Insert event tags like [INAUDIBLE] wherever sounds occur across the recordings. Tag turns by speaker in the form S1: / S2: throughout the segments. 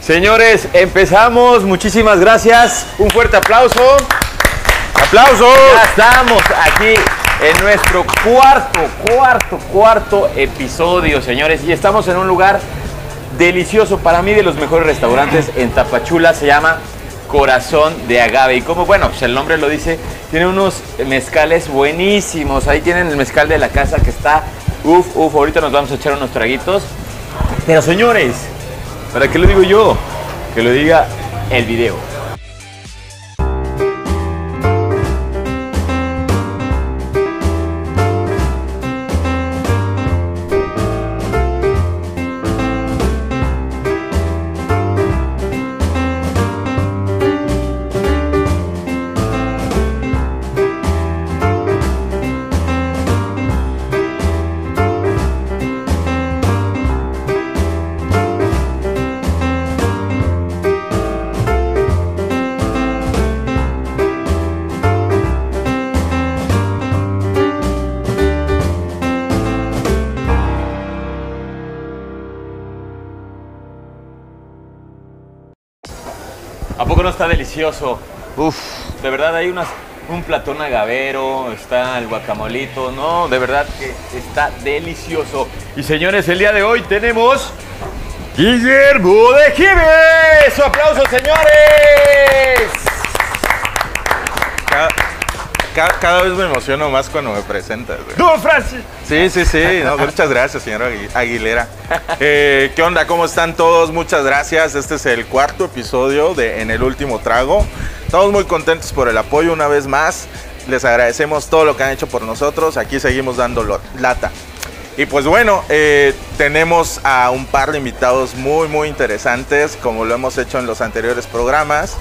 S1: Señores, empezamos. Muchísimas gracias. Un fuerte aplauso. ¡Aplausos! Ya estamos aquí en nuestro cuarto, cuarto, cuarto episodio, señores. Y estamos en un lugar delicioso, para mí de los mejores restaurantes en Tapachula. Se llama Corazón de Agave. Y como, bueno, pues el nombre lo dice, tiene unos mezcales buenísimos. Ahí tienen el mezcal de la casa que está, uf, uf. Ahorita nos vamos a echar unos traguitos. Pero señores, ¿para qué lo digo yo? Que lo diga el video. ¿A poco no está delicioso? Uf, de verdad hay unas, un platón agavero, está el guacamolito, no, de verdad que está delicioso. Y señores, el día de hoy tenemos Guillermo de Gives. ¡Su aplauso, señores!
S2: Cada, ca- cada vez me emociono más cuando me presentas. güey.
S1: Don Francis.
S2: Sí, sí, sí. no, pues muchas gracias, señor Agui- Aguilera. Eh, ¿Qué onda? ¿Cómo están todos? Muchas gracias. Este es el cuarto episodio de En el Último Trago. Estamos muy contentos por el apoyo una vez más. Les agradecemos todo lo que han hecho por nosotros. Aquí seguimos dando lo- lata. Y pues bueno, eh, tenemos a un par de invitados muy, muy interesantes, como lo hemos hecho en los anteriores programas.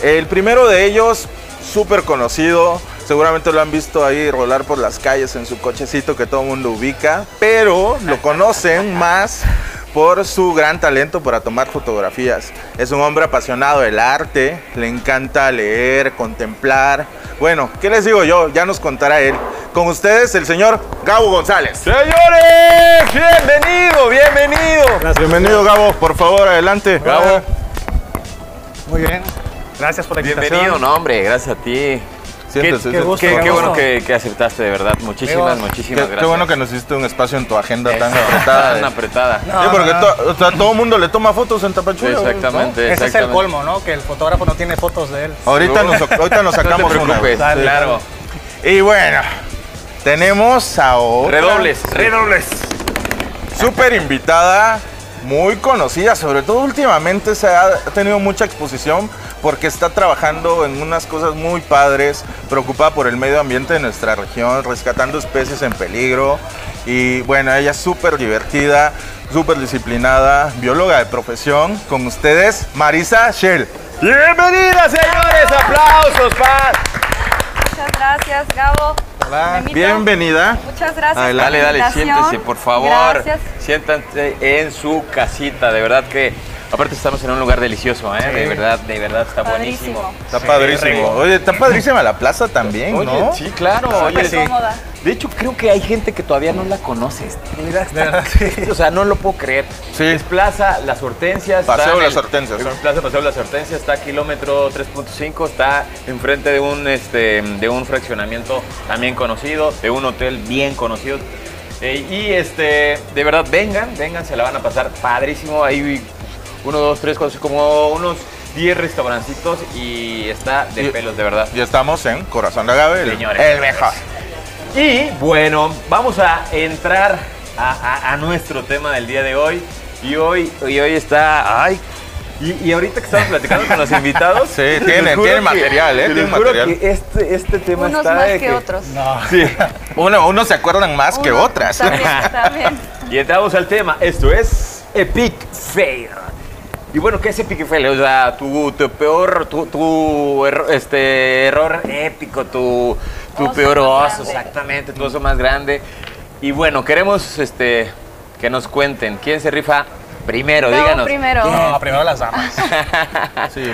S2: El primero de ellos, súper conocido, seguramente lo han visto ahí rolar por las calles en su cochecito que todo el mundo ubica, pero lo conocen más por su gran talento para tomar fotografías. Es un hombre apasionado del arte, le encanta leer, contemplar. Bueno, ¿qué les digo yo? Ya nos contará él. Con ustedes, el señor Gabo González.
S1: Señores, bienvenido, bienvenido.
S2: Bienvenido, Gabo. Por favor, adelante. Eh,
S1: Bravo.
S3: Muy bien. Gracias por la invitación.
S1: Bienvenido, no, hombre, gracias a ti.
S2: Siéntese,
S1: qué,
S2: siéntese.
S3: gusto,
S1: qué-
S3: qué
S1: qué bueno
S3: gusto.
S1: que, que aceptaste, de verdad. Muchísimas,
S3: Amigos,
S2: Qué,
S1: muchísimas
S2: qué
S1: gracias.
S2: bueno que nos hiciste un espacio en tu agenda tan apretada.
S1: Tan apretada.
S3: No,
S2: Sí, porque
S3: no, no.
S2: to- o sea, todo el mundo le toma fotos en Tapachula. güey, ¿no?
S1: Exactamente,
S3: Ese es el
S1: exactamente. Oh,
S3: colmo, ¿no? Que el fotógrafo no tiene fotos de él.
S2: Ahorita
S1: No.
S2: nos, ahorita
S1: [LAUGHS]
S2: nos
S1: No
S2: sacamos
S1: te preocupes,
S2: una.
S3: Dale.
S1: claro.
S2: Y bueno, tenemos a otra
S1: Redobles, redobles.
S2: súper invitada, muy conocida, sobre todo últimamente se ha ha tenido mucha exposición porque está trabajando en unas cosas muy padres, preocupada por el medio ambiente de nuestra región, rescatando especies en peligro. Y bueno, ella es súper divertida, súper disciplinada, bióloga de profesión. Con ustedes, Marisa Shell.
S1: Bienvenida, señores. Aplausos para.
S4: Muchas gracias, Gabo.
S2: Hola,
S4: Memito,
S2: Ah, bienvenida.
S4: Muchas gracias. por la
S1: Dale, dale,
S4: invitación.
S1: siéntese, por favor.
S4: Gracias.
S1: Siéntate en su casita, de verdad que. Aparte estamos en un lugar delicioso, ¿eh? De verdad, de verdad está
S4: Padrísimo.
S1: buenísimo.
S2: Está padrísimo.
S3: rico.
S2: Oye, está padrísima la plaza también,
S1: Oye,
S2: ¿no?
S1: sí, claro.
S4: Súper
S1: Oye, sí.
S4: cómoda.
S1: De hecho, creo que hay gente que todavía no la conoces. O sea, no lo puedo creer.
S2: Sí.
S1: Es Plaza Las Hortensias.
S2: Paseo
S1: está en
S2: Las
S1: el-
S2: Hortensias,
S1: en
S2: ¿no?
S1: Plaza Paseo Las Hortensias está a kilómetro 3.5. Está enfrente de un, este, de un fraccionamiento también conocido, de un hotel bien conocido. Eh, y este, de verdad, vengan, vengan, se la van a pasar padrísimo. Hay uno, dos, tres, cuatro, cinco, como unos 10 restaurancitos y está de
S2: Y-
S1: pelos, de verdad.
S2: Y estamos en Corazón de Agave, el,
S1: Señores.
S2: el mejor.
S1: Y bueno, vamos a entrar a, a- a nuestro tema del día de hoy. Y hoy, y hoy está. ¡Ay! Y, y ahorita que estamos platicando con
S2: [LAUGHS]
S1: los invitados.
S2: Sí,
S1: les
S2: tienen-
S1: juro
S2: tienen material, ¿eh?
S1: les
S2: Tienen
S1: juro
S2: material.
S1: que este, este tema
S4: Unos
S1: está.
S4: más
S1: de
S4: que, otros.
S1: Sí.
S2: Uno, unos se acuerdan más que
S4: Unos-
S2: otras. ¿eh?
S4: También,
S2: [LAUGHS]
S4: también.
S1: Y entramos al tema. Esto es Epic Fail. Y bueno, ¿qué es Epic Fail? O sea, tu, tu peor, tu, tu erro- este, error épico, tu, tu
S4: Oso
S1: peor
S4: más
S1: oso,
S4: grande.
S1: exactamente, tu oso más grande. Y bueno, queremos este, que nos cuenten quién se rifa primero,
S4: Gabo
S1: díganos.
S4: primero.
S3: No, primero las damas.
S2: Sí.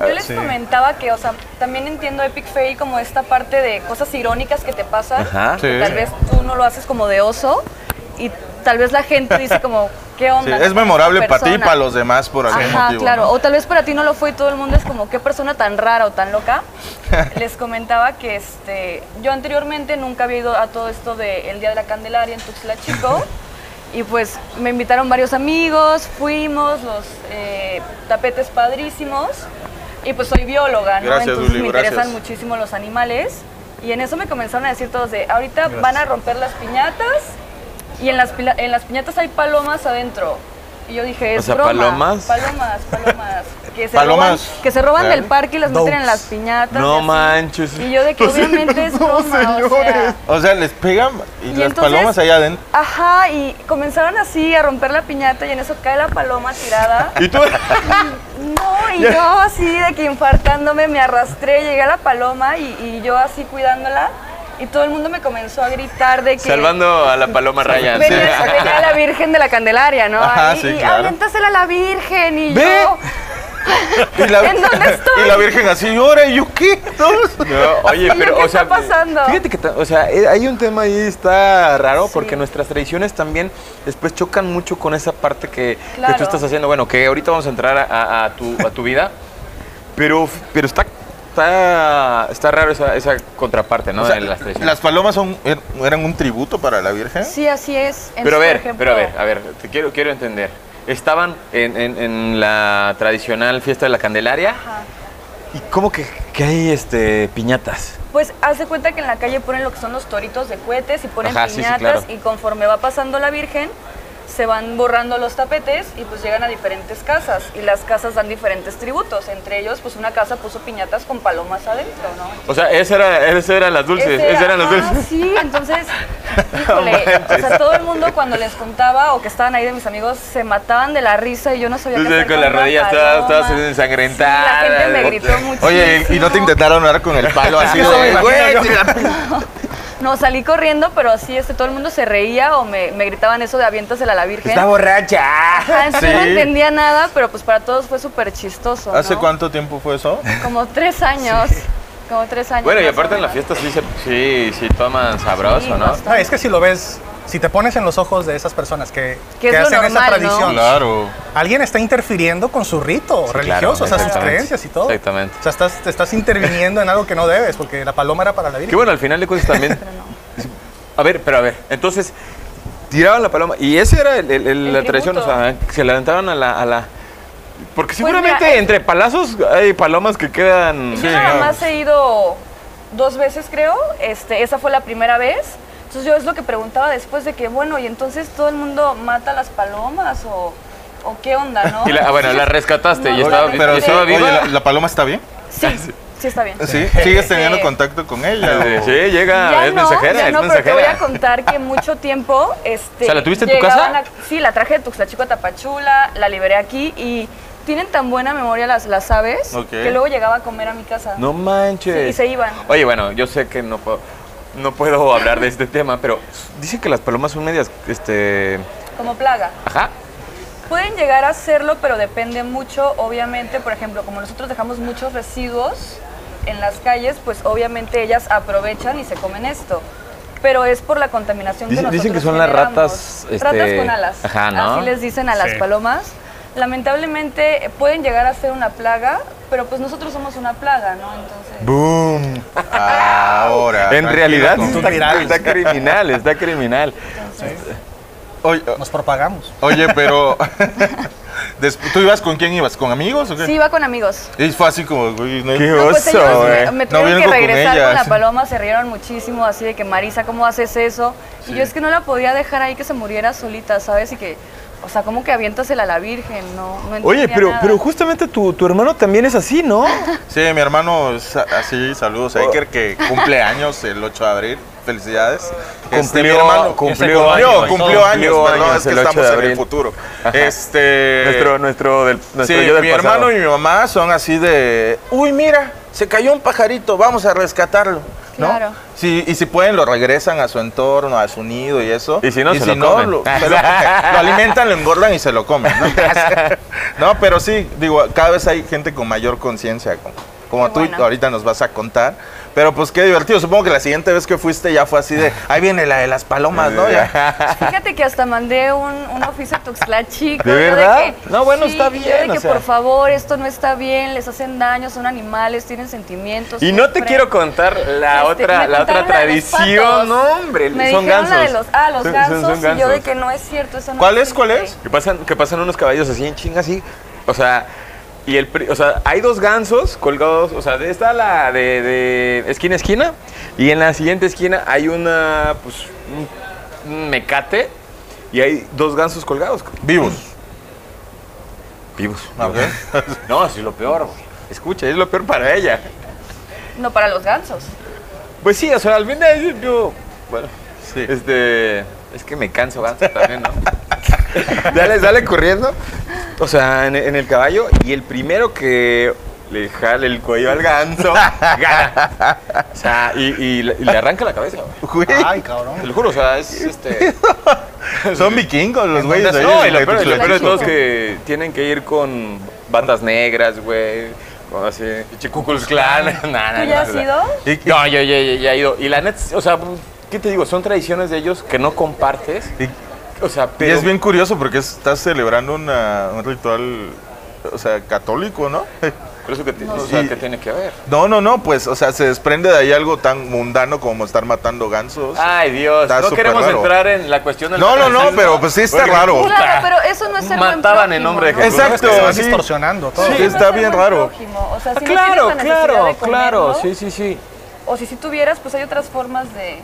S4: Yo les
S2: Sí.
S4: comentaba que, o sea, también entiendo Epic Fail como esta parte de cosas irónicas que te pasan.
S1: Ajá.
S2: Sí.
S4: que Tal vez tú no lo haces como [LAUGHS] de oso y tal vez la gente dice como, qué
S2: Sí,
S4: onda.
S2: es
S4: como
S2: memorable para ti y
S4: persona.
S2: para los demás por algún
S4: Ajá,
S2: motivo.
S4: claro.
S2: ¿no?
S4: O tal vez para ti no lo fue y todo el mundo es como, qué persona tan rara o
S2: [LAUGHS]
S4: tan loca. Les comentaba que este, yo anteriormente nunca había ido a todo esto del Día de la Candelaria en Tuxtla
S2: [LAUGHS]
S4: Chico. Y pues me invitaron varios amigos, fuimos, los eh, tapetes padrísimos. Y pues soy bióloga, ¿no?
S2: Gracias,
S4: Entonces
S2: Uli,
S4: me
S2: gracias.
S4: interesan muchísimo los animales. Y en eso me comenzaron a decir todos de, ahorita van a romper las piñatas. Y en las, pila- en las piñatas hay palomas adentro. Y yo dije, es
S1: sea,
S4: broma.
S1: ¿palomas?
S4: Palomas, palomas. Que se
S2: Palomas.
S4: roban, que se roban
S2: Claro.
S4: del parque y las meten en las piñatas. y
S1: No
S4: así.
S1: manches.
S4: Y yo de que
S1: [LAUGHS]
S4: obviamente es broma, o sea.
S2: O sea, les pegan y,
S4: Y
S2: las
S4: entonces-
S2: palomas allá adentro.
S4: Ajá, y comenzaron así a romper la piñata y en eso cae la paloma tirada.
S2: Y tú,
S4: No, y yo así de que infartándome me arrastré, llegué a la paloma y, y yo así cuidándola. Y todo el mundo me comenzó a gritar de que...
S1: Salvando a la
S4: [LAUGHS]
S1: paloma Ryan.
S4: Venía, venía la Virgen de la Candelaria, ¿no?
S2: Ajá,
S4: Ahí,
S2: sí,
S4: y
S2: claro.
S4: aviéntasela a la Virgen y
S2: Ve.
S4: yo...
S2: y la,
S4: [LAUGHS] ¿En dónde estoy?
S2: y la virgen así, ahora, ¿y yo qué? Todos-
S4: [LAUGHS]
S1: No, oye,
S4: ¿Qué
S1: pero, o
S4: está
S1: sea,
S4: pasando?
S1: fíjate que, ta- o sea, eh, hay un tema ahí está raro porque
S4: Sí.
S1: nuestras tradiciones también después chocan mucho con esa parte que, que tú
S4: Claro.
S1: estás haciendo. Bueno, que ahorita vamos a entrar a, a- a tu, a tu vida, pero, pero está, está, está raro esa, esa contraparte, ¿no?
S2: O sea,
S1: de las tradiciones.
S2: las palomas son, er- eran un tributo para la virgen.
S4: Sí, así es.
S1: Pero a
S4: Entonces,
S1: ver,
S4: por ejemplo,
S1: pero a ver, a ver, te quiero, quiero entender. Estaban en, en- en la tradicional fiesta de la Candelaria
S4: Ajá.
S1: y cómo que, que hay este piñatas.
S4: Pues haz de cuenta que en la calle ponen lo que son los toritos de cohetes y ponen
S1: Ajá, sí, sí,
S4: piñatas
S1: claro.
S4: y conforme va pasando la Virgen se van borrando los tapetes y pues llegan a diferentes casas y las casas dan diferentes tributos. Entre ellos, pues una casa puso piñatas con palomas adentro, ¿no?
S1: O sea, esas era, esa eran las dulces,
S4: Ese
S1: esas eran las
S4: ajá,
S1: dulces.
S2: [LAUGHS]
S4: Sí,
S1: [LAUGHS]
S4: entonces, híjole, o sea, todo el mundo cuando les contaba o que estaban ahí de mis amigos se mataban de la risa y yo no sabía qué
S1: Entonces
S4: hacer
S1: con las
S4: una
S1: rodillas
S4: paloma.
S1: todas, todas ensangrentada.
S4: Sí, la gente me gritó muchísimo.
S2: Oye, y, y no te intentaron dar con el palo así
S1: No, me
S2: de,
S1: imagino
S2: güey,
S1: yo.
S2: tira-
S4: No, salí corriendo, pero así este, todo el mundo se reía o me, me gritaban eso de aviéntasela a la Virgen.
S1: Está borracha.
S4: Ah, entonces no
S2: Sí.
S4: entendía nada, pero pues para todos fue súper chistoso.
S2: ¿Hace
S4: ¿no?
S2: cuánto tiempo fue eso?
S4: Como tres años. Como tres años.
S1: Bueno, y
S4: más
S1: aparte
S4: o
S1: en la
S4: menos.
S1: fiesta sí, se, sí, sí toman sabroso,
S4: Sí,
S1: ¿no?
S4: bastante.
S3: No, es que si lo ves, si te pones en los ojos de esas personas que,
S4: Que es lo
S3: hacen esa
S4: normal, ¿no?
S3: tradición,
S2: Claro.
S3: alguien está interfiriendo con su rito
S1: Sí,
S3: religioso,
S1: claro,
S3: o sea, sus
S1: exactamente.
S3: creencias y todo.
S1: Exactamente.
S3: O sea, estás, te estás interviniendo en algo que no debes, porque la paloma era para la
S1: Que
S3: Virgen.
S1: bueno, al final de cuentas también. A ver, pero a ver, entonces tiraban la paloma y ese era el, el- el-
S4: El
S1: la tradición, o
S4: tributo.
S1: sea, que se la aventaban a la, a la- Porque
S4: mira,
S1: seguramente
S4: eh.
S1: entre palazos hay palomas que quedan.
S4: Yo nada más he ido dos veces, creo. Este, esa fue la primera vez. Entonces yo es lo que preguntaba después de que, bueno, y entonces todo el mundo mata las palomas o, o qué onda, ¿no?
S1: [LAUGHS] Y la- ah, bueno, la rescataste y
S4: No,
S1: estaba,
S4: la
S1: y
S2: Pero
S4: sí,
S1: estaba
S2: oye,
S1: viva.
S2: ¿la, la paloma está bien?
S4: Sí, sí está bien.
S2: ¿Sí? ¿Sigues teniendo
S4: Sí.
S2: contacto con ella? o-
S1: Sí, llega,
S4: Ya
S1: es
S4: no,
S1: mensajera,
S4: ya
S1: es
S4: no, pero te
S1: mensajera.
S4: voy a contar que mucho tiempo,
S1: [LAUGHS]
S4: este,
S1: O sea, ¿la tuviste en tu
S4: llegaban
S1: casa?
S4: a- sí, la traje de Tuxtlachico a Tapachula, la liberé aquí y tienen tan buena memoria las, las aves
S2: Ok.
S4: que luego llegaba a comer a mi casa.
S1: No manches.
S4: Sí, y se iban.
S1: Oye, bueno, yo sé que no puedo, no puedo [LAUGHS] hablar de este tema, pero dicen que las palomas son medias, este,
S4: Como plaga.
S1: ajá.
S4: Pueden llegar a hacerlo, pero depende mucho, obviamente, por ejemplo, como nosotros dejamos muchos residuos en las calles, pues obviamente ellas aprovechan y se comen esto. Pero es por la contaminación
S1: Dicen-
S4: que
S1: dicen
S4: nosotros
S1: que son las
S4: generamos.
S1: ratas, este,
S4: Ratas con alas.
S1: ajá, ¿no?
S4: Así les dicen a las
S3: Sí.
S4: palomas. Lamentablemente eh, pueden llegar a ser una plaga, pero pues nosotros somos una plaga, ¿no? Entonces,
S1: Boom.
S2: Ahora.
S1: En
S2: tranquila,
S1: realidad
S2: con-
S1: Ah,
S3: tú.
S1: está,
S3: Viral.
S1: está criminal, está criminal.
S2: Oye,
S3: Nos propagamos.
S2: oye, pero. [LAUGHS] des- ¿Tú ibas con quién ibas? ¿Con amigos o qué?
S4: sí, va con amigos.
S2: Y fue así como, güey, no-
S1: ¿Qué?
S4: No, pues
S1: oso,
S4: ellos me-
S1: eh.
S4: me,
S2: No
S4: tuvieron que
S2: vengo con
S4: regresar con,
S2: ellas.
S4: la paloma, se rieron muchísimo, así de que Marisa, ¿cómo haces eso? Y yo es que no la podía dejar ahí que se muriera solita, ¿sabes? Y que, o sea, como que aviéntasela a la Virgen, no, no
S1: Oye,
S4: entendía
S1: pero,
S4: nada.
S1: pero justamente tu, tu hermano también es así, ¿no?
S2: Sí, mi hermano es a- así, saludos
S1: Oh.
S2: a Iker, que cumple años el 8 de abril. Felicidades. Este, mi hermano-
S1: cumplió,
S2: cumplió,
S1: años.
S2: cumplió años,
S1: Cumplió
S2: perdón,
S1: años
S2: es que
S1: el 8 de
S2: estamos en
S1: abril. [LAUGHS]
S2: el futuro.
S1: Ajá.
S2: Este.
S1: Nuestro, nuestro, del,
S2: Sí,
S1: nuestro yo del
S2: mi
S1: pasado.
S2: hermano y mi mamá son así de, uy, mira, se cayó un pajarito, vamos a rescatarlo. ¿no?
S4: Claro.
S2: Sí, y si pueden, lo regresan a su entorno, a su nido y eso.
S1: Y si no, se lo comen. [LAUGHS]
S2: se lo- lo alimentan, lo engordan y se [LAUGHS] lo comen. ¿no? No, pero sí, digo, cada vez hay gente con mayor conciencia. como, como
S4: Qué
S2: tú
S4: bueno.
S2: ahorita nos vas a contar. Pero pues qué divertido. Supongo que la siguiente vez que fuiste ya fue
S1: [LAUGHS]
S2: así de, ahí viene la de las palomas, ¿no? Ya.
S4: Fíjate que hasta mandé un, un oficio a Tuxtla Chico.
S1: ¿De
S4: yo
S1: verdad? No, bueno,
S4: sí,
S1: está
S4: yo
S1: bien,
S4: de
S1: o
S4: que
S1: sea.
S4: por favor, esto no está bien, les hacen daño, son animales, tienen sentimientos.
S1: Y no te
S4: sufren.
S1: quiero contar la
S4: Este,
S1: otra,
S4: me
S1: la otra
S4: contaron de los
S1: tradición,
S4: patos.
S1: no, hombre,
S4: Me
S1: son
S4: dijeron
S1: gansos.
S4: La de los, ah,
S1: Son-
S4: los
S1: son-
S4: gansos,
S1: son
S4: y yo de
S1: gansos.
S4: que no es cierto, eso no
S2: ¿Cuál es? ¿Cuál
S4: existe.
S2: es?
S1: Que pasan, que pasan unos caballos así en chinga, así. O sea, y el, pri- o sea, hay dos gansos colgados. O sea, de- está la de, de esquina a esquina. Y en la siguiente esquina hay una, pues, un, un mecate. Y hay dos gansos colgados.
S2: Vivos.
S1: Vivos.
S2: Ah, Ok.
S1: No, sí, lo peor, güey. Escucha, es lo peor para ella.
S4: No, para los gansos.
S1: Pues sí, o sea, al final yo- yo. Bueno,
S2: Sí.
S1: este. Es que me canso ganso también, ¿no? [LAUGHS] dale, dale corriendo. O sea, en, en el caballo. Y el primero que le jale el cuello al ganso, gana. [LAUGHS] O sea, y, y le- y le arranca la cabeza, güey.
S2: Güey,
S3: Ay, cabrón.
S1: Te lo juro, o sea, es este. [LAUGHS]
S2: son vikingos los güeyes de ahí.
S1: No, y
S2: de
S1: lo peor, y lo
S2: Tuxtla
S1: peor de
S2: Chico.
S1: todo es que tienen que ir con batas negras, güey. Con así, chicucus clan. [LAUGHS] Nah, nah,
S4: ¿Tú ya
S1: nah,
S4: has
S1: nah.
S4: ido?
S1: No, yo ya, ya- ya he ido. Y la neta, o sea, ¿qué te digo? Son tradiciones de ellos que no compartes.
S2: Y-
S1: O sea,
S2: y
S1: pero.
S2: es bien curioso porque estás celebrando una- un ritual, o sea, católico, ¿no? [LAUGHS]
S1: Por eso que, te- o sea,
S2: Sí.
S1: que tiene que ver.
S2: No, no, no, pues, o sea, se desprende de ahí algo tan mundano como estar matando gansos.
S1: Ay, Dios.
S2: Pues, Está
S1: no
S2: súper
S1: queremos
S2: raro.
S1: entrar en la cuestión del
S2: No, no, no,
S1: catolicismo,
S2: pero pues sí está
S1: porque-
S2: raro. Puta.
S4: Claro, pero eso no es ser buen
S1: Mataban en
S4: prójimo,
S1: nombre de
S4: ¿no?
S1: Jesús.
S2: Exacto,
S3: Se van
S2: sí.
S3: distorsionando todo.
S2: Sí.
S4: Eso no es
S2: está
S4: ser
S2: bien
S4: buen
S2: raro.
S4: prójimo, O sea, si
S1: Ah,
S4: no tienes
S1: claro,
S4: la necesidad
S1: claro,
S4: de
S1: claro.
S4: comerlo,
S1: Sí, sí, sí.
S4: O si sí tuvieras, pues hay otras formas de...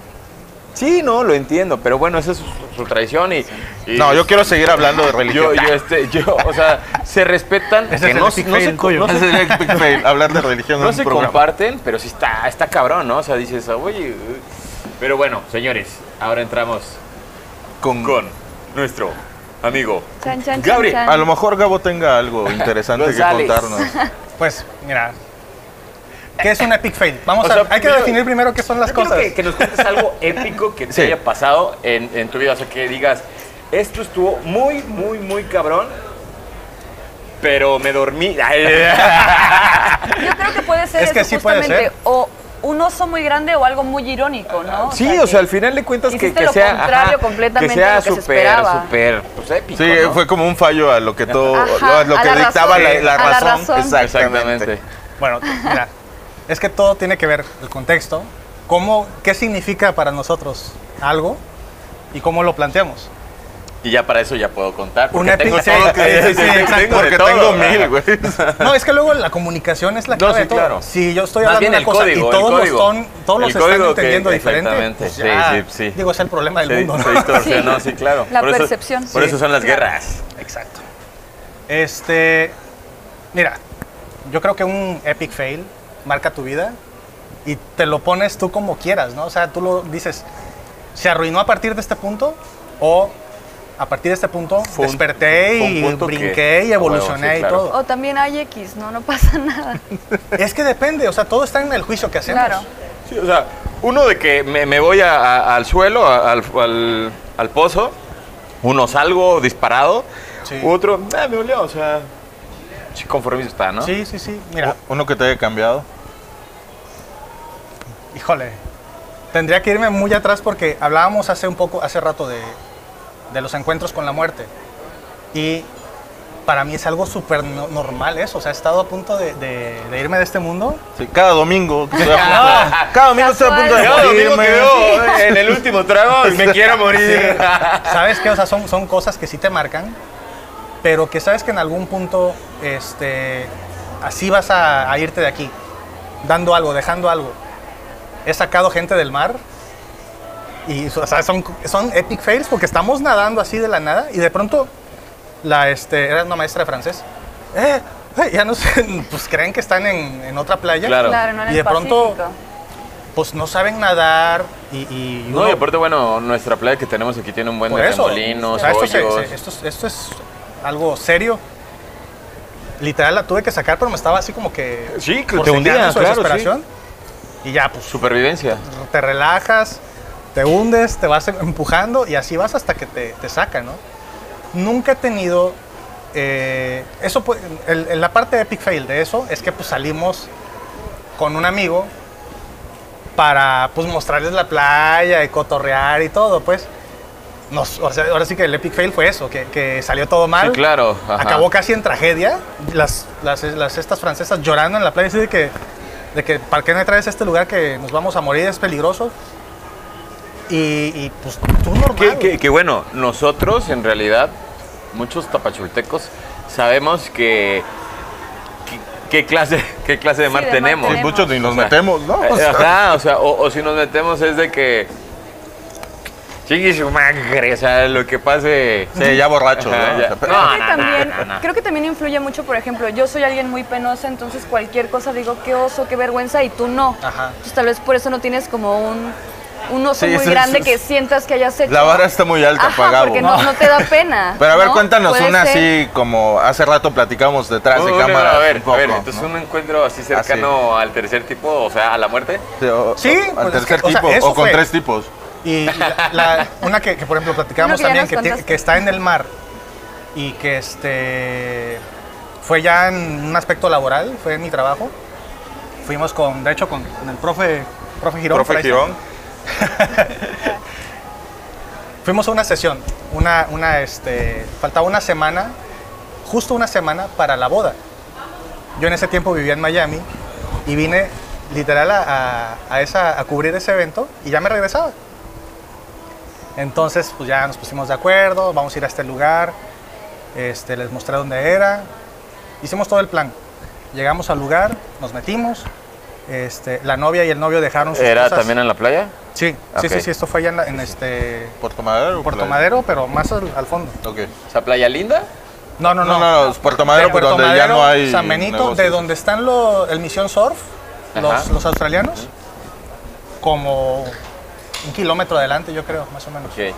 S1: Sí, no, lo entiendo, pero bueno, esa es su, su tradición y, y-
S2: No, yo quiero seguir hablando de religión.
S1: yo,
S2: [LAUGHS]
S1: yo, este, yo, o sea, se respetan,
S3: Ese
S1: que
S3: es el
S1: no,
S3: epic
S1: no
S3: fail
S1: se, co-
S3: tuyo.
S1: no se-
S2: Es el epic fail, hablar de religión
S1: no
S2: en
S1: se
S2: un programa.
S1: comparten, pero sí está, está cabrón, ¿no? O sea, dices, oye, eh". pero bueno, señores, ahora entramos
S2: Con,
S1: con nuestro amigo
S4: Chan, chan, chan,
S1: Gabriel,
S4: chan.
S2: A lo mejor Gabo tenga algo interesante que
S1: González. [LAUGHS]
S2: contarnos.
S3: Pues, mira. ¿Qué es un epic fail? Vamos
S1: O
S3: a.
S1: sea,
S3: hay que
S1: primero-
S3: definir primero qué son las
S1: Yo quiero
S3: cosas.
S1: Que, que nos cuentes
S2: [LAUGHS]
S1: algo épico que te
S2: Sí.
S1: haya pasado en, en tu vida. O sea, que digas, esto estuvo muy, muy, muy cabrón, pero me
S2: [LAUGHS]
S1: dormí. [LAUGHS]
S4: Yo creo que puede ser
S3: Es que
S4: eso
S3: sí puede
S4: justamente
S3: ser.
S4: o un oso muy grande o algo muy irónico, ¿no?
S1: Sí, o sea,
S4: que-
S1: al final de cuentas que,
S4: hiciste
S1: que
S4: lo
S1: sea.
S4: contrario completamente
S1: que sea
S4: de lo que se
S1: súper,
S4: esperaba.
S1: súper, pues épico.
S2: Sí,
S1: ¿no?
S2: fue como un fallo a lo que todo,
S4: Ajá,
S2: a lo
S4: a
S2: que
S4: la
S2: dictaba
S4: razón.
S2: la, la
S4: A la
S2: razón.
S4: razón.
S1: Exactamente.
S3: Bueno, mira. Es que todo tiene que ver el contexto, cómo, qué significa para nosotros algo y cómo lo planteamos.
S1: Y ya para eso ya puedo contar. Porque
S3: Una
S1: tengo
S3: epic-
S1: todo
S3: sí,
S1: [LAUGHS] que-
S3: sí, sí,
S1: tengo
S3: exacto.
S1: de
S2: Porque
S1: todo.
S2: tengo mil, güey.
S1: [LAUGHS]
S3: No, es que luego la comunicación es la
S1: No,
S3: clave
S1: sí,
S3: de todo.
S1: claro.
S3: Si yo estoy
S1: Más
S3: hablando
S1: bien
S3: de
S1: el
S3: una cosa
S1: código,
S3: y
S1: el
S3: todos los,
S1: código.
S3: ton- todos
S1: El
S3: los están
S1: código que-
S3: entendiendo diferente,
S1: exactamente,
S3: pues
S1: sí,
S3: ya,
S1: sí, sí.
S3: digo, es el problema del
S1: Se,
S3: mundo, ¿no?
S1: se distorsionó, sí, claro.
S4: La
S1: eso-
S4: percepción.
S1: por
S4: Sí.
S1: eso son las guerras.
S3: Exacto. Este, mira, yo creo que un epic fail marca tu vida y te lo pones tú como quieras, ¿no? O sea, tú lo dices, se arruinó a partir de este punto o a partir de este punto
S1: Fue un-
S3: desperté
S1: fue un
S3: y
S1: punto que-
S3: brinqué y
S1: Ah, bueno, sí,
S3: evolucioné y
S1: claro.
S3: todo.
S4: O también hay X, ¿no? No pasa [LAUGHS] nada.
S3: Es que depende, o sea, todo está en el juicio que hacemos.
S4: Claro.
S1: Sí, o sea, uno de que me, me voy a- a- al suelo, a- al, al- al pozo, uno salgo disparado,
S3: Sí.
S1: otro, "Ah, me olió, o sea, sí, conformismo está, ¿no?
S3: Sí, sí, sí. Mira,
S2: Uno que te haya cambiado.
S3: Híjole, tendría que irme muy atrás porque hablábamos hace un poco, hace rato de, de los encuentros con la muerte. Y para mí es algo súper no- normal eso. O sea, he estado a punto de, de- de irme de este mundo.
S2: Sí, cada domingo. que estoy
S3: [LAUGHS]
S2: a
S3: Ah,
S2: punto de- cada domingo estoy a punto de
S1: Cada domingo
S2: morirme.
S1: que
S3: eh.
S1: veo en el último
S2: [LAUGHS]
S1: trago y me quiero morir.
S3: [LAUGHS] ¿Sabes qué? O sea, son, son cosas que sí te marcan, pero que sabes que en algún punto este, así vas a, a irte de aquí, dando algo, dejando algo. He sacado gente del mar y o sea, son, son epic fails porque estamos nadando así de la nada y de pronto la, este, era una maestra de francés. Eh, eh, ya no sé, [LAUGHS] pues creen que están en, en otra playa.
S1: Claro.
S4: Claro, no en
S3: Y
S4: el
S3: de pronto-
S4: Pacífico.
S3: Pues no saben nadar y... y
S1: No,
S3: uno-
S1: y aparte, bueno, nuestra playa que tenemos aquí tiene un buen
S3: Por
S1: de
S3: eso.
S1: remolinos,
S4: o sea,
S3: esto, se-
S1: hoyos.
S3: se- esto es- esto es algo serio. Literal la tuve que sacar, pero me estaba así como que.
S1: Sí, que te
S3: forcejeando
S1: hundía,
S3: su
S1: claro,
S3: desesperación. Y ya, pues
S1: Supervivencia.
S3: te relajas, te hundes, te vas empujando y así vas hasta que te, te saca, ¿no? Nunca he tenido. eh, eso, pu- el- el- la parte de Epic Fail de eso es que pues salimos con un amigo para pues mostrarles la playa y cotorrear y todo, pues. Nos, o sea, ahora sí que el epic fail fue eso, que, que salió todo mal.
S5: Sí, claro, ajá.
S3: Acabó casi en tragedia. Las, las, las estas francesas llorando en la playa, así de que, de que ¿para qué me traes a este lugar que nos vamos a morir? Es peligroso. Y, y, pues tú normal.
S5: Que, que- que bueno, nosotros en realidad, muchos tapachultecos, sabemos que. que- ¿Qué clase, [LAUGHS] qué clase de
S4: Sí,
S5: mar
S4: de mar
S5: tenemos?
S4: tenemos.
S2: Muchos ni nos
S5: O sea,
S2: metemos, ¿no?
S5: eh,
S2: O sea,
S5: Ajá, o sea, o, o si nos metemos es de que. Chingue su madre, o sea, lo que pase.
S2: Pues, sí, ya borrachos,
S5: Ajá,
S2: ¿no?
S5: ya.
S2: O sea, pero-
S5: No.
S4: Creo que también,
S5: no.
S4: creo que también influye mucho, por ejemplo, yo soy alguien muy penosa, entonces cualquier cosa digo, qué oso, qué vergüenza, y tú no.
S3: Ajá.
S4: Entonces tal vez por eso no tienes como un, un oso
S2: Sí,
S4: muy
S2: sí,
S4: grande
S2: sí,
S4: que
S2: sí.
S4: sientas que hayas hecho.
S2: La vara está muy alta,
S4: Ajá,
S2: pagabo.
S4: porque no, no te da pena.
S2: Pero a ver,
S4: ¿no?
S2: cuéntanos
S4: Puede
S2: una
S4: ser.
S2: así como hace rato platicamos detrás
S5: Un-
S2: de
S5: un- Ah,
S2: cámara.
S5: a ver,
S2: un poco,
S5: a ver, entonces
S2: ¿no?
S5: un encuentro así cercano al tercer tipo, o sea, a la muerte.
S2: Sí, o-
S3: Sí,
S2: o-
S3: pues
S2: al
S3: es que,
S2: tercer
S3: o sea,
S2: tipo,
S3: eso
S2: o con
S3: fue.
S2: tres tipos.
S3: Y la- la- una que, que, por ejemplo, platicábamos
S4: Uno que ya
S3: también,
S4: nos
S3: que, tiene-
S4: contaste.
S3: que está en el mar y que este fue ya en un aspecto laboral, fue en mi trabajo. Fuimos con, de hecho, con, con el profe, profe Girón. por
S2: Profe
S3: ahí está.
S2: Girón.
S3: Fuimos a una sesión, una, una, este, faltaba una semana, justo una semana para la boda. Yo en ese tiempo vivía en Miami y vine literal a, a- a esa, a cubrir ese evento y ya me regresaba. Entonces, pues ya nos pusimos de acuerdo, vamos a ir a este lugar, este, les mostré dónde era, hicimos todo el plan. Llegamos al lugar, nos metimos, este, la novia y el novio dejaron sus
S5: ¿Era
S3: cosas.
S5: también en la playa?
S3: Sí, sí,
S5: Ok.
S3: sí, sí, esto fue allá en, la- en este...
S2: Puerto Madero.
S3: Puerto
S2: Playa.
S3: Madero, pero más al, al fondo.
S2: Ok.
S5: O sea, playa linda.
S3: No, no,
S2: No,
S3: no.
S2: no, no, es Puerto Madero,
S3: De
S2: pero
S3: Puerto
S2: donde ya
S3: Madero,
S2: no hay.
S3: San Benito, de
S2: negocios.
S3: donde están lo- el Misión Surf, los,
S5: Ajá.
S3: los australianos, como un kilómetro adelante, yo creo, más o menos.
S5: Ok.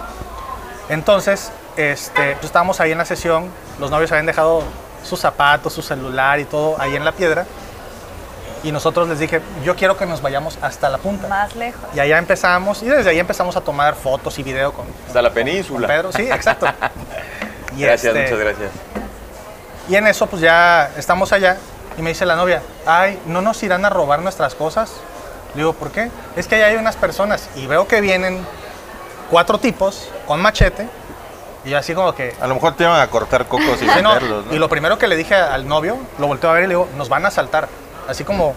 S3: Entonces, este, pues estábamos ahí en la sesión, los novios habían dejado sus zapatos, su celular y todo ahí en la piedra. Y nosotros les dije, yo quiero que nos vayamos hasta la punta.
S4: Más lejos.
S3: Y allá empezamos, y desde ahí empezamos a tomar fotos y video con,
S5: Hasta la
S3: con
S5: península.
S3: Pedro. Sí, exacto. Y
S5: Gracias,
S3: este,
S5: muchas gracias.
S3: Y en eso, pues ya estamos allá. Y me dice la novia, ay, ¿no nos irán a robar nuestras cosas? Le digo, ¿por qué? Es que allá hay unas personas y veo que vienen cuatro tipos con machete. Y yo así como que...
S2: A lo mejor te iban a cortar cocos y
S3: "Sí, no".
S2: venderlos, ¿no?
S3: Y lo primero que le dije al novio, lo volteo a ver y le digo, nos van a asaltar. Así como,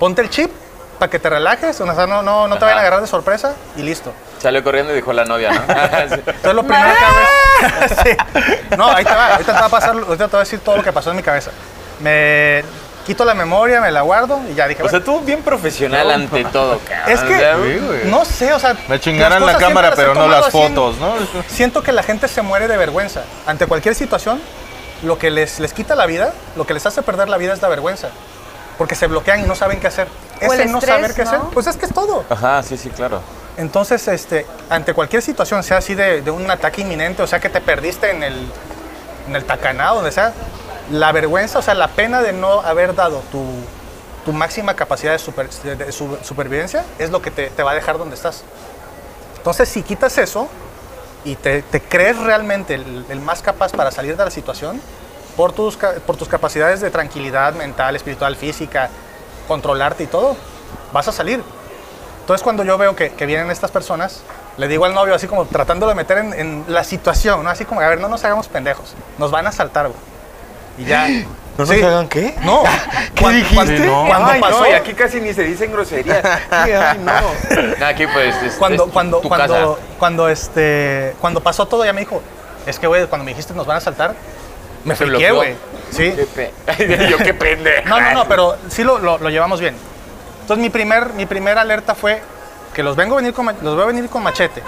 S3: ponte el chip para que te relajes, o sea, no, no, no te vayan
S5: Ajá.
S3: a agarrar de sorpresa y listo.
S5: Salió corriendo y dijo la novia, [LAUGHS] ¿no?
S3: Entonces lo primero que hago [LAUGHS] es... Sí. No, ahí te va, ahorita te va a pasar, ahorita te voy a decir todo lo que pasó en mi cabeza. Me quito la memoria, me la guardo y ya dije,
S5: o sea,
S3: bueno,
S5: tú bien profesional ante todo, cabrón.
S3: es
S5: O sea,
S2: Sí,
S3: que
S2: güey.
S3: no sé, o sea,
S2: Me chingarán
S3: las
S2: la
S3: cosas
S2: cámara,
S3: siempre
S2: pero
S3: he
S2: no las
S3: tomado así en-
S2: fotos, ¿no?
S3: Siento que la gente se muere de vergüenza. Ante cualquier situación, lo que les, les quita la vida, lo que les hace perder la vida es la vergüenza. Porque se bloquean y no saben qué hacer.
S4: O el
S3: Ese no
S4: estrés,
S3: saber qué
S4: ¿no?
S3: hacer, pues es que es todo.
S5: Ajá, sí, sí, claro.
S3: Entonces, este, ante cualquier situación, sea así de, de un ataque inminente, o sea, que te perdiste en el, en el tacaná, donde sea, la vergüenza, o sea, la pena de no haber dado tu, tu máxima capacidad de, super- de su- supervivencia es lo que te, te va a dejar donde estás. Entonces, si quitas eso y te, te crees realmente el, el más capaz para salir de la situación, por tus, ca- por tus capacidades de tranquilidad mental, espiritual, física, controlarte y todo, vas a salir. Entonces cuando yo veo que, que vienen estas personas, le digo al novio así como tratando de meter en, en la situación, ¿no? Así como, a ver, no nos hagamos pendejos, nos van a saltar, güey. Y ya... ¿No
S2: nos hagan [LAUGHS] qué?
S3: No. Cuan-
S2: dijiste?
S3: cuan- Cuando,
S5: Ah,
S3: pasó,
S5: casi ni se dicen groserías. no. Aquí pues es,
S3: cuando,
S5: es tu-
S3: cuando,
S5: tu
S3: cuando,
S5: casa.
S3: cuando, este, cuando pasó todo, ya me dijo, es que, güey, cuando me dijiste nos van a saltar, me
S5: Se
S3: friqué,
S5: bloqueó. Ah.
S3: güey. Sí.
S5: Qué pe- [LAUGHS] Yo qué pendejo.
S3: No, no, no, pero sí lo, lo- lo llevamos bien. Entonces mi primer, mi primera alerta fue que los vengo a venir con, ma- los veo venir con machete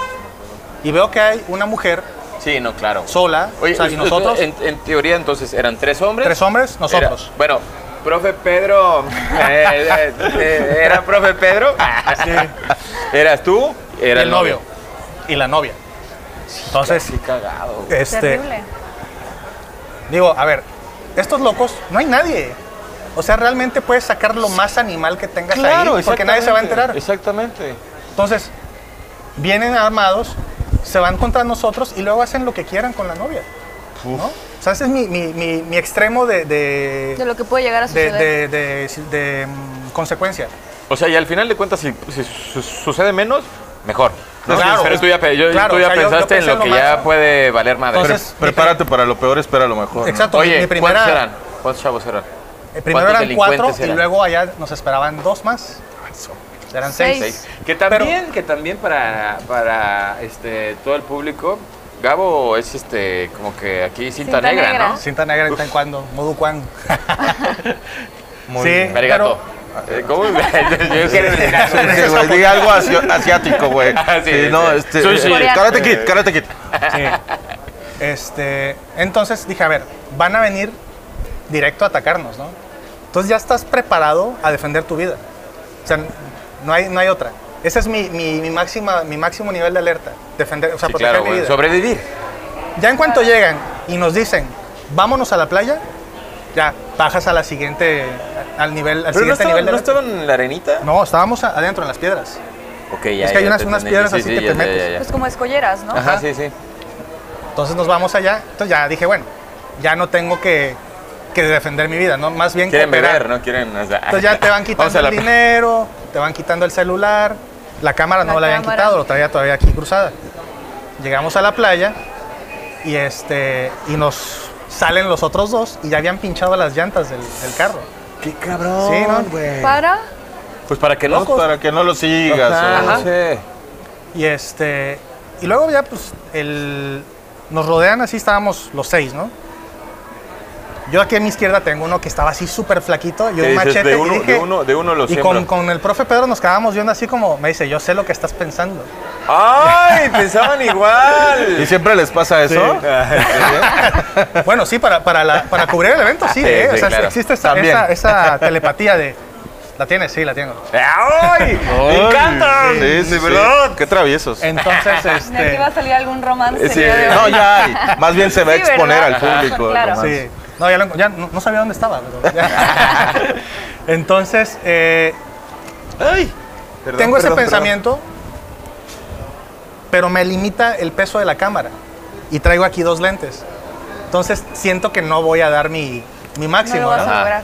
S3: y veo que hay una mujer
S5: Sí, no, claro.
S3: sola, o sea, y nosotros
S5: En, en teoría entonces eran tres hombres.
S3: tres hombres,
S5: [LAUGHS]
S3: nosotros.
S5: Era- bueno, profe
S1: [LAUGHS]
S5: Pedro. eh, eh, eh, era profe
S3: [LAUGHS]
S5: Pedro. Eras tú. Era
S3: el novio y la novia. Entonces,
S5: Sí, cagado. güey.
S3: este,
S4: Terrible.
S3: digo, a ver, estos locos, no hay nadie. O sea, realmente puedes sacar lo más animal que tengas ahí, porque nadie se va a enterar.
S5: Exactamente.
S3: Entonces, vienen armados, se van contra nosotros y luego hacen lo que quieran con la novia. ¿no? O sea, ese es mi, mi- mi- mi extremo de, de,
S4: de lo que puede llegar a
S3: eh, de-
S4: suceder.
S3: de- de- de, mm, consecuencia.
S1: O sea, y al final de cuentas, si, si su- sucede menos, mejor. ¿no?
S3: Claro.
S1: Pero tú ya, pe- yo-
S3: Claro,
S1: tú ya
S3: o sea, yo- yo
S1: pensaste en
S3: pensé en
S1: lo
S3: lo
S1: que ya
S3: máximo.
S1: puede valer madre.
S3: Entonces, mi-
S2: Prepárate para lo peor, espera lo mejor. ¿no?
S3: Exacto, mi-
S1: Oye,
S3: mi
S1: ¿cuántos
S3: primera,
S1: eran? ¿Cuántos chavos eran?
S3: eh, primero
S1: ¿Cuántos
S3: eran cuatro
S1: delincuentes
S3: y
S1: eran?
S3: luego allá nos esperaban dos más. Eran seis.
S4: Seis.
S1: Seis. Que también, que también para, para este, todo el público, Gabo es este como que aquí cinta,
S4: Cinta
S1: negra,
S4: negra.
S1: ¿no?
S3: Cinta negra en tan cuando, modu
S1: [LAUGHS]
S3: cuan.
S2: Muy
S3: sí,
S2: bien.
S1: Arigato.
S3: pero-
S1: Eh, ¿Cómo? [LAUGHS] Yo quiero decir algo.
S2: Sí, güey, diga algo asio- asiático, güey.
S1: Ah, sí,
S2: Sí,
S1: sí.
S2: no, este.
S1: Sushi.
S2: eh, Karate Kid, Karate Kid.
S3: Sí. Este, entonces dije, a ver, van a venir directo a atacarnos, ¿no? Entonces ya estás preparado a defender tu vida. O sea, no hay, no hay otra. Ese es mi, mi- mi máxima, mi máximo nivel de alerta, defender, o sea,
S1: Sí,
S3: proteger
S1: claro,
S3: mi
S1: güey,
S3: vida.
S1: Sobrevivir.
S3: Ya en cuanto llegan y nos dicen, vámonos a la playa, ya bajas a la siguiente, al nivel, al
S1: Pero no
S3: siguiente
S1: estaban,
S3: nivel de
S1: ¿no
S3: alerta.
S1: estaban en la arenita.
S3: No, estábamos a- adentro en las piedras.
S1: Ok, ya,
S3: Es que hay
S1: ya
S3: unas-
S1: te
S3: unas
S1: entendí.
S3: piedras
S1: Sí,
S3: así
S1: sí,
S3: que
S1: ya,
S3: te metes.
S1: ya, ya, ya.
S4: Pues como escolleras, ¿no?
S1: Ajá, sí, sí.
S3: Entonces nos vamos allá. Entonces ya dije, bueno, ya no tengo que, que defender mi vida, ¿no? Más bien
S1: Quieren
S3: cooperar.
S1: beber, ¿no? Quieren. o sea,
S3: Entonces ya te
S1: [LAUGHS]
S3: van
S1: vamos
S3: quitando
S1: a la-
S3: el dinero, te van quitando el celular, la cámara no
S4: La
S3: la habían
S4: cámara.
S3: quitado, lo traía todavía aquí cruzada. Llegamos a la playa y este y nos salen los otros dos y ya habían pinchado las llantas del, del carro.
S1: Qué cabrón.
S3: sí, ¿no?
S4: Para
S1: Pues para que
S2: No,
S1: locos.
S2: para que no lo sigas.
S1: Ajá.
S2: o-
S1: Sí.
S3: Y este y luego ya pues el nos rodean así estábamos los seis, ¿no? Yo aquí a mi izquierda tengo uno que estaba así súper flaquito y
S1: ¿Qué
S3: un
S1: dices?
S3: machete
S1: de,
S3: y
S1: uno,
S3: dije-
S1: de uno, de uno lo
S3: y
S1: siembro.
S3: con, con el profe Pedro nos quedábamos viendo así como me dice, "Yo sé lo que
S1: [LAUGHS]
S3: estás pensando."
S1: ¡Ay! Pensaban
S2: ¿Y
S1: igual.
S2: siempre les pasa eso?
S3: Bueno, sí, para, para, la- para cubrir el evento, sí.
S1: [LAUGHS] Sí,
S3: ¿eh?
S1: sí,
S3: o sea,
S1: claro.
S3: existe esa,
S2: También.
S3: esa-
S1: [LAUGHS]
S3: esa telepatía de... ¿La tienes? Sí, la tengo.
S1: ¡Ay! ¡Me encantan!
S2: Sí, sí,
S1: De
S2: sí.
S1: verdad.
S2: Qué
S1: [LAUGHS]
S2: traviesos.
S3: Entonces,
S4: de aquí
S3: este...
S4: va a salir algún romance.
S1: Sí,
S4: el día de
S2: No,
S4: hoy.
S2: ya hay. Más bien se va a
S4: Sí, ¿verdad?
S2: exponer al
S4: Ajá,
S2: público.
S4: claro.
S2: nomás.
S3: Sí. No, ya, lo- ya no, no sabía dónde estaba.
S1: [LAUGHS]
S3: pero ya. [LAUGHS] Entonces, eh,
S2: Ay, perdón,
S3: tengo ese
S2: perdón, perdón.
S3: pensamiento, pero me limita el peso de la cámara. Y traigo aquí dos lentes. Entonces, siento que no voy a dar mi, mi
S4: No
S3: máximo.
S4: lo vas
S3: ¿no?
S4: a lograr.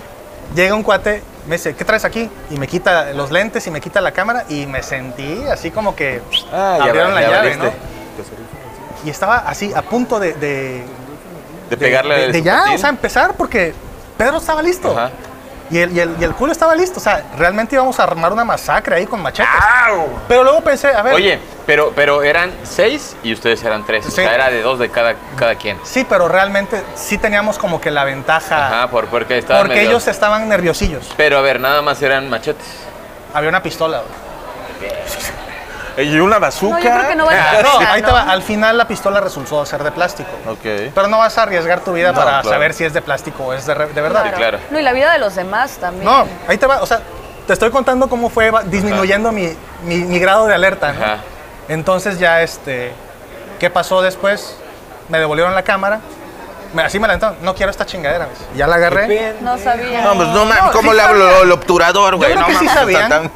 S3: Llega un cuate, me dice, ¿qué traes aquí? Y me quita los lentes y me quita la cámara y me sentí así como que
S1: Ah, ya
S3: abrieron
S1: va-
S3: la
S1: ya
S3: llave,
S1: valiste.
S3: ¿no? Y estaba así a punto de, de,
S1: De pegarle
S3: de-
S1: al
S3: de ya,
S1: sujetín.
S3: o sea, empezar porque Pedro estaba listo.
S1: Ajá.
S3: Y el, y, el, y el culo estaba listo. O sea, realmente íbamos a armar una masacre ahí con machetes. Pero luego pensé, a ver,
S1: Oye, pero, pero eran seis y ustedes eran tres. O
S3: Sí.
S1: sea, era de dos de cada, cada quien.
S3: sí, pero realmente sí teníamos como que la ventaja.
S1: Ajá, por, porque estaban
S3: Ah. porque
S1: medio-
S3: ellos estaban nerviosillos.
S1: Pero a ver, nada más eran machetes.
S3: Había una pistola. güey.
S2: Y una bazooka.
S4: No, yo creo que no va a
S1: Ah,
S4: llegar.
S3: No,
S4: o sea,
S3: ahí
S4: ¿no?
S3: te va. Al final la pistola resultó ser de plástico.
S2: Ok.
S3: Pero no vas a arriesgar tu vida
S2: No,
S3: para
S2: claro.
S3: saber si es de plástico o es de, re- de verdad.
S1: Sí, claro.
S4: No, y la vida de los demás también.
S3: No, ahí te va. O sea, te estoy contando cómo fue va- disminuyendo mi, mi, mi grado de alerta. ¿no?
S1: Ajá.
S3: Entonces ya, este, ¿qué pasó después? Me devolvieron la cámara. Me- así me la aventaron. No quiero esta chingadera. me dice. Ya la agarré.
S4: No sabía.
S2: No, pues no mames,
S3: No,
S2: ¿cómo
S3: sí
S2: le hablo
S3: sabía.
S2: al obturador, güey?
S3: creo
S2: no
S3: que sí
S2: mames,
S3: sabían.
S2: tan-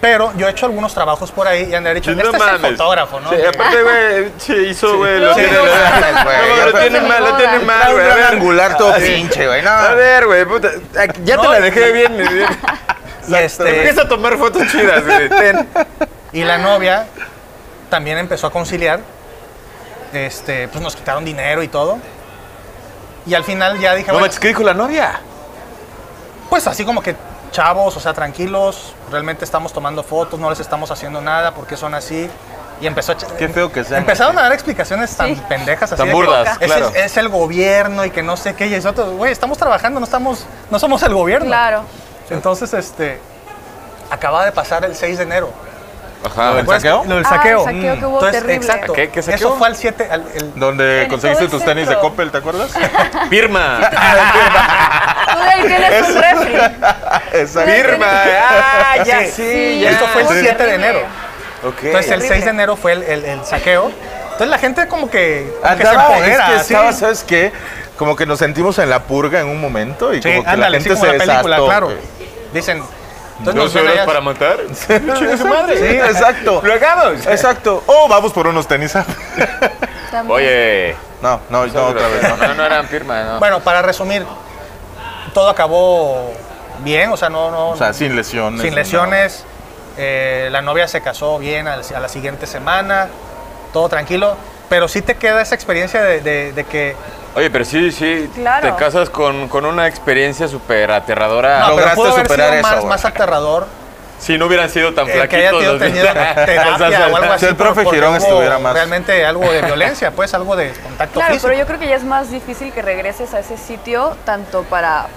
S3: Pero yo he hecho algunos trabajos por ahí y han de haber dicho, este es el fotógrafo, ¿no?
S1: Sí, Este, aparte, güey, se hizo, güey.
S3: Sí.
S1: Lo
S3: Sí.
S1: tiene,
S3: No,
S1: lo-
S2: mames, güey,
S1: no,
S2: ya
S1: lo
S2: fue-
S1: tiene mal, lo tiene mal,
S2: Trae un
S1: güey. A
S2: gran
S1: ver,
S2: angular todo pinche, güey. No.
S1: a ver, güey, puta. aquí- Ya te
S3: No,
S1: la
S3: y-
S1: dejé bien, bien.
S3: Y, este,
S1: Empieza a tomar fotos chidas, güey. Ten.
S3: y la novia también empezó a conciliar. Este, pues nos quitaron dinero y todo. Y al final ya dije,
S1: No
S3: bueno,
S1: manches, ¿qué dijo la novia?
S3: Pues así como que chavos, o sea, tranquilos, realmente estamos tomando fotos, no les estamos haciendo nada, porque son así? Y empezó a ch-
S2: Qué feo que sean.
S3: Empezaron a dar explicaciones tan
S4: Sí.
S3: pendejas así.
S1: Tan
S3: de que
S1: burdas,
S3: "Ese
S1: claro.
S3: es, es el gobierno y que no sé qué. Y nosotros, güey, estamos trabajando, no estamos, no somos el gobierno.
S4: Claro.
S3: Entonces, este, acaba de pasar el 6 de enero.
S1: Ajá,
S2: ¿El saqueo?
S3: Lo del
S4: Ah, el
S3: saqueo.
S4: saqueo que hubo
S3: Entonces,
S4: terrible.
S3: Exacto.
S1: ¿Qué- qué saqueo?
S3: Eso fue al 7, al- el-
S2: Donde
S4: En
S2: conseguiste
S4: todo el
S2: tus tenis de
S4: centro.
S2: Coppel, ¿te
S4: [LAUGHS]
S2: acuerdas?
S1: Firma.
S4: Tú de ahí tienes un refri.
S2: Exacto.
S1: Firma. [LAUGHS] Ah, ya
S3: Sí.
S1: sí,
S4: Sí,
S1: ya.
S3: esto fue el
S4: muy
S3: 7 de
S4: terrible.
S3: enero.
S1: Ok.
S3: Entonces, el
S4: Terrible.
S3: 6 de enero fue el, el- el saqueo. Entonces, la gente como que, como que se
S2: Andaba, es
S3: empodera.
S2: que
S3: así.
S2: estaba, ¿sabes qué? Como que nos sentimos en la purga en un momento y
S3: Sí,
S2: como que
S3: ándale,
S2: la
S3: así
S2: gente
S3: como
S2: se
S3: la película,
S2: desató,
S3: claro.
S2: güey.
S3: Dicen, entonces
S1: ¿Dos
S3: nos ven
S1: horas
S3: allá- [LAUGHS]
S1: para matar?
S2: Sí,
S1: Chingue su madre.
S2: [LAUGHS] exacto.
S1: Lo hagamos.
S2: [LAUGHS] Exacto. Oh, vamos por unos tenis.
S4: También.
S1: Oye.
S2: No, no, no, otra
S3: [LAUGHS]
S2: vez. No.
S1: No, no eran firmas, no.
S3: Bueno, para resumir, todo acabó bien, o sea, no, no,
S2: O sea, sin lesiones.
S3: sin lesiones. eh, la novia se casó bien al- a la siguiente semana, todo tranquilo. Pero sí te queda esa experiencia de, de- de que
S1: Oye, pero sí, sí.
S4: Claro.
S1: Te casas con, con una experiencia súper aterradora.
S3: no, pero
S2: lograste
S3: pudo haber sido
S2: superar eso,
S3: más,
S2: güey. [LAUGHS]
S3: más aterrador
S1: Si no hubieran sido tan
S3: eh,
S1: flaquitos.
S3: que haya tenido-
S1: los niños. [LAUGHS]
S2: [LAUGHS]
S3: tenido terapia o algo así.
S2: Si el
S3: por-
S2: profe
S3: porque
S2: Girón
S3: hubo
S2: estuviera más-
S3: Realmente algo de violencia, pues algo de contacto
S4: Claro,
S3: físico.
S4: pero yo creo que ya es más difícil que regreses a ese sitio tanto para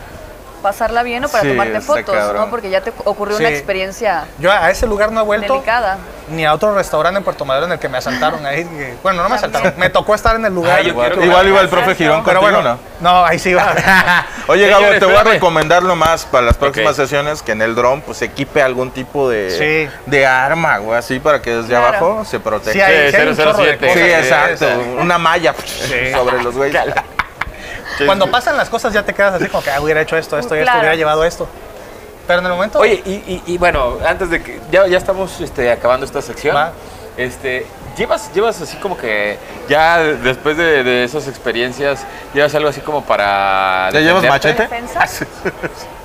S4: pasarla bien o para
S2: Sí,
S4: tomarte
S2: está
S4: fotos,
S2: cabrón.
S4: ¿no? Porque ya te ocurrió una
S3: Sí.
S4: experiencia
S3: Yo a ese lugar no he vuelto.
S4: delicada.
S3: Ni a otro restaurante en Puerto Madero en el que me asaltaron ahí. que- bueno, no me asaltaron. Me tocó estar en el lugar.
S1: Ay, yo
S2: Ah, Igual,
S1: quiero-
S2: igual iba el profe Girón
S3: pero
S2: contigo,
S3: bueno,
S2: ¿no?
S3: no. ahí sí va.
S2: [LAUGHS] Oye, Gabo,
S1: Señores,
S2: te voy a
S1: espérame.
S2: recomendar nomás para las próximas
S1: Ok.
S2: sesiones que en el dron pues se equipe algún tipo de,
S3: Sí.
S2: de arma, güey, así para que desde
S4: Claro.
S2: abajo se proteja.
S3: sí, hay, sí hay un
S1: 007.
S3: chorro de cosas
S2: Sí,
S3: de
S2: exacto.
S3: esas.
S2: Una malla sobre los güeyes.
S3: Cuando pasan las cosas ya te quedas así como que ah, hubiera hecho esto, esto, y esto,
S4: Claro.
S3: hubiera llevado esto. Pero en el momento...
S1: Oye, y, y- y, bueno, antes de que. Ya, ya estamos este, acabando esta sección.
S3: Va.
S1: Este, llevas, llevas así como que. Ya después de, de esas experiencias, llevas algo así como para.
S2: ¿Ya llevas
S1: defenderte?
S2: machete?
S4: ¿Defensa?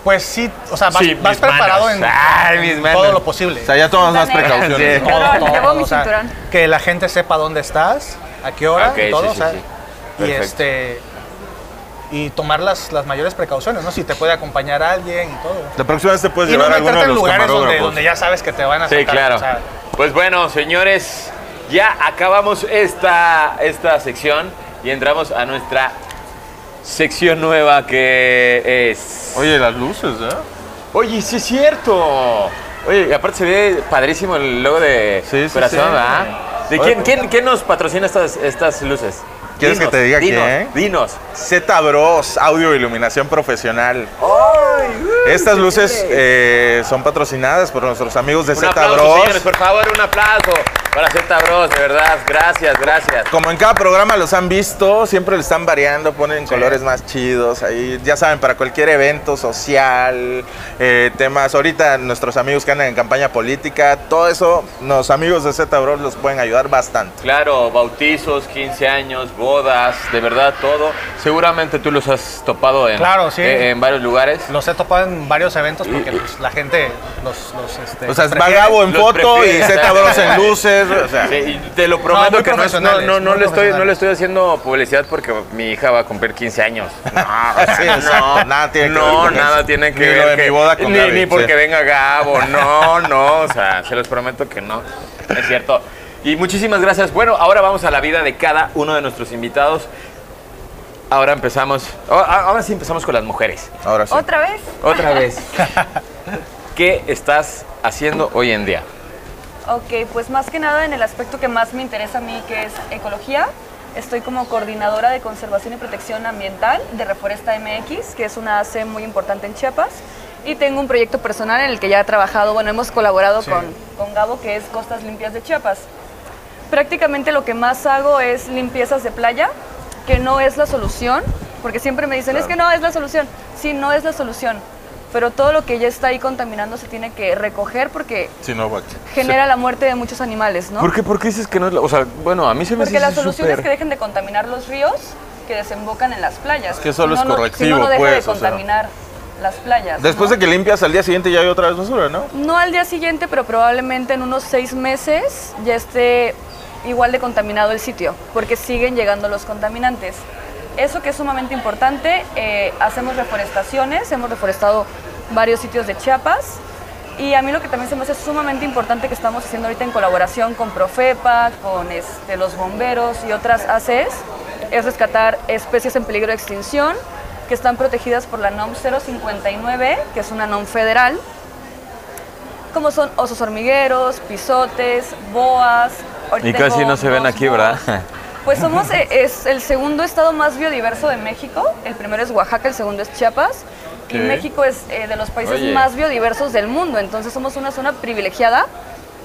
S3: pues sí, o sea, vas,
S1: Sí,
S3: vas
S1: mis
S3: preparado
S1: manos. Ah,
S3: en
S1: Ay, mis manos.
S3: todo lo posible.
S2: O sea, ya tomas más
S4: Punta negra.
S2: precauciones.
S1: Sí.
S2: ¿no?
S4: Cabrón, llevo mi
S3: o sea,
S4: cinturón.
S3: que la gente sepa dónde estás, a qué hora,
S1: Ok, sí,
S3: y todo,
S1: sí,
S3: o sea,
S1: sí.
S3: y
S1: Perfecto.
S3: este y tomar las, las mayores precauciones, ¿no? Si te puede acompañar alguien y todo.
S2: La próxima vez te puedes
S3: Y no
S2: llevar a alguno
S3: meterte
S2: de
S3: en
S2: los
S3: lugares donde,
S2: camarógrafos.
S3: donde ya sabes que te van a
S1: Sí,
S3: sacar,
S1: claro.
S3: o sea,
S1: Pues bueno, señores, ya acabamos esta, esta sección y entramos a nuestra sección nueva que es.
S2: Oye, las luces, ¿eh?
S1: Oye, sí es cierto. Oye, y aparte se ve padrísimo el logo de
S2: Sí, sí,
S1: Corazón,
S2: sí.
S1: ¿verdad? ¿De
S2: Oye,
S1: quién,
S2: pues-
S1: quién, quién nos patrocina estas, estas luces?
S2: ¿Quieres que te diga
S1: dinos,
S2: quién?
S1: Dinos.
S2: Z Bros, audio e iluminación profesional. Estas luces eh, son patrocinadas por nuestros amigos de
S1: Un
S2: Z
S1: aplauso, señores,
S2: Bros.
S1: por favor, un aplauso para Z Bros, de verdad. Gracias, gracias.
S2: Como en cada programa los han visto, siempre le están variando, ponen colores más chidos ahí. Ya saben, para cualquier evento social, eh, temas. Ahorita nuestros amigos que andan en campaña política, todo eso, los amigos de Z Bros los pueden ayudar bastante.
S1: Claro, bautizos, 15 años, bodas, de verdad todo. Seguramente tú los has topado en,
S3: Claro, sí.
S1: eh, en varios lugares.
S3: los he topado en varios eventos porque pues, la gente los, los este,
S2: O sea, es
S3: los prefiere.
S2: Vagabo en
S1: los
S2: foto y
S1: prefieres,
S2: Z
S1: [LAUGHS]
S2: Bros en
S1: ¿sabes?
S2: luces. o sea.
S1: Sí, y te lo prometo
S3: muy
S1: que no, es- no- no,
S3: profesionales,
S1: no,
S3: muy
S1: le estoy, no le
S3: profesionales.
S1: estoy haciendo publicidad porque mi hija va a cumplir 15
S2: [LAUGHS]
S1: años. No,
S2: Sí, exacto, nada tiene que ver
S1: no,
S2: con eso.
S1: nada tiene que
S2: Ni lo
S1: ver
S2: de
S1: que-
S2: mi boda con
S1: ni,
S2: Gaby,
S1: ni
S2: sí.
S1: porque venga
S2: [LAUGHS]
S1: Gabo, no, no, o sea, se los prometo que no, es cierto. Y muchísimas gracias. Bueno, ahora vamos a la vida de cada uno de nuestros invitados. Ahora empezamos, a- a- ahora sí empezamos con las mujeres.
S2: Ahora sí.
S4: ¿Otra vez? [LAUGHS]
S1: Otra vez. ¿Qué estás haciendo hoy en día?
S4: Ok, pues más que nada en el aspecto que más me interesa a mí, que es ecología. Estoy como coordinadora de conservación y protección ambiental de Reforesta MX, que es una AC muy importante en Chiapas. Y tengo un proyecto personal en el que ya he trabajado, bueno, hemos colaborado
S3: Sí.
S4: con, con Gabo, que es Costas Limpias de Chiapas. Prácticamente lo que más hago es limpiezas de playa, que no es la solución, porque siempre me dicen, es que no es la solución. Sí, no es la solución, pero todo lo que ya está ahí contaminando se tiene que recoger porque
S2: Sí, no, guacha.
S4: genera la muerte de muchos animales, ¿no?
S1: ¿Por qué, por qué dices que no es la.? O sea, bueno, a mí se me
S4: Porque
S1: hace
S4: la solución
S1: súper-
S4: es que dejen de contaminar los ríos que desembocan en las playas.
S2: que solo
S4: Si
S2: es
S4: no, no- si
S2: correctivo,
S4: no, no deja
S2: pues,
S4: de
S2: o sea.
S4: contaminar las playas.
S2: Después
S4: ¿no?
S2: de que limpias al día siguiente ya hay otra vez basura, ¿no?
S4: No al día siguiente, pero probablemente en unos seis meses ya esté igual de contaminado el sitio, porque siguen llegando los contaminantes. Eso que es sumamente importante, eh, hacemos reforestaciones, hemos reforestado varios sitios de Chiapas y a mí lo que también se me hace sumamente importante que estamos haciendo ahorita en colaboración con Profepa, con este, los bomberos y otras ACs, es rescatar especies en peligro de extinción que están protegidas por la NOM 059, que es una NOM federal, como son osos hormigueros, pisotes, boas. Ahorita
S1: Y casi
S4: tengo
S1: no se ven
S4: dos
S1: aquí,
S4: boas.
S1: ¿verdad?
S4: Pues somos eh, es el segundo estado más biodiverso de México. El primero es Oaxaca, el segundo es Chiapas. Y
S1: Ok.
S4: México es eh, de los países
S1: Oye.
S4: más biodiversos del mundo. Entonces somos una zona privilegiada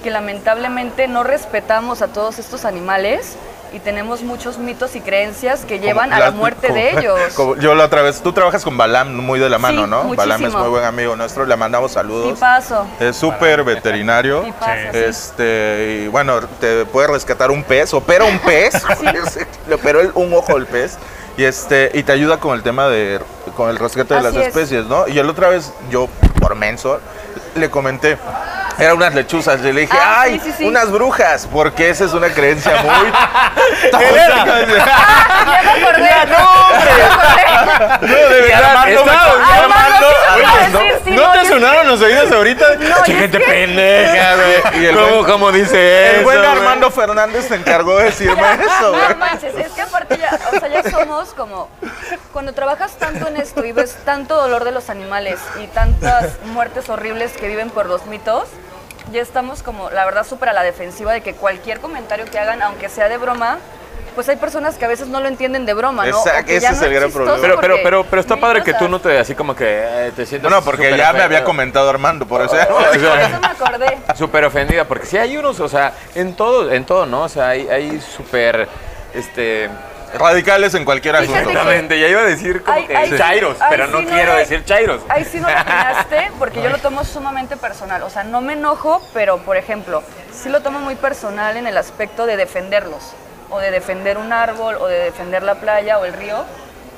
S4: que lamentablemente no respetamos a todos estos animales y tenemos muchos mitos y creencias que llevan a la
S2: [LAUGHS]
S4: muerte de ellos.
S2: como- yo la otra vez, tú trabajas con Balam muy de la mano, ¿no? Balam es
S4: muchísimo.
S2: muy buen amigo nuestro, le mandamos saludos.
S4: Tipazo.
S2: Es súper
S4: [LAUGHS]
S2: veterinario.
S4: Tipazo, sí.
S2: Este, y bueno, te puede rescatar un pez, opera un
S4: [LAUGHS]
S2: pez, [LAUGHS] le operó el- un ojo al pez. Y este, y te ayuda con el tema de con el rescate de
S4: Así
S2: las
S4: es.
S2: especies, ¿no? Y yo la otra vez, yo, por menso, le comenté. Eran unas lechuzas, y le dije,
S4: Ah,
S2: ¡ay!
S4: sí, sí, sí.
S2: Unas brujas, porque esa es una creencia
S4: [LAUGHS]
S2: muy. [LAUGHS]
S4: Ya me acordé. [LAUGHS]
S2: No, de verdad,
S5: Armando me
S2: estaba-
S5: acordó.
S4: Armando,
S5: Armando, oye,
S4: sí, iba a decir, sí,
S5: ¿No
S4: no,
S5: te
S4: yo-
S5: sonaron los oídos ahorita?
S4: No, y es
S5: Gente
S4: que-
S2: [LAUGHS]
S5: pendeja,
S2: Y
S5: güey.
S2: el
S5: ¿Cómo,
S2: buen-
S5: cómo dice eso?
S2: El buen
S5: güey?
S2: Armando Fernández se encargó de [LAUGHS] decirme eso,
S4: No
S2: güey.
S4: manches, es que aparte ya, o sea, ya somos como, cuando trabajas tanto en esto y ves tanto dolor de los animales y tantas muertes horribles que viven por los mitos, ya estamos como, la verdad, súper a la defensiva de que cualquier comentario que hagan, aunque sea de broma, pues hay personas que a veces no lo entienden de broma, ¿no? O
S2: Exacto,
S4: que ya
S2: ese es
S4: no
S2: el gran
S4: chistoso
S2: problema.
S5: Pero, pero,
S4: porque
S5: pero, pero está
S4: mil
S5: padre que tú
S4: cosas.
S5: no te así como que eh, te sientes.
S2: No, porque
S5: súper
S2: ya me había
S5: ofendida.
S2: comentado Armando, por [LAUGHS] eso ya no-
S5: [LAUGHS] O
S4: Por
S5: sea,
S4: eso me acordé.
S5: Súper ofendida, porque sí hay unos, o sea, en todo, en todo, ¿no? O sea, hay, hay súper, este...
S2: Radicales en cualquier
S4: Fíjate
S2: asunto.
S4: que-
S5: Exactamente, ya iba a decir como
S4: Ay,
S5: que
S4: ay, sí.
S5: chairos,
S4: Ay,
S5: pero
S4: sí,
S5: no
S4: no
S5: quiero
S4: me-
S5: decir chairos.
S4: Ahí sí no lo opinaste, porque yo lo tomo sumamente personal. O sea, no me enojo, pero por ejemplo, sí lo tomo muy personal en el aspecto de defenderlos, o de defender un árbol, o de defender la playa o el río.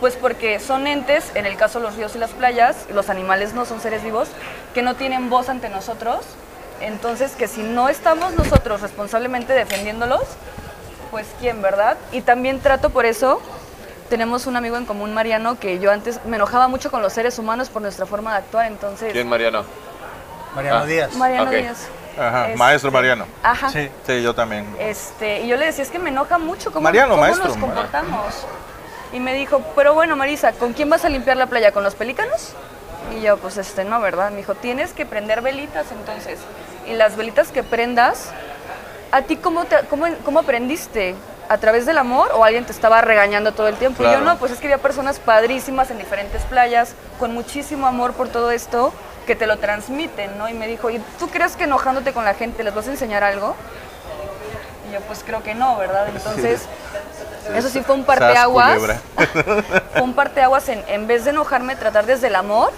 S4: Pues porque son entes, en el caso de los ríos y las playas, los animales no son seres vivos, que no tienen voz ante nosotros. Entonces, que si no estamos nosotros responsablemente defendiéndolos, pues quién, ¿verdad? Y también trato por eso. Tenemos un amigo en común, Mariano, que yo antes me enojaba mucho con los seres humanos por nuestra forma de actuar, entonces...
S5: ¿Quién, Mariano?
S3: Mariano
S5: Ah.
S3: Díaz.
S4: Mariano
S5: Ok.
S4: Díaz.
S2: Ajá,
S4: Es-
S2: maestro Mariano.
S4: Ajá.
S3: Sí.
S2: Sí, yo también.
S4: Este, y yo le decía, es que me enoja mucho cómo,
S2: Mariano,
S4: cómo
S2: maestro,
S4: nos
S2: ma-
S4: comportamos. Y me dijo, pero bueno, Marisa, ¿con quién vas a limpiar la playa? ¿Con los pelícanos? Y yo, pues este, no, ¿verdad? Me dijo, tienes que prender velitas entonces. Y las velitas que prendas, ¿a ti cómo, te- cómo, cómo aprendiste? ¿A través del amor o alguien te estaba regañando todo el tiempo? Y
S2: Claro.
S4: yo, no, pues es que había personas padrísimas en diferentes playas, con muchísimo amor por todo esto, que te lo transmiten, ¿no? Y me dijo, ¿y tú crees que enojándote con la gente les vas a enseñar algo? Y yo pues creo que no, ¿verdad?
S2: [LAUGHS]
S4: Entonces, eso sí fue un
S2: Sas,
S4: parteaguas.
S2: culebra.
S4: [LAUGHS] Fue un parteaguas en, en vez de enojarme, tratar desde el amor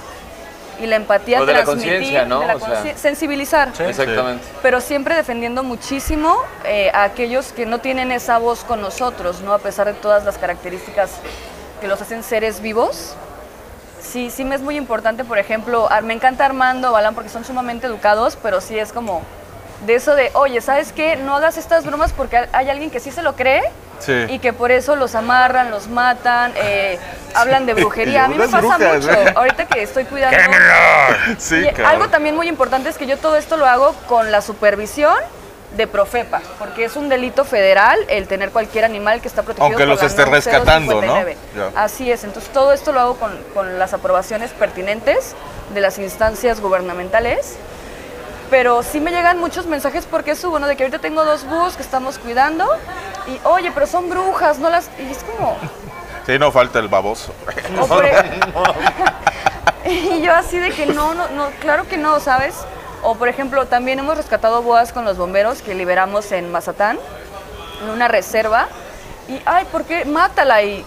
S4: y la empatía,
S5: O de la
S4: transmitir,
S5: conciencia, ¿no?
S4: de la
S5: O sea.
S4: consci- sensibilizar.
S5: Exactamente.
S4: Pero siempre defendiendo muchísimo eh, a aquellos que no tienen esa voz con nosotros, ¿no? A pesar de todas las características que los hacen seres vivos. Sí, sí me es muy importante, por ejemplo, Ar- me encanta Armando, Balán, porque son sumamente educados, pero sí es como de eso de, oye, ¿sabes qué? No hagas estas bromas porque hay- hay alguien que sí se lo cree
S2: Sí.
S4: y que por eso los amarran, los matan, eh, hablan de brujería. A mí me
S2: Unas
S4: pasa
S2: brujas,
S4: mucho,
S2: ¿verdad?
S4: ahorita que estoy cuidando...
S2: [LAUGHS] Sí,
S4: [LAUGHS] Y
S2: claro.
S4: algo también muy importante es que yo todo esto lo hago con la supervisión de Profepa, porque es un delito federal el tener cualquier animal que está protegido.
S2: Aunque
S4: por
S2: los
S4: la
S2: esté
S4: NOM
S2: rescatando, ¿no?
S4: 059.
S2: Ya.
S4: Así es, entonces todo esto lo hago con, con las aprobaciones pertinentes de las instancias gubernamentales. Pero sí me llegan muchos mensajes porque es uno de que ahorita tengo dos búhos que estamos cuidando y oye, pero son brujas, no las... Y es como,
S2: Sí, no falta el baboso.
S4: o por e- [LAUGHS] y yo así de que no, no, no, claro que no, ¿sabes? O por ejemplo, también hemos rescatado boas con los bomberos que liberamos en Mazatán, en una reserva. Y, ay, ¿por qué? Mátala. Y,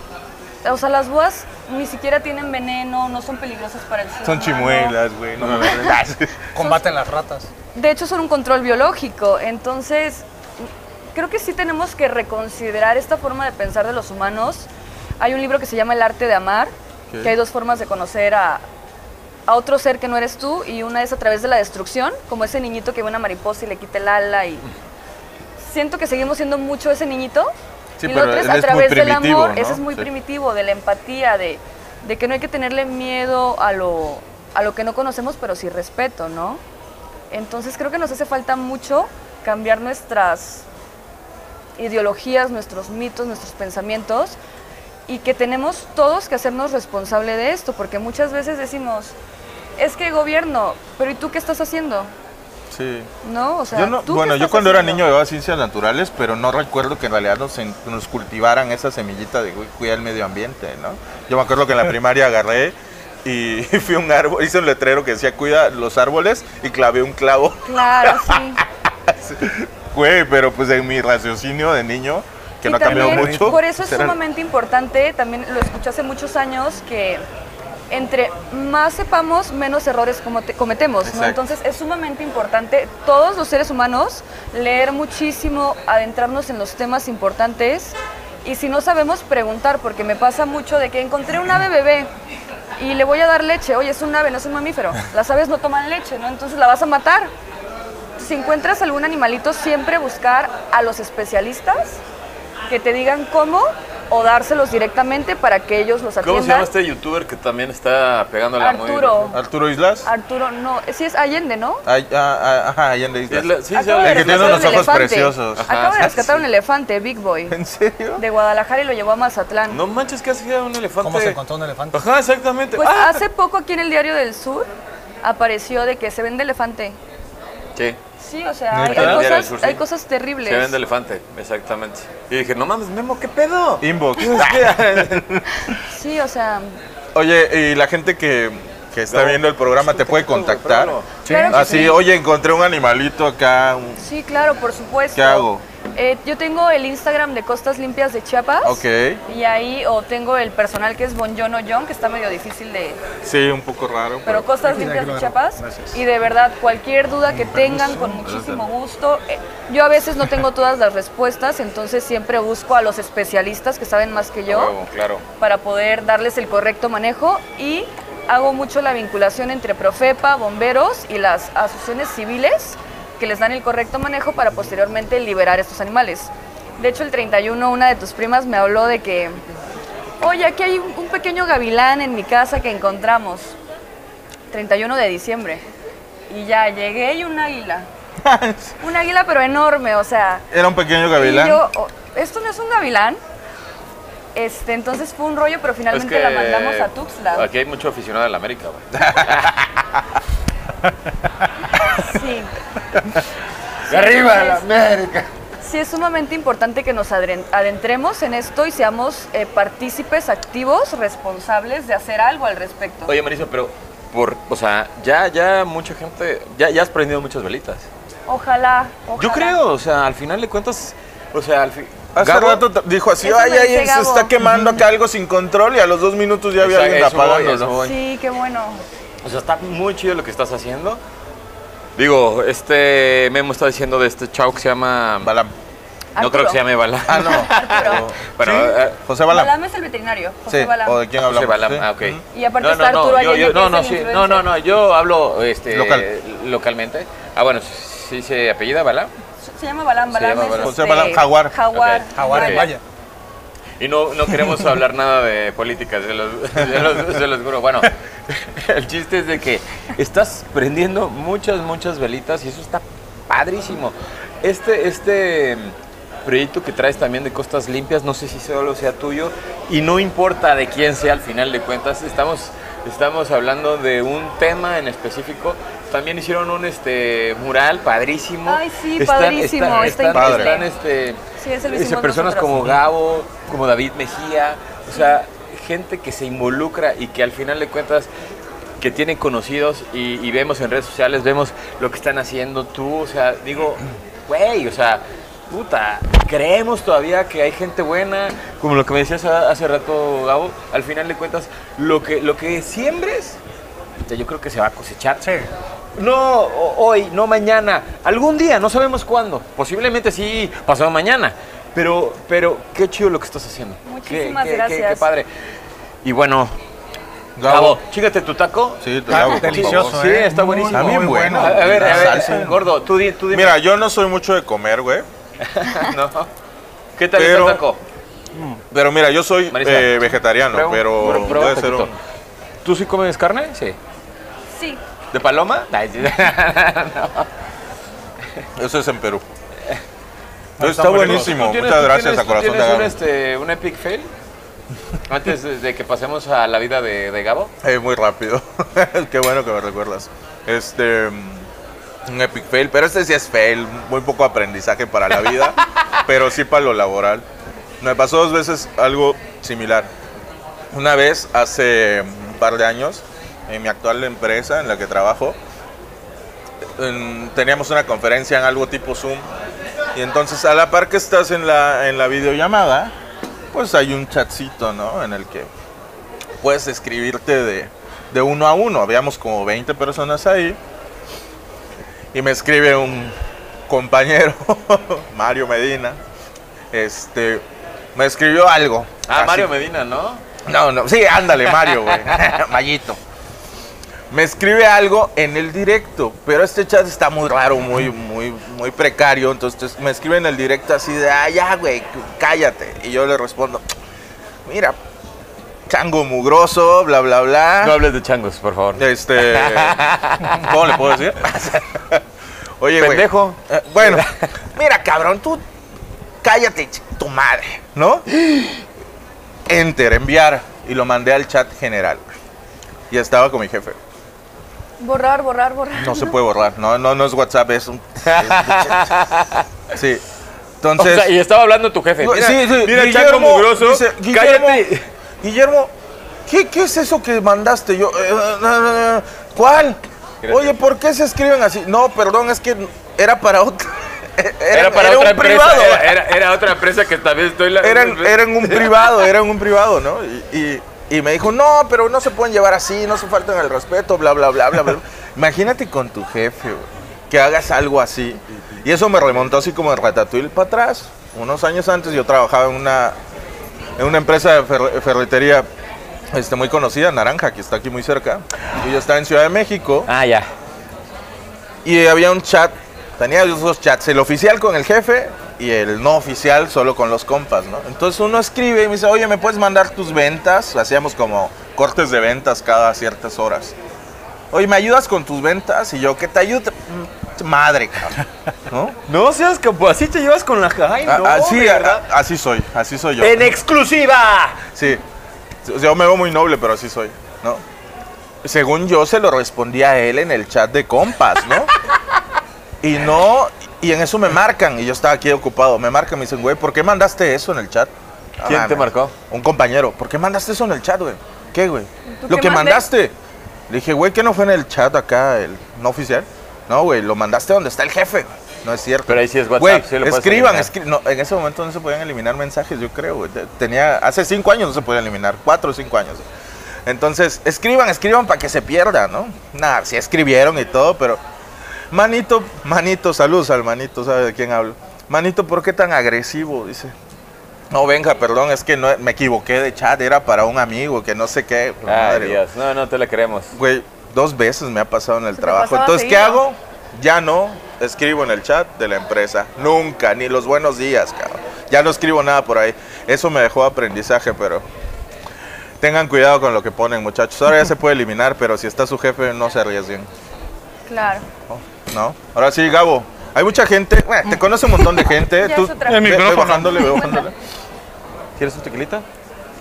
S4: o sea, las boas ni siquiera tienen veneno, no son peligrosas para el ser
S2: Son
S4: humano.
S2: chimuelas, güey. No, mames.
S3: Combaten las ratas.
S4: De hecho, son un control biológico. Entonces, creo que sí tenemos que reconsiderar esta forma de pensar de los humanos. Hay un libro que se llama El arte de amar, que hay dos formas de conocer a, a otro ser que no eres tú, y una es a través de la destrucción, como ese niñito que ve una mariposa y le quita el ala. y Siento que seguimos siendo mucho ese niñito.
S2: Sí,
S4: y
S2: pero
S4: lo otro es
S2: él
S4: a
S2: es muy
S4: través del
S2: primitivo,
S4: amor,
S2: ¿no?
S4: ese es muy
S2: Sí.
S4: primitivo, de la empatía, de, de que no hay que tenerle miedo a lo, a lo que no conocemos, pero sí respeto, ¿no? Entonces creo que nos hace falta mucho cambiar nuestras ideologías, nuestros mitos, nuestros pensamientos y que tenemos todos que hacernos responsable de esto, porque muchas veces decimos, es que gobierno, pero ¿y tú qué estás haciendo?
S2: Sí.
S4: ¿No? O sea,
S2: Yo no-
S4: ¿tú qué
S2: bueno, yo
S4: estás
S2: cuando era
S4: haciendo?
S2: niño llevaba ciencias naturales, pero no recuerdo que en realidad nos, en- nos cultivaran esa semillita de güey, cuida el medio ambiente, ¿no? Yo me acuerdo que en
S4: [LAUGHS]
S2: la primaria agarré y [LAUGHS] fui a un árbol, hice un letrero que decía cuida los árboles y clavé un clavo. [LAUGHS]
S4: Claro, sí.
S2: Güey, pero pues en mi raciocinio de niño que
S4: Y
S2: no ha cambiado
S4: también,
S2: mucho.
S4: Por eso es
S2: Será-
S4: sumamente importante, también lo escuché hace muchos años, que entre más sepamos, menos errores como te- cometemos. ¿no?
S2: Exacto.
S4: Entonces es sumamente importante, todos los seres humanos, leer muchísimo, adentrarnos en los temas importantes. Y si no sabemos preguntar, porque me pasa mucho de que encontré un ave bebé y le voy a dar leche. Oye, es un ave, no es un mamífero. Las aves no toman leche, ¿no? Entonces la vas a matar. Si encuentras algún animalito, siempre buscar a los especialistas que te digan cómo o dárselos directamente para que ellos los atiendan.
S1: ¿Cómo se llama este youtuber que también está pegando la
S4: Arturo.
S2: Arturo Islas.
S4: Arturo, no, sí es Allende, ¿no?
S2: Ay, ah, ah, ajá, Allende Islas.
S1: Sí, se
S4: Acaba
S1: habla.
S2: El
S4: de
S2: que tiene
S4: rescatar
S2: unos
S4: un
S2: ojos
S4: elefante.
S2: preciosos. Ajá,
S4: Acaba de
S2: sí,
S4: rescatar un elefante, Big Boy,
S2: ¿En serio?
S4: de Guadalajara y lo llevó a Mazatlán.
S1: No manches, que hacía un elefante.
S3: ¿Cómo se encontró un elefante?
S1: Ajá, exactamente.
S4: Pues
S1: ¡Ah!
S4: hace poco aquí en el Diario del Sur apareció de que se vende elefante.
S1: Sí,
S4: Sí, o sea, hay,
S1: ¿Neta?
S4: hay
S1: Diario del
S4: cosas,
S1: Sur, sí.
S4: hay cosas terribles.
S1: se vende elefante, exactamente. Y dije, no mames, Memo, ¿qué pedo?
S2: Inbox.
S4: Sí, o sea,
S2: Oye, y la gente que, que está
S1: No.
S2: viendo el programa te puede contactar.
S1: claro.
S4: Claro que
S2: Así,
S4: sí.
S2: oye, encontré un animalito acá. un-
S4: sí, claro, por supuesto.
S2: ¿Qué hago?
S4: Eh, yo tengo el Instagram de Costas Limpias de Chiapas.
S2: Ok.
S4: Y ahí, o tengo el personal que es Bonjono John, que está medio difícil de,
S2: Sí, un poco raro.
S4: pero Costas Limpias de Chiapas. Y de verdad, cualquier duda que tengan, con muchísimo gusto. Eh, Yo a veces no tengo todas las respuestas, entonces siempre busco a los especialistas que saben más que
S2: Ah,
S4: yo
S1: Huevo, claro.
S4: para poder darles el correcto manejo y hago mucho la vinculación entre Profepa, bomberos y las asociaciones civiles que les dan el correcto manejo para posteriormente liberar estos animales. De hecho, el 31 una de tus primas me habló de que, oye, aquí hay un un pequeño gavilán en mi casa que encontramos. 31 de diciembre. Y ya llegué y un águila. un águila pero enorme, o sea.
S2: Era un pequeño gavilán.
S4: Y yo, "Oh, esto no es un gavilán. Este, entonces fue un rollo, pero
S1: Es
S4: finalmente
S1: que
S4: la mandamos a Tuxtla.
S1: Aquí hay mucho aficionado de la América, güey. [LAUGHS]
S4: Sí.
S5: ¡Arriba
S4: la
S5: América!
S4: Sí, es sumamente importante que nos adren- adentremos en esto y seamos eh, partícipes activos, responsables de hacer algo al respecto.
S1: Oye, Marisa, pero por, o sea, ya, ya mucha gente, ya, ya has prendido muchas velitas.
S4: Ojalá, ojalá.
S1: Yo creo, o sea, al final de cuentas, o sea, al fin.
S2: Hace
S1: Gabo-
S2: rato t- dijo así,
S4: Eso
S2: ay,
S4: me
S2: ay,
S4: dice
S2: se está
S4: Gabo".
S2: quemando acá algo sin control y a los dos minutos ya había
S1: Exacto,
S2: alguien
S1: eso voy,
S2: apagándolo.
S1: eso voy.
S4: Sí, qué bueno.
S1: O sea, está muy chido lo que estás haciendo. Digo, este Memo está diciendo de este chavo que se llama.
S2: Balam.
S1: No creo que se llame Balam.
S2: Ah, [LAUGHS] no.
S4: Arturo.
S1: Bueno, eh,
S2: José Balam.
S4: Balam es el veterinario, José
S2: Sí,
S4: Balam.
S2: ¿o de quién
S1: José
S2: hablamos?
S1: Balam,
S2: Sí.
S1: ah, ok.
S4: Y aparte está Arturo
S1: yo-
S4: Allende,
S1: yo-
S4: que
S1: no,
S4: es
S1: no,
S4: el
S1: sí,
S4: influencer.
S1: no, no, no, yo hablo este,
S2: Local.
S1: localmente. Ah, bueno, sí se apellida Balam.
S4: Se llama Balam,
S1: Se
S4: Balam.
S1: llama
S4: es este,
S1: Balam.
S2: José Balam, jaguar.
S4: Jaguar.
S1: Ok.
S3: Jaguar,
S1: Ok.
S3: vaya.
S1: Y no, no queremos hablar nada de política, se los, se los- se los juro. Bueno, [LAUGHS] el chiste es de que estás prendiendo muchas, muchas velitas y eso está padrísimo. Este, este proyecto que traes también de Costas Limpias, no sé si solo sea tuyo y no importa de quién sea al final de cuentas, estamos, estamos hablando de un tema en específico. También hicieron un este mural padrísimo.
S4: Ay, sí, padrísimo, está
S2: increíble.
S1: están, este,
S4: Sí, ese lo
S1: Dice,
S4: hicimos
S1: personas
S4: nosotros.
S1: como Gabo, como David Mejía, o sea, gente que se involucra y que al final de cuentas que tienen conocidos y, y vemos en redes sociales, vemos lo que están haciendo tú, o sea, digo, güey, o sea, puta, creemos todavía que hay gente buena, como lo que me decías a- hace rato, Gabo, al final de cuentas, lo que, lo que siembres, puta, yo creo que se va a cosechar.
S3: Sí.
S1: No o- hoy, no mañana, algún día, no sabemos cuándo. Posiblemente sí, pasado mañana. Pero, pero qué chido lo que estás haciendo. Qué-
S4: Muchísimas
S1: qué, qué-
S4: gracias.
S1: qué padre. Y bueno,
S2: Gabo.
S1: Gabo, chígate tu taco.
S2: Sí, te
S3: Ah,
S2: Gabo, por
S3: delicioso,
S2: favor.
S1: Sí,
S3: ¿eh?
S1: está
S3: Muy,
S1: buenísimo.
S2: muy También bueno.
S1: A, a ver, a ver,
S2: Salsa.
S1: gordo, tú, di- tú dime.
S2: Mira, yo no soy mucho de comer, güey.
S1: [LAUGHS] No. ¿Qué tal está
S2: Pero-
S1: el taco?
S2: Pero mira, yo soy
S1: Marisa,
S2: eh, vegetariano,
S1: Prueba un-
S2: pero
S1: prueba- prueba un
S2: puede ser un...
S1: poquito. ¿Tú sí comes carne? Sí.
S4: Sí,
S1: ¿De paloma? Ay, [LAUGHS] sí.
S2: Eso es en
S1: [LAUGHS]
S2: Perú. está
S3: Ah, está muy rico.
S1: ¿Tú
S2: buenísimo.
S1: tienes-
S2: Muchas
S1: tú
S2: gracias
S1: tienes-
S2: a
S1: tú
S2: Corazón de
S1: ¿Tienes un,
S2: Gabo.
S1: este, un epic fail? Antes de, de que pasemos a la vida de, de Gabo.
S2: Eh, muy rápido. [LAUGHS] Qué bueno que me recuerdas. Este. mm, Un epic fail, pero este sí es fail. Muy poco aprendizaje para la
S1: [LAUGHS]
S2: vida, pero sí para lo laboral. Me pasó dos veces algo similar. Una vez, hace un par de años, en mi actual empresa en la que trabajo, en- teníamos una conferencia en algo tipo Zoom Y entonces a la par que estás en la, en la videollamada, pues hay un chatcito, ¿no? En el que puedes escribirte de, de uno a uno. Habíamos como 20 personas ahí. Y me escribe un compañero, [LAUGHS] Mario Medina. Este, me escribió algo.
S1: Ah,
S2: así.
S1: Mario Medina, ¿no?
S2: No, no, sí, ándale, Mario, güey. [LAUGHS] Mayito. Me escribe algo en el directo, pero este chat está muy raro, muy, muy, muy precario. Entonces me escribe en el directo así de, ah, ya, güey, cállate. Y yo le respondo, mira, chango mugroso, bla, bla, bla.
S1: No hables de changos, por favor.
S2: Este.
S1: [LAUGHS]
S2: ¿Cómo le puedo decir? Oye, güey.
S1: Pendejo.
S2: Eh,
S1: [LAUGHS]
S2: bueno, mira, cabrón, tú cállate, ch- tu madre, ¿no? Enter, enviar. Y lo mandé al chat general. Y estaba con mi jefe.
S4: Borrar, borrar, borrar.
S2: No se puede borrar. No, no, no es WhatsApp,
S1: [LAUGHS]
S2: es un. Sí.
S1: O
S2: Entonces.
S1: sea, y estaba hablando tu jefe.
S2: No,
S1: Mira,
S2: sí, sí,
S1: mira
S2: Guillermo,
S1: chango mugroso.
S2: dice, Guillermo,
S1: cállate.
S2: Guillermo, ¿qué, qué es eso que mandaste? Yo, eh, no, no, no, ¿cuál? Oye, ¿por qué se escriben así? No, perdón, es que era para otra. [LAUGHS] Era,
S1: Era para
S2: era
S1: otra
S2: un
S1: empresa.
S2: privado.
S1: Era, era- era otra empresa que también estoy... La...
S2: Era,
S1: [LAUGHS]
S2: en- era en un privado, era en un privado, ¿no? Y, y- y me dijo, no, pero no se pueden llevar así, no se faltan el respeto, bla, bla, bla, bla, bla. Imagínate con tu jefe, güey, que hagas algo así. Y eso me remontó así como en Ratatouille para atrás. Unos años antes yo trabajaba en una, en una empresa de ferre- ferretería este, muy conocida, Naranja, que está aquí muy cerca. Y yo estaba en Ciudad de México
S1: Ah, ya.
S2: y había un chat. Tenía los dos chats, el oficial con el jefe y el no oficial solo con los compas, ¿no? Entonces uno escribe y me dice, oye, ¿me puedes mandar tus ventas? Hacíamos como cortes de ventas cada ciertas horas. Oye, ¿me ayudas con tus ventas? Y yo, ¿qué te ayudo? Mm, Madre, cabrón. ¿No?
S5: No seas capo, así te llevas con la Ay, no,
S2: A- Ah, así,
S5: de verdad.
S2: a- así soy, así soy yo.
S5: ¡En exclusiva!
S2: Sí. Yo me veo muy noble, pero así soy, ¿no? Según yo, se lo respondí a él en el chat de
S5: [LAUGHS]
S2: compas, ¿no? Y no, y en eso me marcan, y yo estaba aquí ocupado, me marcan, me dicen, güey, ¿por qué mandaste eso en el chat? No
S1: ¿Quién te marcó?
S2: Un compañero, ¿por qué mandaste eso en el chat, güey? ¿Qué, güey?
S4: ¿Tú
S2: Lo
S4: qué
S2: que
S4: mandé?
S2: mandaste. Le dije, güey, ¿qué no fue en el chat acá, el no oficial? No, güey, lo mandaste donde está el jefe, güey. No es cierto.
S1: Pero ahí sí es WhatsApp,
S2: Güey,
S1: sí lo puedes
S2: escriban,
S1: eliminar.
S2: escri- no, en ese momento no se podían eliminar mensajes, yo creo. güey. Te- Tenía, hace cinco años no se podía eliminar, cuatro o cinco años. Entonces, escriban, escriban para que se pierda, ¿no? Nada, sí escribieron y todo, pero... Manito, manito, saludos al manito, ¿sabe de quién hablo? Manito, ¿por qué tan agresivo? Dice. No, venga, perdón, es que no, me equivoqué de chat, era para un amigo que no sé qué. pues,
S1: Ay,
S2: Madre,
S1: Dios. No, no te la creemos.
S2: Güey, dos veces me ha pasado en el
S4: te
S2: trabajo.
S4: pasaba
S2: Entonces, ¿qué
S4: seguido.
S2: hago? Ya no escribo en el chat de la empresa. Nunca, ni los buenos días, cabrón. Ya no escribo nada por ahí. Eso me dejó aprendizaje, pero tengan cuidado con lo que ponen, muchachos. Ahora ya se puede eliminar, pero si está su jefe, no se arriesguen.
S4: [LAUGHS] Claro.
S2: ¿No? Ahora sí, Gabo. Hay mucha gente, bueno, te conoce un montón de gente.
S4: [LAUGHS] Ya
S2: Tú,
S4: es otra
S2: Ve-
S4: El cosa.
S2: ve
S3: micrófono.
S2: bajándole, ve bajándole.
S1: ¿Quieres un tequilita?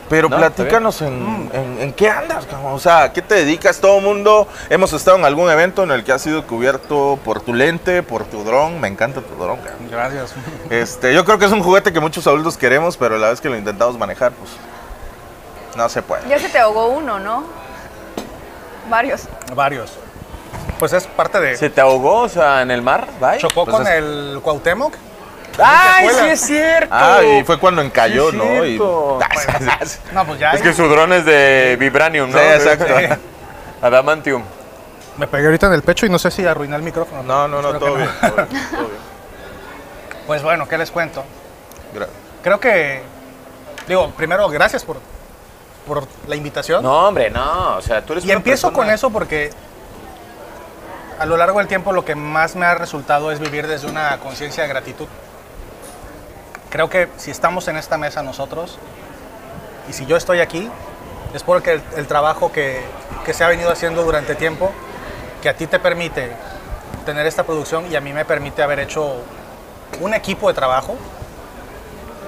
S2: Pero
S1: No, está
S2: platícanos en, en- en qué andas, cabrón. O sea, ¿qué te dedicas? Todo mundo hemos estado en algún evento en el que has sido cubierto por tu lente, por tu dron. Me encanta tu dron,
S3: [LAUGHS]
S2: cabrón.
S3: Gracias.
S2: Este, yo creo que es un juguete que muchos adultos queremos, pero la vez que lo intentamos manejar, pues no se puede.
S4: Ya se te ahogó uno, ¿no? Varios.
S3: Varios. Pues es parte de...
S1: ¿Se te ahogó, o sea, en el mar? Bye.
S3: Chocó
S2: Pues
S3: con
S2: es-
S3: el Cuauhtémoc.
S1: ¡Ay,
S3: Escuela.
S1: sí es cierto!
S2: Ah, y fue cuando encalló,
S1: Sí,
S2: ¿no? Y-
S1: cierto.
S3: No, pues ya.
S1: Es que su dron es de vibranium,
S2: Sí,
S1: ¿no?
S2: exacto.
S1: Adamantium.
S3: Me pegué ahorita en el pecho y no sé si arruiné el
S2: [LAUGHS]
S3: micrófono.
S2: No, no, no,
S3: Espero que
S2: todo bien. todo bien.
S3: Pues bueno, ¿qué les cuento?
S2: Gra-
S3: Creo que, digo, primero, gracias por, por la invitación.
S1: No, hombre, no. O sea, tú eres
S3: y
S1: una
S3: empiezo con
S1: persona-
S3: eso porque a lo largo del tiempo lo que más me ha resultado es vivir desde una conciencia de gratitud. Creo que si estamos en esta mesa nosotros y si yo estoy aquí, es porque el, el trabajo que, que se ha venido haciendo durante tiempo, que a ti te permite tener esta producción y a mí me permite haber hecho un equipo de trabajo,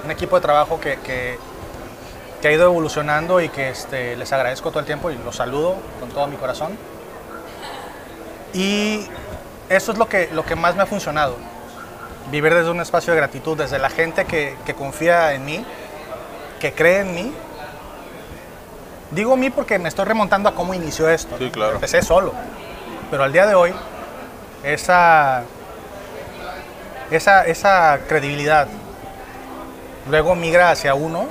S3: un equipo de trabajo que, que- que ha ido evolucionando y que este, les agradezco todo el tiempo y los saludo con todo mi corazón. Y eso es lo que, lo que más me ha funcionado, vivir desde un espacio de gratitud, desde la gente que, que confía en mí, que cree en mí. Digo mí porque me estoy remontando a cómo inició esto.
S2: Sí,
S3: ¿no?
S2: claro.
S3: Empecé solo, pero al día de hoy, esa esa, esa credibilidad luego migra hacia uno,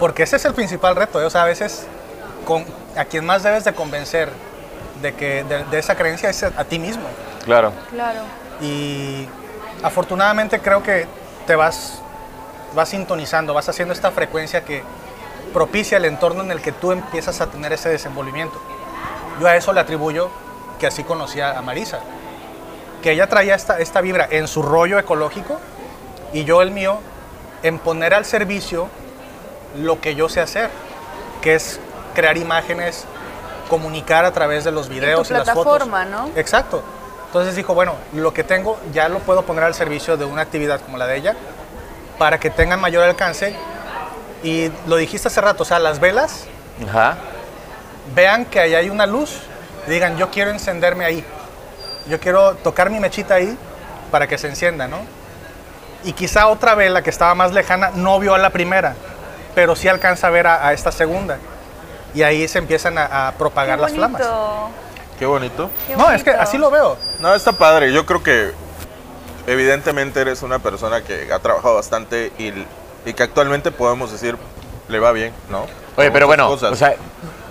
S3: porque ese es el principal reto. ¿eh? O sea, a veces con, a quien más debes de convencer de, que, de, de esa creencia es a, a ti mismo.
S1: Claro.
S4: Claro.
S3: Y afortunadamente creo que te vas, vas sintonizando, vas haciendo esta frecuencia que propicia el entorno en el que tú empiezas a tener ese desenvolvimiento. Yo a eso le atribuyo que así conocía a Marisa, que ella traía esta, esta vibra en su rollo ecológico y yo el mío en poner al servicio lo que yo sé hacer, que es crear imágenes, comunicar a través de los videos y,
S4: tu
S3: las fotos.
S4: plataforma, ¿no?
S3: Exacto. Entonces dijo, bueno, lo que tengo ya lo puedo poner al servicio de una actividad como la de ella para que tenga mayor alcance. Y lo dijiste hace rato, o sea, las velas,
S1: Ajá.
S3: vean que ahí hay una luz, y digan, yo quiero encenderme ahí, yo quiero tocar mi mechita ahí para que se encienda, ¿no? Y quizá otra vela que estaba más lejana no vio a la primera, pero sí alcanza a ver a, a esta segunda. Y ahí se empiezan a, a propagar
S4: Qué
S3: las flamas.
S4: bonito,
S2: Qué bonito.
S4: qué
S3: No, es que
S4: bonito.
S3: así lo veo.
S2: No, está padre. Yo creo que evidentemente eres una persona que ha trabajado bastante y, y que actualmente podemos decir le va bien, ¿no?
S1: Oye,
S2: A
S1: pero
S2: muchas
S1: bueno,
S2: cosas.
S1: o sea,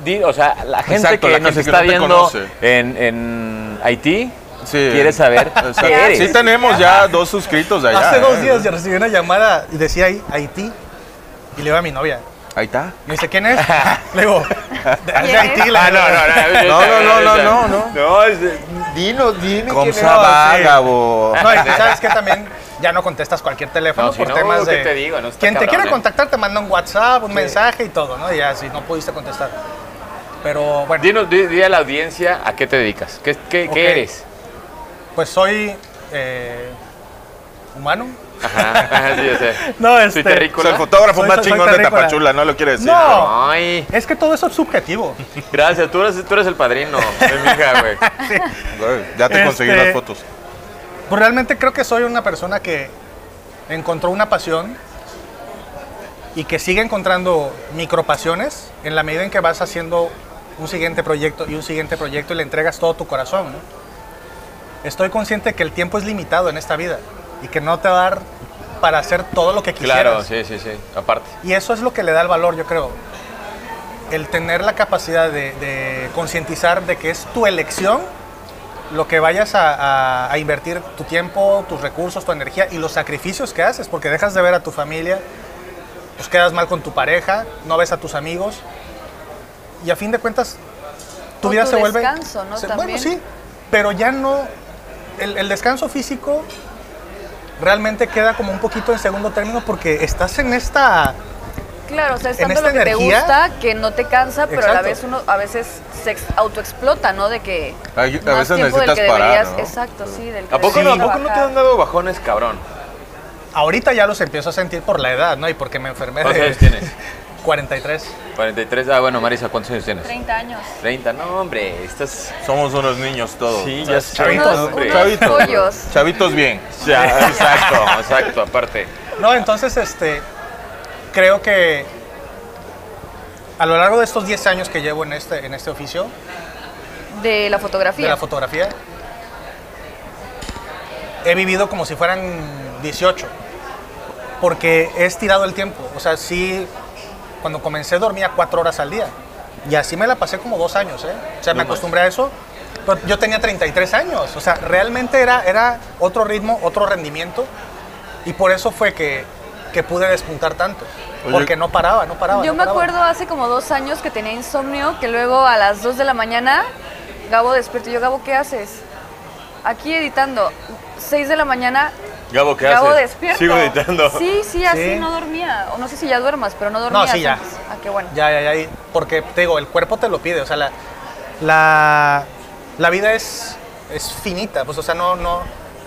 S1: di- o sea, la gente
S2: Exacto,
S1: que
S2: la
S1: nos
S2: gente que
S1: está
S2: no te
S1: viendo
S2: conoce.
S1: en, en Haití
S2: Sí.
S1: quiere saber
S2: Exacto.
S1: qué eres.
S2: Sí tenemos ya dos suscritos de allá.
S3: Hace
S2: ¿eh?
S3: dos días yo recibí una llamada y decía ahí, Haití. Y le digo a mi novia.
S2: Ahí está.
S3: Me dice, ¿quién es? le digo, "De- es de Haití.
S1: Ah,
S3: la
S1: no, no,
S2: No, no, no, no,
S1: no,
S2: no, no.
S1: No, es de- dinos, dime
S2: Como
S1: quién
S2: esa
S1: eres.
S2: vaga, bo.
S1: [LAUGHS]
S3: No, y sabes que también ya no contestas cualquier teléfono
S1: No, si
S3: por
S1: no,
S3: temas
S1: ¿qué
S3: de...
S1: te digo? No, está
S3: Quien te
S1: cabrón,
S3: quiere
S1: ¿eh?
S3: contactar te manda un WhatsApp, un mensaje y todo, ¿no? Y ya, si no pudiste contestar. Pero bueno,
S1: Dinos, di, di a la audiencia a qué te dedicas, qué, qué, qué
S3: Ok.
S1: eres.
S3: pues soy eh, humano.
S1: Ajá, sí, yo sé.
S3: No,
S1: Soy
S3: este...
S2: O sea, el
S1: terrícola.
S2: fotógrafo
S3: Soy-
S2: más
S3: soy
S2: chingón de
S3: terrícola.
S2: Tapachula, no lo quiere decir.
S3: No.
S1: Ay,
S3: Es que todo eso es subjetivo.
S1: gracias, tú eres, tú eres el padrino de mi hija,
S2: [LAUGHS]
S1: güey.
S2: Güey, Ya te conseguí
S3: Este-
S2: las fotos.
S3: Pues realmente creo que soy una persona que encontró una pasión y que sigue encontrando micropasiones en la medida en que vas haciendo un siguiente proyecto y un siguiente proyecto y le entregas todo tu corazón. ¿no? Estoy consciente que el tiempo es limitado en esta vida y que no te va a dar para hacer todo lo que quisieras.
S1: Claro, sí, sí, sí, aparte.
S3: Y eso es lo que le da el valor, yo creo. El tener la capacidad de, de concientizar de que es tu elección lo que vayas a, a- a invertir tu tiempo, tus recursos, tu energía y los sacrificios que haces, porque dejas de ver a tu familia, pues quedas mal con tu pareja, no ves a tus amigos y a fin de cuentas tu
S4: O
S3: vida
S4: tu
S3: se vuelve...
S4: descanso, ¿no?
S3: se-
S4: También.
S3: bueno, sí, pero ya no... El, el descanso físico realmente queda como un poquito en segundo término porque estás en esta...
S4: Claro, o sea, es tanto
S3: esta
S4: lo que
S3: energía-
S4: te gusta que no te cansa, pero a la
S3: Exacto.
S4: vez uno a veces se ex- autoexplota, ¿no? De que
S2: Ay, a
S4: más
S2: veces
S4: tiempo del
S2: necesitas
S4: que
S2: parar,
S4: deberías,
S2: ¿no?
S4: exacto, sí, del que
S1: ¿A poco,
S4: deberías
S1: no, ¿A poco no te
S4: trabajar.
S1: han dado bajones, cabrón?
S3: Ahorita ya los empiezo a sentir por la edad, ¿no? Y porque me enfermé
S1: ¿Cuántos
S3: de
S1: años
S3: [LAUGHS]
S1: tienes?
S3: 43.
S1: 43. Ah, bueno, Marisa, ¿cuántos años tienes?
S4: 30 años.
S1: 30. No, hombre, estás...
S2: Somos unos niños todos.
S1: ya
S3: es chavito,
S4: Unos-
S1: hombre.
S4: unos pollos.
S2: Chavitos bien.
S1: Ya, exacto, exacto, aparte.
S3: No, entonces, este, creo que a lo largo de estos 10 años que llevo en este, en este oficio
S4: De la fotografía.
S3: de la fotografía, he vivido como si fueran 18, porque he estirado el tiempo. O sea, sí, cuando comencé dormía 4 horas al día. Y así me la pasé como dos años, ¿eh? O sea, me acostumbré a eso. Pero yo tenía 33 años. O sea, realmente era, era otro ritmo, otro rendimiento. Y por eso fue que, que pude despuntar tanto.
S2: Oye.
S3: Porque no paraba, no paraba.
S4: Pues Yo
S3: no
S4: me
S3: paraba.
S4: acuerdo hace como dos años que tenía insomnio, que luego a las 2 de la mañana Gabo despierto. y Yo, Gabo, ¿qué haces? Aquí editando. 6 de la mañana,
S1: Gabo, ¿qué
S4: Gabo
S1: haces?
S4: despierto.
S1: Sigo editando.
S4: Sí, sí, así
S3: Sí.
S4: no dormía. O no sé si ya duermas, pero no dormía.
S3: sí, ya.
S4: entonces- Ah, qué bueno.
S3: Ya, ya, ya. y- Porque te digo, el cuerpo te lo pide. O sea, la, la, la vida es, es finita. Pues, o sea, no, no.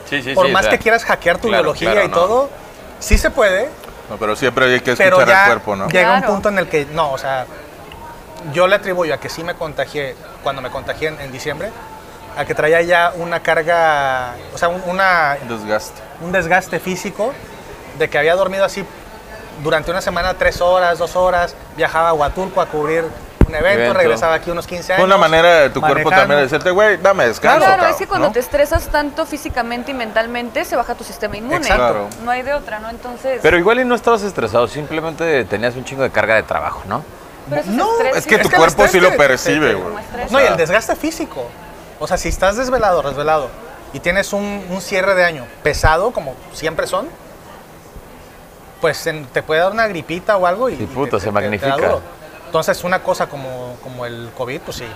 S1: Sí, sí,
S3: por
S1: sí,
S3: más
S1: o sea,
S3: que quieras hackear tu
S1: claro,
S3: biología
S1: claro,
S3: y
S1: no.
S3: todo, sí se puede.
S2: No, pero siempre hay que
S3: pero
S2: escuchar
S3: ya
S2: al cuerpo, ¿no?
S3: llega un
S4: Claro.
S3: punto en el que no, o sea, yo le atribuyo a que sí me contagié cuando me contagié en, en diciembre, a que traía ya una carga, o sea, un, una-
S2: Desgaste.
S3: un desgaste físico de que había dormido así durante una semana tres horas, dos horas, viajaba a Huatulco a cubrir un evento,
S1: Evento.
S3: regresaba aquí unos 15 años.
S2: Fue una manera de tu cuerpo
S3: manejando.
S2: también de decirte, güey, dame descanso.
S4: Claro,
S2: cabrón",
S4: es que cuando
S2: ¿no?
S4: te estresas tanto físicamente y mentalmente, se baja tu sistema inmune.
S2: Exacto.
S4: No hay de otra, ¿no? Entonces,
S1: Pero igual y no estabas estresado, simplemente tenías un chingo de carga de trabajo, ¿no?
S4: pero eso
S3: no,
S4: estrés,
S2: Es que
S4: sí,
S2: tu
S3: que el
S2: cuerpo
S3: estrés
S2: sí
S3: te-
S2: lo
S3: te-
S2: percibe,
S4: te-
S2: güey.
S4: como estrés.
S3: No, y el desgaste físico. O sea, si estás desvelado, resvelado, y tienes un, un cierre de año pesado, como siempre son, pues en- te puede dar una gripita o algo y,
S1: Sí,
S3: y
S1: puto,
S3: te-
S1: se
S3: te- te- te da
S1: magnifica.
S3: duro. Entonces, una cosa como, como el COVID, pues sí,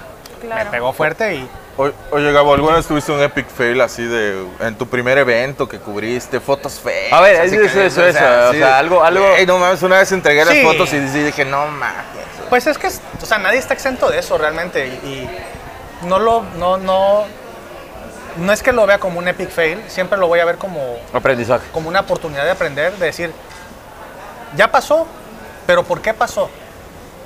S4: Claro.
S3: me pegó fuerte y
S2: Oye, oye, Gabo, ¿alguna vez tuviste un epic fail así de en tu primer evento que cubriste, fotos feas?
S1: A ver,
S2: así
S1: eso,
S2: que-
S1: eso, eso,
S2: así
S1: o sea,
S2: de,
S1: algo- algo-
S2: "Güey, no mames, una vez entregué las
S3: Sí.
S2: fotos y sí dije, no mames.
S3: Pues es que, es- o sea, nadie está exento de eso realmente. Y, y no lo, no, no, no es que lo vea como un epic fail, siempre lo voy a ver como,
S1: Aprendizaje.
S3: como una oportunidad de aprender, de decir, ya pasó, pero ¿por qué pasó?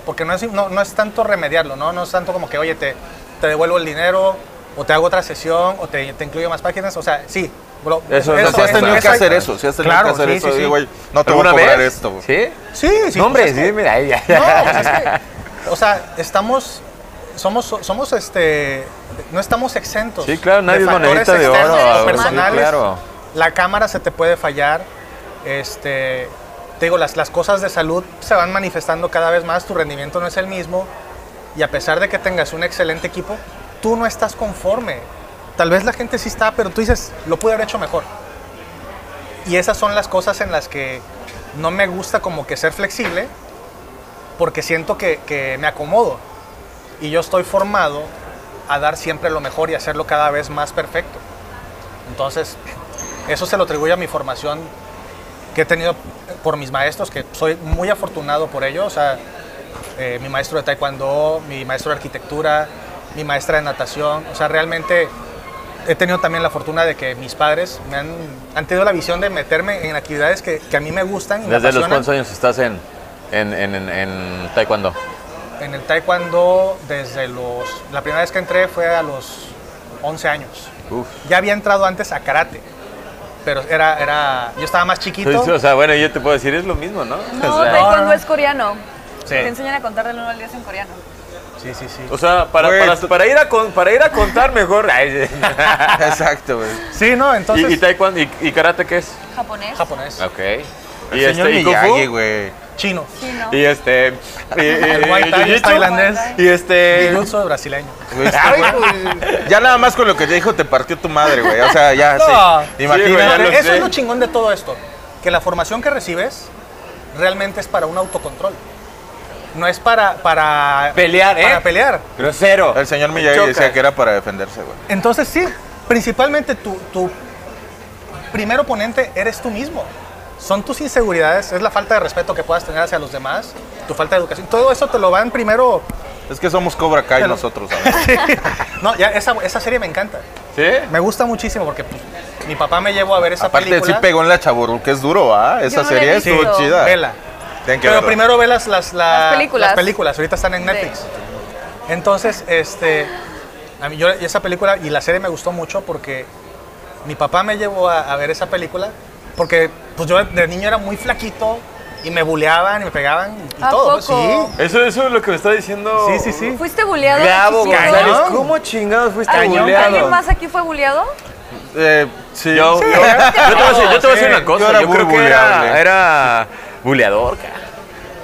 S3: Porque no es, no, no es tanto remediarlo, ¿no? No es tanto como que, oye, te, te devuelvo el dinero, o te hago otra sesión, o te, te incluyo más páginas, o sea, sí. bro,
S1: Eso es lo
S2: Si has
S1: eso,
S2: tenido que
S1: eso hay-
S2: hacer eso, si has tenido
S3: Claro,
S2: que hacer
S3: sí,
S2: eso,
S3: sí,
S2: oye,
S3: sí.
S2: güey, no te voy a
S1: ¿Alguna
S2: cobrar
S1: vez?
S2: esto. güey.
S1: ¿Sí?
S3: Sí, sí.
S1: no, hombre,
S3: pues es que-
S1: sí, mira, ahí ya.
S3: No, pues es que, o sea, estamos, somos, somos, este, no estamos exentos.
S1: Sí, claro, nadie es
S3: factores
S1: monedita de oro,
S3: externos,
S4: ahora, sí,
S3: personales.
S1: claro.
S3: La cámara se te puede fallar, este, te digo, las, las cosas de salud se van manifestando cada vez más, tu rendimiento no es el mismo y a pesar de que tengas un excelente equipo, tú no estás conforme. Tal vez la gente sí está, pero tú dices, lo pude haber hecho mejor. Y esas son las cosas en las que no me gusta como que ser flexible, porque siento que, que me acomodo. Y yo estoy formado a dar siempre lo mejor y hacerlo cada vez más perfecto. Entonces, eso se lo atribuyo a mi formación que he tenido por mis maestros, que soy muy afortunado por ello. O sea, eh, mi maestro de taekwondo, mi maestro de arquitectura, mi maestra de natación. O sea, realmente he tenido también la fortuna de que mis padres me han, han tenido la visión de meterme en actividades que, que a mí me gustan. Y
S1: [LAUGHS]
S3: me
S1: ¿Desde los
S3: apasionan.
S1: cuántos años estás en, en, en, en, en taekwondo?
S3: En el taekwondo desde los... La primera vez que entré fue a los 11 años.
S1: Uf.
S3: Ya había entrado antes a karate, pero era... era yo estaba más chiquito.
S1: Sí, sí, o sea, bueno, yo te puedo decir, es lo mismo, ¿no? [LAUGHS]
S4: No,
S1: o, sea,
S4: taekwondo
S3: no.
S4: es coreano.
S3: Sí.
S4: Te enseñan a contar del 1 al 10 en coreano.
S3: Sí, sí, sí.
S1: o sea, para,
S2: Güey,
S1: para,
S2: tú-
S1: para ir a con- para ir a contar mejor. Ay, sí.
S2: [LAUGHS] Exacto, güey.
S3: Sí, no, entonces...
S1: ¿Y, Ah. y taekwondo? ¿Y, y karate qué es?
S4: Japonés.
S3: japonés,
S1: Ok.
S2: El señor
S1: ¿y kung fu? [LAUGHS]
S2: Miyagi, güey.
S3: chino,
S4: Chino.
S1: Y este. [LAUGHS] Y, y-
S3: el muay thai
S1: y-
S3: es tailandés,
S1: y este.
S3: jiu-jitsu brasileño.
S1: Pues,
S2: Güey, este güey, Ya nada más con lo que te dijo te partió tu madre, güey. O
S1: [LAUGHS]
S2: sea, ya,
S3: No.
S2: sí.
S1: Sí, güey, ya
S2: Imagínate.
S1: lo
S3: Eso
S1: sé.
S3: es lo chingón de todo esto, que la formación que recibes realmente es para un autocontrol. No es para... para
S1: Pelear, ¿eh?
S3: Para pelear.
S1: Grosero.
S2: El señor Miyagi
S1: Choca.
S2: decía que era para defenderse, güey.
S3: Entonces sí, principalmente tu, tu primer oponente eres tú mismo. Son tus inseguridades, es la falta de respeto que puedas tener hacia los demás, tu falta de educación. Todo eso te lo van primero.
S2: Es que somos Cobra Kai
S3: Pero- [LAUGHS]
S2: nosotros, ¿sabes?
S3: No, ya esa, esa serie me encanta.
S1: ¿Sí?
S3: Me gusta muchísimo porque pues, mi papá me llevó a ver esa
S2: Aparte, sí
S3: película.
S2: pegó en la chaburru, que es duro, ¿ah? Esa
S4: Yo no la he
S2: serie estuvo
S4: visto.
S2: chida.
S3: Vela.
S2: Tienen que
S3: Pero
S2: verla.
S3: primero ve las, las, la-
S4: Las películas.
S3: las películas, ahorita están en Netflix.
S4: Sí.
S3: Entonces, este, a mí yo esa película y la serie me gustó mucho porque mi papá me llevó a, a ver esa película porque pues yo de niño era muy flaquito y me buleaban y me pegaban y
S4: ¿A
S3: todo. pues,
S4: poco?
S3: Sí.
S1: Eso, eso es lo que me está diciendo.
S3: Sí, sí, sí.
S4: ¿Fuiste buleado? de
S1: Gabo
S4: chiquito?
S1: González.
S3: Cañón.
S1: ¿Cómo chingados fuiste
S4: ¿Alguien,
S1: buleado?
S4: ¿Alguien más aquí fue buleado?
S2: Eh, sí.
S1: Yo, yo- yo te voy a decir, yo te voy a decir
S2: Sí,
S1: una cosa. Yo,
S2: yo era
S1: creo
S2: muy
S1: que era,
S2: buleable.
S1: era buleador, cara.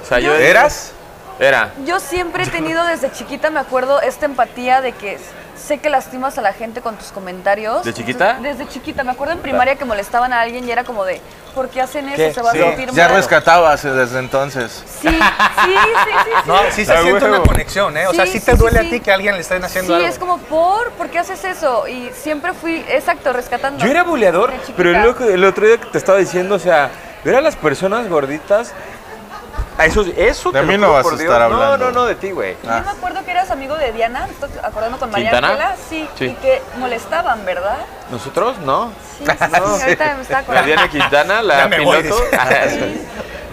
S1: O sea, yo.
S2: ¿Eras?
S1: Era.
S4: Yo siempre he tenido desde chiquita, me acuerdo, esta empatía de que sé que lastimas a la gente con tus comentarios.
S1: ¿De chiquita?
S4: Entonces, desde chiquita. Me acuerdo en primaria que molestaban a alguien y era como de, ¿por qué hacen eso?
S1: ¿Qué?
S4: Se va
S1: Sí.
S4: a sentir
S2: Ya
S4: mal.
S2: rescatabas desde entonces.
S4: Sí, sí, sí,
S1: [LAUGHS]
S4: sí. sí,
S3: No, sí se
S1: Ah,
S3: siente una
S1: huevo.
S3: conexión, ¿eh? O
S4: Sí,
S3: sea, sí
S4: sí,
S3: te
S4: sí,
S3: duele
S4: sí.
S3: a ti que a alguien le estén haciendo
S4: Sí,
S3: algo.
S4: es como, ¿por? ¿Por qué haces eso? Y siempre fui, exacto, rescatando.
S1: Yo era buleador,
S4: De chiquita.
S1: pero el, loco- el otro día que te estaba diciendo, o sea, ver a las personas gorditas. A esos, eso
S2: De
S1: te
S2: mí
S1: lo
S2: no
S1: juro
S2: vas
S1: por
S2: a estar hablando.
S1: No, no, no, de ti, güey.
S4: Y Yo me acuerdo que eras amigo de Diana, me estoy acordando con María
S1: ¿Quintana?
S4: Ángela, sí,
S1: Sí.
S4: y que molestaban, ¿verdad?
S1: ¿Nosotros? No.
S4: Sí, sí, sí,
S1: [LAUGHS]
S4: ahorita me está [LAUGHS]
S1: La
S4: acordando.
S1: Diana Quintana, la
S3: Ya me voy,
S1: piloto.
S3: dice.
S1: Ah, sí.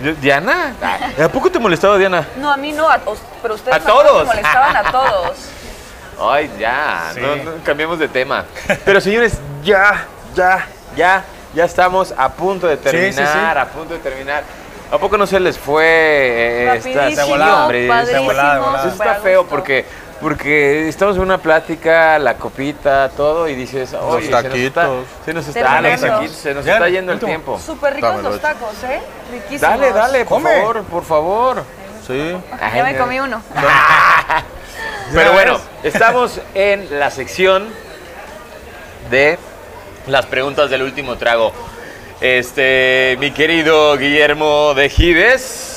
S1: Yo- Diana, ah, ¿a poco te molestaba Diana?
S4: No, a mí no, a- os- pero ustedes
S1: A
S4: me acuerdo que
S1: todos.
S4: molestaban a todos.
S1: Ay, ya,
S3: Sí.
S1: no, no, cambiemos de tema. Pero señores, ya, ya, ya, ya estamos a punto de
S3: sí, sí.
S1: terminar, a punto de terminar. ¿A poco no se les fue eh, [LAUGHS] esta
S4: Rapidísimo,
S3: volaba,
S1: hombre,
S4: padrísimo,
S3: se volaba, de volada.
S1: Eso
S4: súper
S1: Ah, está
S4: a
S1: feo
S4: gusto.
S1: porque porque estamos en una plática, la copita, todo, y dices, oye, se nos está,
S2: taquitos.
S1: se nos está, ah, los
S4: Tremendo.
S1: taquitos, se nos
S3: Ya,
S1: está yendo el
S3: último.
S1: tiempo.
S4: Súper ricos
S2: Dámelo,
S4: los tacos, ¿eh? Riquísimos.
S1: Dale, dale, por
S3: Come.
S1: favor, por favor.
S2: Sí.
S4: Ya me comí uno.
S1: Pero bueno, estamos en la sección de las preguntas del último trago. Este, mi querido Guillermo de Gives,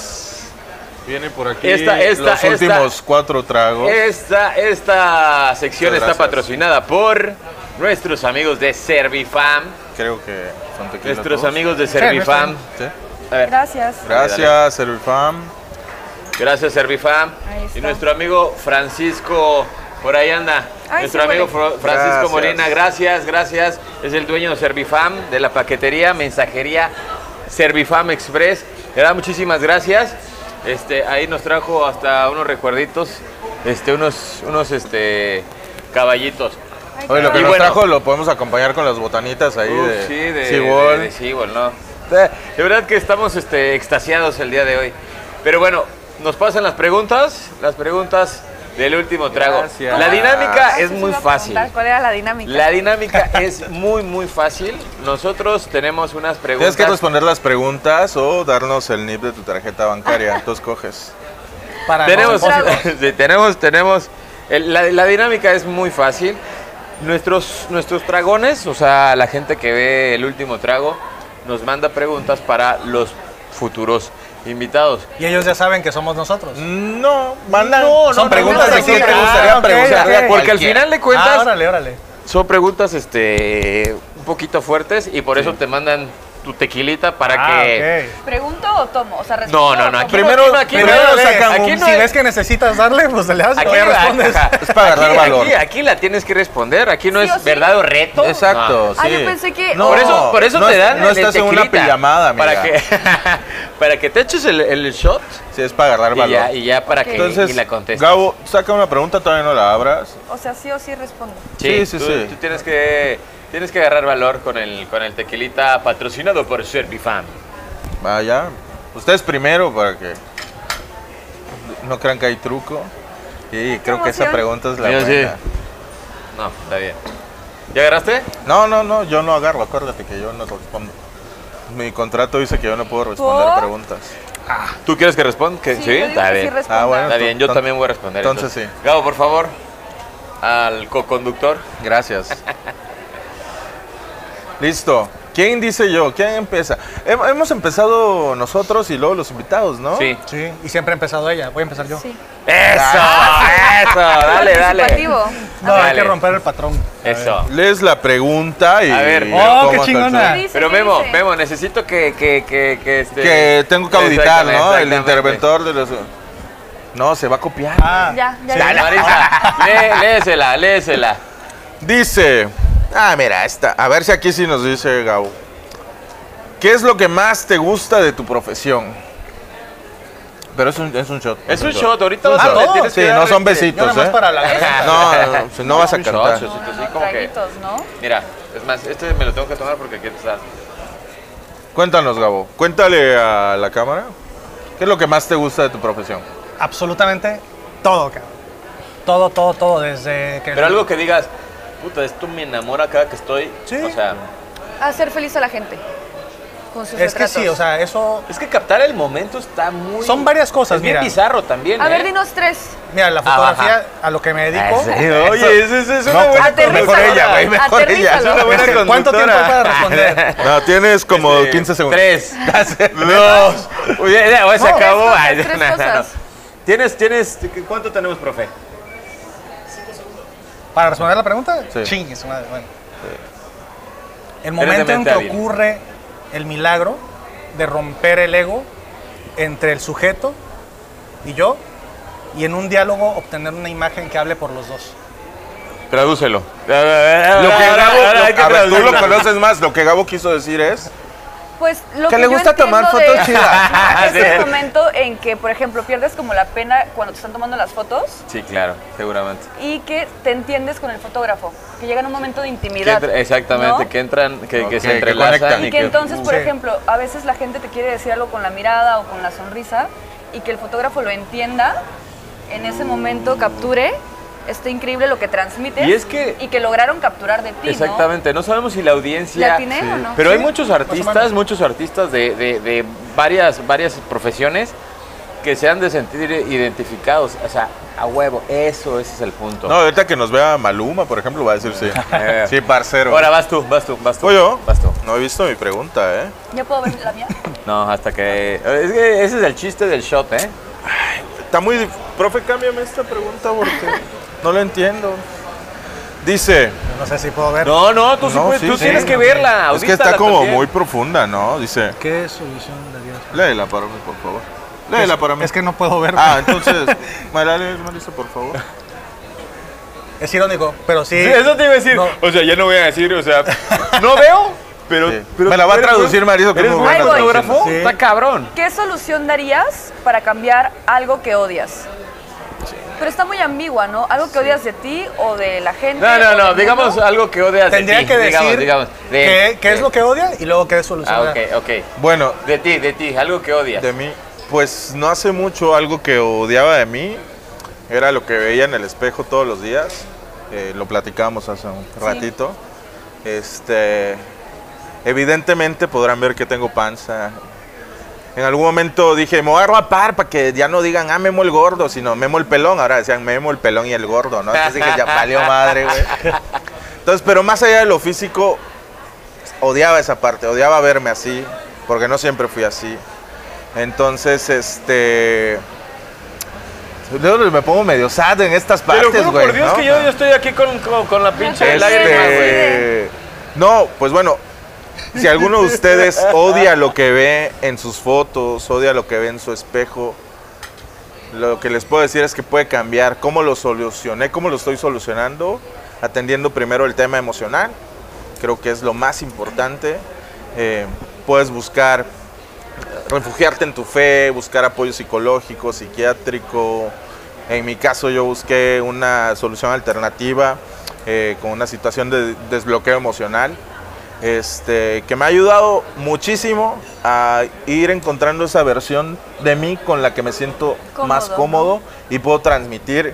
S2: Viene por aquí
S1: Esta, esta,
S2: los
S1: esta.
S2: últimos cuatro tragos.
S3: Eh.
S1: esta, esta sección
S2: Muchas
S1: está
S2: gracias.
S1: patrocinada por nuestros amigos de Servifam.
S2: Creo que son tequila
S1: Nuestros
S2: todos.
S1: amigos de
S3: Sí, nuestro-
S1: Servifam.
S2: Sí.
S1: A ver,
S4: Gracias.
S2: Gracias, Servifam.
S1: gracias Servifam.
S4: Ahí está.
S1: Y nuestro amigo Francisco, por ahí anda.
S4: Ay,
S1: nuestro
S4: sí,
S1: amigo
S4: huele.
S1: Fro- Francisco
S2: Gracias.
S1: Molina, gracias, gracias. Es el dueño de Servifam, de la paquetería, mensajería Servifam Express. Le da muchísimas gracias. Este, ahí nos trajo hasta unos recuerditos, este, unos, unos este, caballitos.
S4: Ay,
S2: Oye, lo que
S1: Y
S2: nos
S1: bueno.
S2: trajo lo podemos acompañar con las botanitas ahí
S1: Uf,
S2: de,
S1: sí, de
S2: Cibol.
S1: de- de Cibol, ¿no? De de verdad que estamos este, extasiados el día de hoy. Pero bueno, nos pasan las preguntas, las preguntas del último trago.
S2: Gracias.
S1: La dinámica
S4: Ah,
S1: es
S4: sí, sí
S1: muy
S4: iba a preguntar
S1: fácil.
S4: ¿Cuál era la dinámica?
S1: La dinámica es muy, muy fácil. Nosotros tenemos unas
S2: Tienes
S1: preguntas.
S2: que responder las preguntas o darnos el NIP de tu tarjeta
S1: Ah.
S2: bancaria. Tú escoges.
S3: Para
S1: tenemos,
S3: propósito.
S1: [LAUGHS] sí, tenemos, tenemos. el- la, la dinámica es muy fácil. Nuestros, nuestros dragones, o sea, la gente que ve el último trago, nos manda preguntas para los futuros invitados.
S3: Y ellos ya saben que somos nosotros.
S1: Mm.
S2: No, mandan.
S1: No, no,
S2: son
S1: no,
S2: preguntas
S1: no,
S2: de
S1: no,
S2: qué
S1: no,
S2: te
S1: no,
S2: gustaría
S3: no, ok,
S2: preguntar.
S3: ok.
S2: a
S1: Porque al
S2: cualquiera.
S1: final de cuentas
S3: Ah, órale, órale.
S1: son preguntas este un poquito fuertes y por eso te mandan tu tequilita para
S3: Ah,
S1: que
S3: ok.
S4: ¿Pregunto o tomo? O sea,
S1: No,
S4: respondo
S1: no, no,
S4: o tomo.
S1: aquí no- Primero- aquí no-
S3: Primero
S1: no es-
S3: sacan
S1: aquí
S3: un-
S1: no
S3: si
S1: es-
S3: ves que necesitas darle, pues le das y
S1: Aquí,
S3: luego ya respondes.
S1: ajá.
S2: Es para agarrar
S1: Aquí-
S2: valor.
S1: Aquí, aquí la tienes que responder. Aquí no
S4: Sí
S1: es
S4: o sí.
S1: verdad o reto.
S2: Exacto,
S4: Ah,
S2: sí.
S4: yo pensé que-
S1: No. Por eso, por eso
S2: no
S1: te
S2: es-
S1: dan.
S2: No
S1: el
S2: estás en una
S1: tequilita.
S2: pijamada, amiga.
S1: Para que, [LAUGHS] para que te eches el, el shot
S2: Sí, es para agarrar
S1: y
S2: valor.
S1: ya, y ya para
S4: Ok.
S1: que
S2: Entonces,
S1: y la contestes.
S2: Gabo, saca una pregunta, todavía no la abras.
S4: O sea, sí o sí respondo.
S1: Sí,
S2: Sí, sí,
S1: tú,
S2: sí.
S1: tú tienes que tienes que agarrar valor con el con el tequilita patrocinado por Servifam.
S2: Vaya. Ustedes primero para que no crean que hay truco. Y creo que esa
S4: emoción.
S2: pregunta es la
S1: Yo sí.
S2: buena.
S1: No, está bien. ¿Ya agarraste?
S2: No, no, no, yo no agarro, acuérdate que yo no respondo. Mi contrato dice que yo no puedo responder
S4: ¿Por?
S2: preguntas.
S1: ¿Tú quieres que responda? Que-
S4: yo digo
S1: está
S4: que
S1: bien.
S4: sí respondo.
S2: Ah, bueno.
S1: Está bien, yo
S2: Entonces-
S1: también voy a responder.
S2: entonces
S1: Gabo, por favor, al co-conductor.
S2: Gracias. Listo. ¿Quién dice yo? ¿Quién empieza? Hem- Hemos empezado nosotros y luego los invitados, ¿no?
S1: Sí.
S3: Sí, y siempre ha empezado ella. Voy a empezar yo.
S4: Sí.
S1: ¡Eso! ¡Eso! Dale, dale. [LAUGHS]
S4: Ah. Participativo.
S3: No, hay
S1: Dale.
S3: que romper el patrón. A ver.
S1: Eso.
S2: Lees la pregunta y.
S1: A ver.
S2: y cómo
S3: Oh, qué
S2: está el
S3: chingona.
S2: show.
S4: ¿Qué dice?
S1: Pero
S4: ¿Qué
S1: Memo,
S4: dice?
S1: Memo, necesito que, que, que, que, este-
S2: Que tengo que auditar,
S1: Exactamente,
S2: ¿no? El
S1: exactamente.
S2: interventor de los. No, se va a copiar.
S3: Ah,
S4: Ya, ya.
S1: Dale,
S4: ya.
S1: Marisa, lé- léesela, léesela.
S2: Dice. Ah, mira, esta. A ver si aquí sí nos dice Gabo. ¿Qué es lo que más te gusta de tu profesión? Pero es un, es un shot.
S1: Es un shot, ahorita vas
S3: Ah,
S1: a- le
S3: ¿no?
S1: tienes que
S2: Sí,
S1: dar
S2: no son
S1: este-
S3: yo
S2: besitos,
S3: nada más
S2: ¿eh?
S3: para la garganta.
S2: No, no, no, si no vas a
S1: Un shot,
S2: cantar.
S1: sí, sí,
S4: No,
S1: sí,
S4: no,
S1: como que-
S4: traguitos, ¿no?
S1: Mira, es más, este me lo tengo que tomar porque aquí está.
S2: Cuéntanos, Gabo. Cuéntale a la cámara. ¿Qué es lo que más te gusta de tu profesión?
S3: Absolutamente todo, cabrón. Todo, todo, todo. Desde que.
S1: Pero algo que digas, puta, esto me enamora cada que estoy.
S3: Sí.
S1: O sea,
S4: Hacer feliz a la gente. Con sus
S3: Es que
S4: retratos.
S3: sí, o sea, eso.
S1: es que captar el momento está muy.
S3: Son varias cosas,
S1: es bien
S3: mira.
S1: bizarro también.
S4: A
S1: ¿eh?
S4: ver, dinos tres.
S3: Mira, la
S1: Ah,
S3: fotografía
S1: ajá.
S3: a lo que me dedico.
S1: Ah, sí.
S2: Oye, esa es
S3: No,
S2: Mejor
S4: aterrízalo.
S2: ella, güey. Mejor ella.
S4: Aterrízalo.
S2: una buena
S3: Este, ¿Cuánto tiempo
S2: conductora.
S3: para
S1: [LAUGHS]
S3: responder?
S2: No, tienes como
S1: Este,
S2: 15 segundos. [LAUGHS]
S1: Tres.
S2: Dos.
S1: Uy, ya, ya, se
S4: No.
S1: acabó.
S4: Tres cosas,
S1: Ay,
S4: tres
S1: no, no, no.
S4: cosas.
S1: Tienes, tienes. ¿Cuánto tenemos, profe?
S3: ¿Para responder la pregunta?
S2: Sí.
S3: Chingue su madre, bueno. El momento en
S1: mente
S3: que
S1: hábil.
S3: ocurre el milagro de romper el ego entre el sujeto y yo, y en un diálogo obtener una imagen que hable por los dos.
S1: Tradúcelo.
S2: Lo que Gabo,
S1: ahora
S2: lo-
S1: hay que
S2: a ver, tú
S1: traducirlo.
S2: lo conoces más. Lo que Gabo quiso decir es
S4: Pues lo
S2: Que
S4: que,
S2: le
S4: yo
S2: gusta tomar
S4: entiendo
S2: fotos
S4: de-
S2: chidas.
S4: [LAUGHS] Es el momento en que, por ejemplo, pierdes como la pena cuando te están tomando las fotos
S1: Sí, claro, seguramente.
S4: y que te entiendes con el fotógrafo, que llega en un momento de
S1: Que
S4: intimidad.
S1: entra- exactamente,
S4: ¿no?
S1: que entran, que, que
S2: Ok, que
S1: se entrelazan
S2: conectan.
S4: Y
S1: y
S4: que entonces, por
S3: Sí.
S4: ejemplo, a veces la gente te quiere decir algo con la mirada o con la sonrisa y que el fotógrafo lo entienda, en ese momento capture, está increíble lo que transmites
S1: Y es que-
S4: y que lograron capturar de ti, ¿no?
S1: Exactamente, no sabemos si la audiencia...
S4: ¿Le atiné o no?
S1: Pero hay
S4: Sí,
S1: muchos
S3: más o menos.
S1: artistas, muchos artistas de, de- de varias, varias profesiones que se han de sentir identificados. O sea, a huevo, eso, ese es el punto.
S2: No, ahorita que nos vea Maluma, por ejemplo, va a decir sí.
S1: Eh.
S2: sí, parcero.
S1: Ahora vas tú, vas tú, vas tú.
S2: ¿Voy yo?
S1: Vas tú.
S2: No he visto mi pregunta, ¿eh?
S4: ¿Ya puedo ver la mía?
S1: No, hasta que... Es que ese es el chiste del shot, ¿eh?
S2: Está muy... dif- Profe, cámbiame esta pregunta porque no la entiendo. Dice...
S3: No sé si puedo ver.
S1: No, no, tú, sí
S2: No,
S1: puedes-
S2: sí,
S1: tú
S2: sí.
S1: tienes que verla.
S2: Es que
S1: audítala
S2: está como
S1: Ah, también.
S2: muy profunda, ¿no? Dice...
S3: ¿Qué solución darías?
S2: Léela para mí, por favor. Léela para mí.
S3: Es que no puedo ver.
S2: Ah, entonces... [LAUGHS] ¿Me la lees, Marisa, por favor?
S3: [LAUGHS] Es irónico, pero sí.
S1: [LAUGHS] Sí, [LAUGHS] eso te iba a decir.
S3: No.
S1: O sea, ya no voy a decir, o sea, no veo, pero.
S2: Sí.
S1: pero-
S2: Me la va a
S1: pero-
S2: traducir, Mariso, que
S1: ¿Eres
S2: es muy
S1: buen
S4: buena
S1: fotógrafo?
S3: traduciendo. Sí.
S1: Está cabrón.
S4: ¿Qué solución darías para cambiar algo que odias? Pero está muy ambigua, ¿no? Algo que odias de ti o de la gente.
S1: No,
S4: o
S1: no,
S4: del
S1: no,
S4: mundo.
S1: digamos algo que odias. de
S3: Tendría
S1: ti,
S3: que decir
S1: digamos, digamos, de-
S3: qué, qué
S1: de-
S3: es lo que odia y luego qué es solución.
S1: Ah, ok,
S3: daría.
S1: ok.
S2: Bueno,
S1: De ti, de ti, algo que odias.
S2: De mí, pues no hace mucho algo que odiaba de mí era lo que veía en el espejo todos los días. eh, lo platicamos hace un ratito. Este, evidentemente podrán ver que tengo panza. En algún momento dije, me voy a rapar para que ya no digan, ah, Memo el gordo, sino Memo el pelón. Ahora decían Memo el pelón y el gordo, ¿no? Entonces dije, ya valió madre, güey. Entonces, pero más allá de lo físico, odiaba esa parte, odiaba verme así, porque no siempre fui así. Entonces, este. Luego me pongo medio sad en estas
S1: Te
S2: partes,
S1: lo juro
S2: güey.
S1: por Dios
S2: ¿no?
S1: que yo, yo estoy aquí con, con, con la pinche
S4: Este-
S1: lágrima, güey.
S2: Este, no, pues bueno, si alguno de ustedes odia lo que ve en sus fotos, odia lo que ve en su espejo, lo que les puedo decir es que puede cambiar. ¿Cómo lo solucioné? ¿Cómo lo estoy solucionando? Atendiendo primero el tema emocional, creo que es lo más importante. Eh, puedes buscar refugiarte en tu fe, buscar apoyo psicológico, psiquiátrico. En mi caso yo busqué una solución alternativa eh, con una situación de desbloqueo emocional, este, que me ha ayudado muchísimo a ir encontrando esa versión de mí con la que me siento
S4: Cómodo,
S2: más
S4: ¿no?
S2: cómodo y puedo transmitir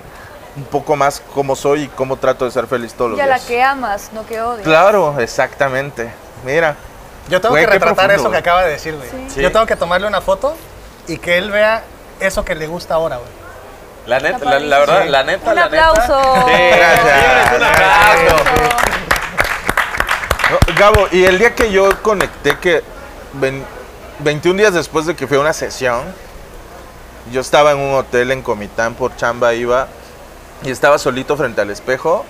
S2: un poco más cómo soy y cómo trato de ser feliz todos los
S4: Y a la
S2: días.
S4: que amas, no que odias.
S2: Claro, exactamente. Mira,
S3: Yo tengo
S2: Güey,
S3: que
S2: qué
S3: retratar
S2: profundo,
S3: eso que
S2: güey.
S3: acaba de decir, güey.
S4: Sí.
S3: Yo tengo que tomarle una foto y que él vea eso que le gusta ahora, güey.
S1: La neta, la, la verdad, la neta.
S4: Un
S1: la neta.
S4: aplauso.
S1: Sí,
S2: Gracias.
S1: Un aplauso.
S2: No, Gabo, y el día que yo conecté, que ven- 21 días después de que fui a una sesión, yo estaba en un hotel en Comitán por chamba, iba, y estaba solito frente al espejo.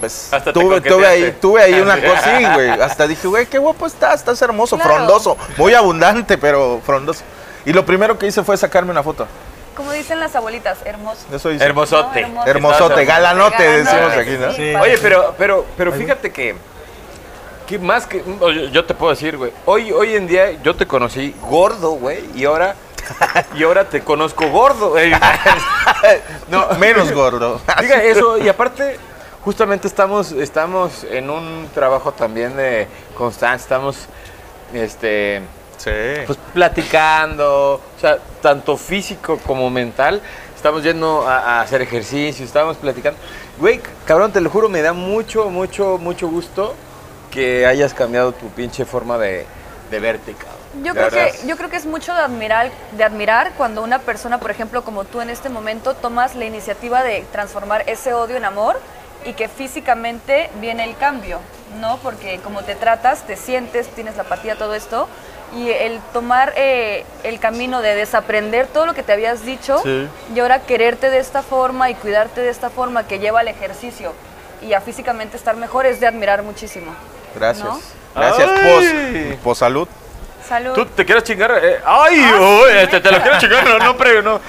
S2: Pues,
S1: Hasta te
S2: tuve, tuve
S1: coqueteaste.
S2: ahí, tuve ahí
S1: [LAUGHS]
S2: una cosa, sí, güey. Hasta dije, güey, qué guapo estás, estás hermoso,
S4: Claro.
S2: frondoso, muy abundante, pero frondoso. Y lo primero que hice fue sacarme una foto.
S4: Como dicen las abuelitas, hermoso.
S2: Eso hice.
S1: Hermosote.
S4: No, hermoso.
S2: Hermosote, galanote,
S4: Galanote,
S2: decimos aquí, ¿no?
S4: sí,
S3: Sí.
S4: padre.
S1: Oye, pero, pero, pero fíjate que, que más que. oye, Yo te puedo decir, güey. Hoy, hoy en día yo te conocí gordo, güey. Y ahora. Y ahora te conozco gordo, güey. No, [LAUGHS]
S2: Menos gordo.
S1: Diga eso, y aparte, justamente estamos, estamos en un trabajo también de constancia, estamos este
S2: Sí.
S1: pues platicando, o sea, tanto físico como mental. Estamos yendo a, a hacer ejercicio, estábamos platicando. Güey, cabrón, te lo juro, me da mucho, mucho, mucho gusto que hayas cambiado tu pinche forma de, de verte, cabrón.
S4: Yo
S1: La
S4: creo,
S1: verdad.
S4: que, yo creo que es mucho de admirar, de admirar cuando una persona, por ejemplo, como tú en este momento, tomas la iniciativa de transformar ese odio en amor y que físicamente viene el cambio, ¿no? Porque como te tratas, te sientes, tienes la apatía, todo esto, y el tomar eh, el camino de desaprender todo lo que te habías dicho
S2: Sí.
S4: y ahora quererte de esta forma y cuidarte de esta forma que lleva al ejercicio y a físicamente estar mejor es de admirar muchísimo.
S2: Gracias.
S4: ¿No?
S2: Gracias,
S1: Ay.
S2: pos. Pos salud.
S4: Salud.
S1: Tú te quieres chingar. eh, ¡Ay!
S4: Ah,
S1: uy,
S4: sí,
S1: este, te lo
S4: neta.
S1: quiero chingar, pero no previo, [LAUGHS] no.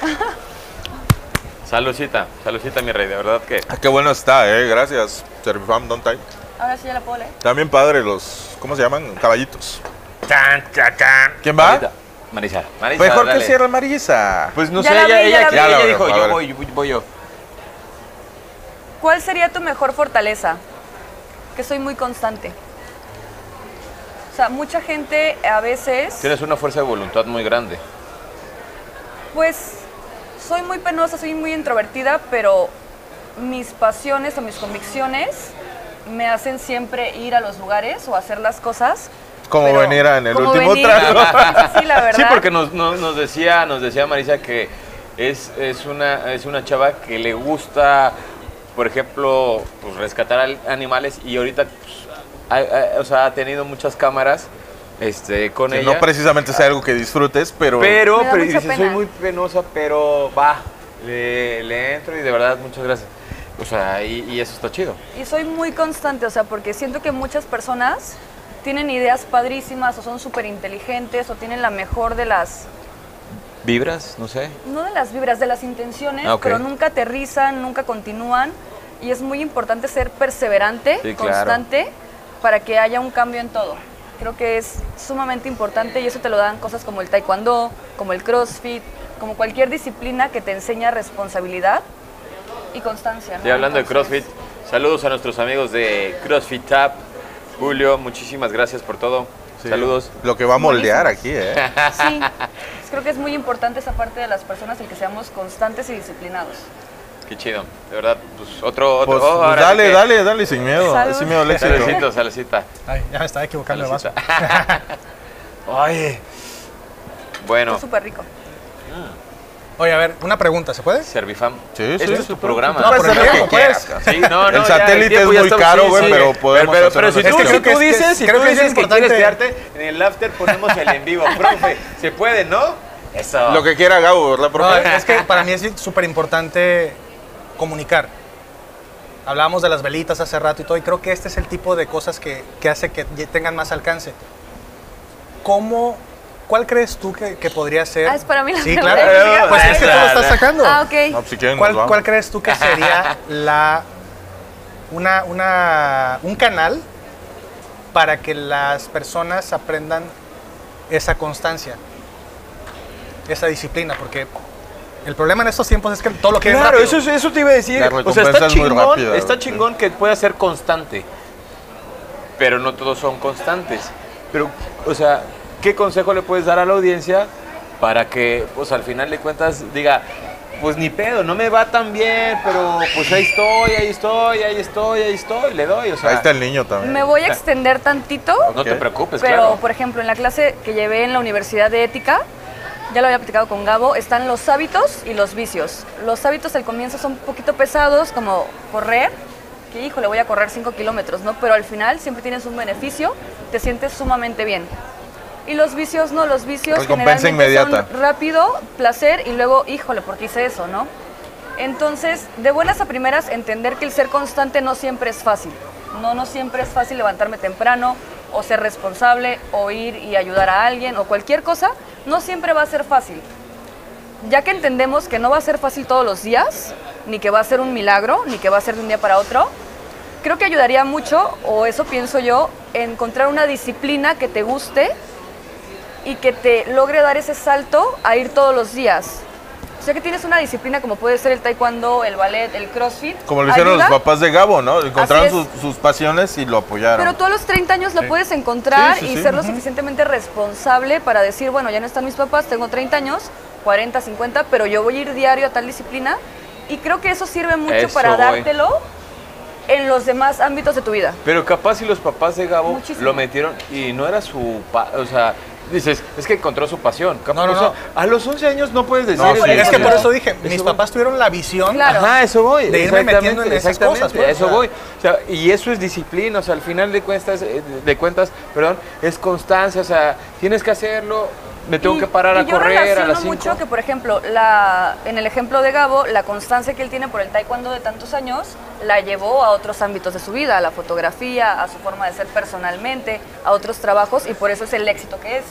S1: Salucita, salucita, mi rey, de verdad que.
S2: Ah, qué bueno está, eh. Gracias. Servifam, Don't Time.
S4: Ahora sí ya la puedo leer.
S2: También padre los. ¿Cómo se llaman? Caballitos.
S1: Tan, tan, tan.
S2: ¿Quién va? Pues,
S1: Ahorita. Marisa. Marisa,
S2: Mejor
S1: dale.
S2: que cierre Marisa.
S1: Pues no
S4: Ya
S1: sé,
S4: la
S1: ella,
S4: vi,
S1: ella,
S4: ya la vi.
S1: ella
S2: Ya la
S1: dijo,
S2: abro, a
S1: yo
S2: ver.
S1: voy, voy, voy yo.
S4: ¿Cuál sería tu mejor fortaleza? Que soy muy constante. O sea, mucha gente a veces,
S1: Tienes una fuerza de voluntad muy grande.
S4: pues, soy muy penosa, soy muy introvertida, pero mis pasiones o mis convicciones me hacen siempre ir a los lugares o hacer las cosas.
S2: Como
S4: pero-
S2: venir en el
S4: como Ah,
S2: último
S4: venir-
S2: trago.
S4: Sí,
S2: [LAUGHS]
S4: sí, la verdad.
S1: Sí, porque nos, nos, nos decía, nos decía Marisa que es, es, una, es una chava que le gusta, por ejemplo, pues, rescatar al- animales y ahorita pues, ha, ha- o sea, ha tenido muchas cámaras este, con
S2: Que
S1: ella.
S2: no precisamente sea algo que disfrutes, pero.
S1: Pero,
S4: Me da
S1: pero
S4: mucha
S1: dice, soy
S4: pena".
S1: muy penosa, pero va, le, le entro y de verdad, muchas gracias. O sea, y, y eso está chido.
S4: Y soy muy constante, o sea, porque siento que muchas personas tienen ideas padrísimas o son súper inteligentes o tienen la mejor de las,
S1: ¿Vibras? No sé.
S4: no de las vibras, de las intenciones,
S1: Ah, ok.
S4: pero nunca aterrizan, nunca continúan. Y es muy importante ser perseverante,
S1: Sí, claro.
S4: constante, para que haya un cambio en todo. Creo que es sumamente importante y eso te lo dan cosas como el taekwondo, como el crossfit, como cualquier disciplina que te enseña responsabilidad y constancia. ¿no?
S1: Y hablando de
S4: Entonces-
S1: CrossFit, saludos a nuestros amigos de CrossFit Tap. Julio, muchísimas gracias por todo.
S2: Sí.
S1: Saludos.
S2: Lo que va a moldear aquí,
S1: [LAUGHS]
S2: ¿eh?
S4: Sí, pues creo que es muy importante esa parte de las personas, el que seamos constantes y disciplinados.
S1: Qué chido. De verdad, pues otro, otro.
S2: Pues,
S1: oh,
S2: pues
S1: ahora sí
S2: dale,
S1: que-
S2: dale, dale, sin miedo.
S4: Salud.
S2: Sin miedo al éxito.
S1: Salucito, salucita.
S3: Ay, ya me estaba equivocando de vaso.
S1: salucita. Ay. Bueno,
S4: Es súper rico.
S3: Oye, a ver, una pregunta, ¿se puede?
S1: Servifam.
S2: Sí,
S1: este
S2: sí,
S1: es
S2: sí,
S1: tu
S2: puedes-
S1: programa.
S2: puedes
S3: pero
S2: hacer
S3: no,
S2: lo que
S3: pues.
S2: quieras,
S1: Sí, no,
S2: El
S1: no, ya,
S2: satélite
S1: el tiempo
S2: es
S1: ya
S2: muy
S1: estamos-
S2: caro,
S1: sí,
S2: güey,
S1: sí.
S2: pero podemos
S1: Pero,
S2: hacer
S1: pero si
S2: una
S1: tú,
S2: sección.
S1: si tú
S3: Creo que es-
S1: dices, si
S3: creo
S1: tú
S3: que es
S1: dices que quieres
S3: importante-
S1: quedarte en el after, ponemos el en vivo. Profe, se puede, ¿no? Eso.
S2: Lo que quiera Gabo, ¿verdad, profe?
S3: No, es que para mí es súper importante comunicar. Hablábamos de las velitas hace rato y todo, y creo que este es el tipo de cosas que, que hace que ye- tengan más alcance. ¿Cómo, ¿Cuál crees tú que, que podría ser?
S4: Ah, es para mí la [LAUGHS]
S3: Sí,
S4: pregunta.
S3: claro. Pues es que tú lo
S1: Claro.
S3: estás sacando.
S4: Ah, ok.
S2: No, pues, si quieren,
S3: ¿Cuál,
S2: nos vamos.
S3: cuál crees tú que
S1: [LAUGHS]
S3: sería la una, una- un canal para que las personas aprendan esa constancia, esa disciplina? Porque el problema en estos tiempos es que todo lo quieren
S1: Claro,
S3: rápido.
S1: eso, es- eso te iba a decir.
S2: La
S1: O sea,
S2: recompensa
S1: está
S2: es muy
S1: chingón,
S2: rápida,
S1: está
S2: güey.
S1: chingón que pueda ser constante. Pero no todos son constantes. Pero, o sea, ¿qué consejo le puedes dar a la audiencia para que, pues al final de cuentas, diga, pues ni pedo, no me va tan bien, pero pues ahí estoy, ahí estoy, ahí estoy, ahí estoy, le doy. O sea,
S2: Ahí está el niño también.
S4: Me
S1: [LAUGHS]
S4: voy a extender tantito,
S1: no te
S2: Ok.
S1: preocupes,
S4: pero
S1: claro.
S4: por ejemplo, en la clase que llevé en la Universidad de Ética, ya lo había platicado con Gabo, están los hábitos y los vicios. Los hábitos al comienzo son un poquito pesados, como correr, que hijo, le voy a correr 5 kilómetros, ¿no? Pero al final siempre tienes un beneficio, te sientes sumamente bien. Y los vicios no, los vicios
S2: Recompensa
S4: generalmente
S2: inmediata.
S4: son rápido, placer y luego, híjole, ¿por qué hice eso, no? Entonces, de buenas a primeras, entender que el ser constante no siempre es fácil. No, no siempre es fácil levantarme temprano o ser responsable o ir y ayudar a alguien o cualquier cosa. No siempre va a ser fácil. Ya que entendemos que no va a ser fácil todos los días, ni que va a ser un milagro, ni que va a ser de un día para otro, creo que ayudaría mucho, o eso pienso yo, encontrar una disciplina que te guste y que te logre dar ese salto a ir todos los días. O sea que tienes una disciplina como puede ser el taekwondo, el ballet, el crossfit.
S2: Como lo hicieron
S4: ayuda,
S2: los papás de Gabo, ¿no? Encontraron
S4: Así es.
S2: sus, sus pasiones y lo apoyaron.
S4: Pero tú a los 30 años la puedes encontrar
S2: Sí, sí,
S4: y
S2: sí,
S4: ser lo
S2: ujú.
S4: suficientemente responsable para decir, bueno, ya no están mis papás, tengo 30 años, 40, 50, pero yo voy a ir diario a tal disciplina. Y creo que eso sirve mucho
S1: Eso
S4: para
S1: voy.
S4: dártelo en los demás ámbitos de tu vida.
S1: Pero capaz si los papás de Gabo
S4: Muchísimo.
S1: lo metieron y no era su... pa- o sea, dices, es que encontró su pasión. Capaz,
S3: No, no,
S1: o sea,
S3: no.
S1: a los 11 años no puedes decir...
S2: No,
S1: eso.
S2: sí,
S3: es que por
S4: claro.
S3: eso dije, mis papás tuvieron la visión.
S4: Claro.
S1: Ajá, eso voy.
S3: De irme
S1: Exactamente,
S3: metiendo en esas
S1: exactamente,
S3: cosas, pues,
S1: a eso
S3: o sea.
S1: voy. O sea, y eso es disciplina, o sea, al final de cuentas, eh, de cuentas, perdón, es constancia, o sea, tienes que hacerlo, me tengo
S4: Y-
S1: que parar
S4: y
S1: a correr a las
S4: Yo relaciono
S1: 5.
S4: mucho que, por ejemplo, la, en el ejemplo de Gabo, la constancia que él tiene por el taekwondo de tantos años la llevó a otros ámbitos de su vida, a la fotografía, a su forma de ser personalmente, a otros trabajos y por eso es el éxito que es.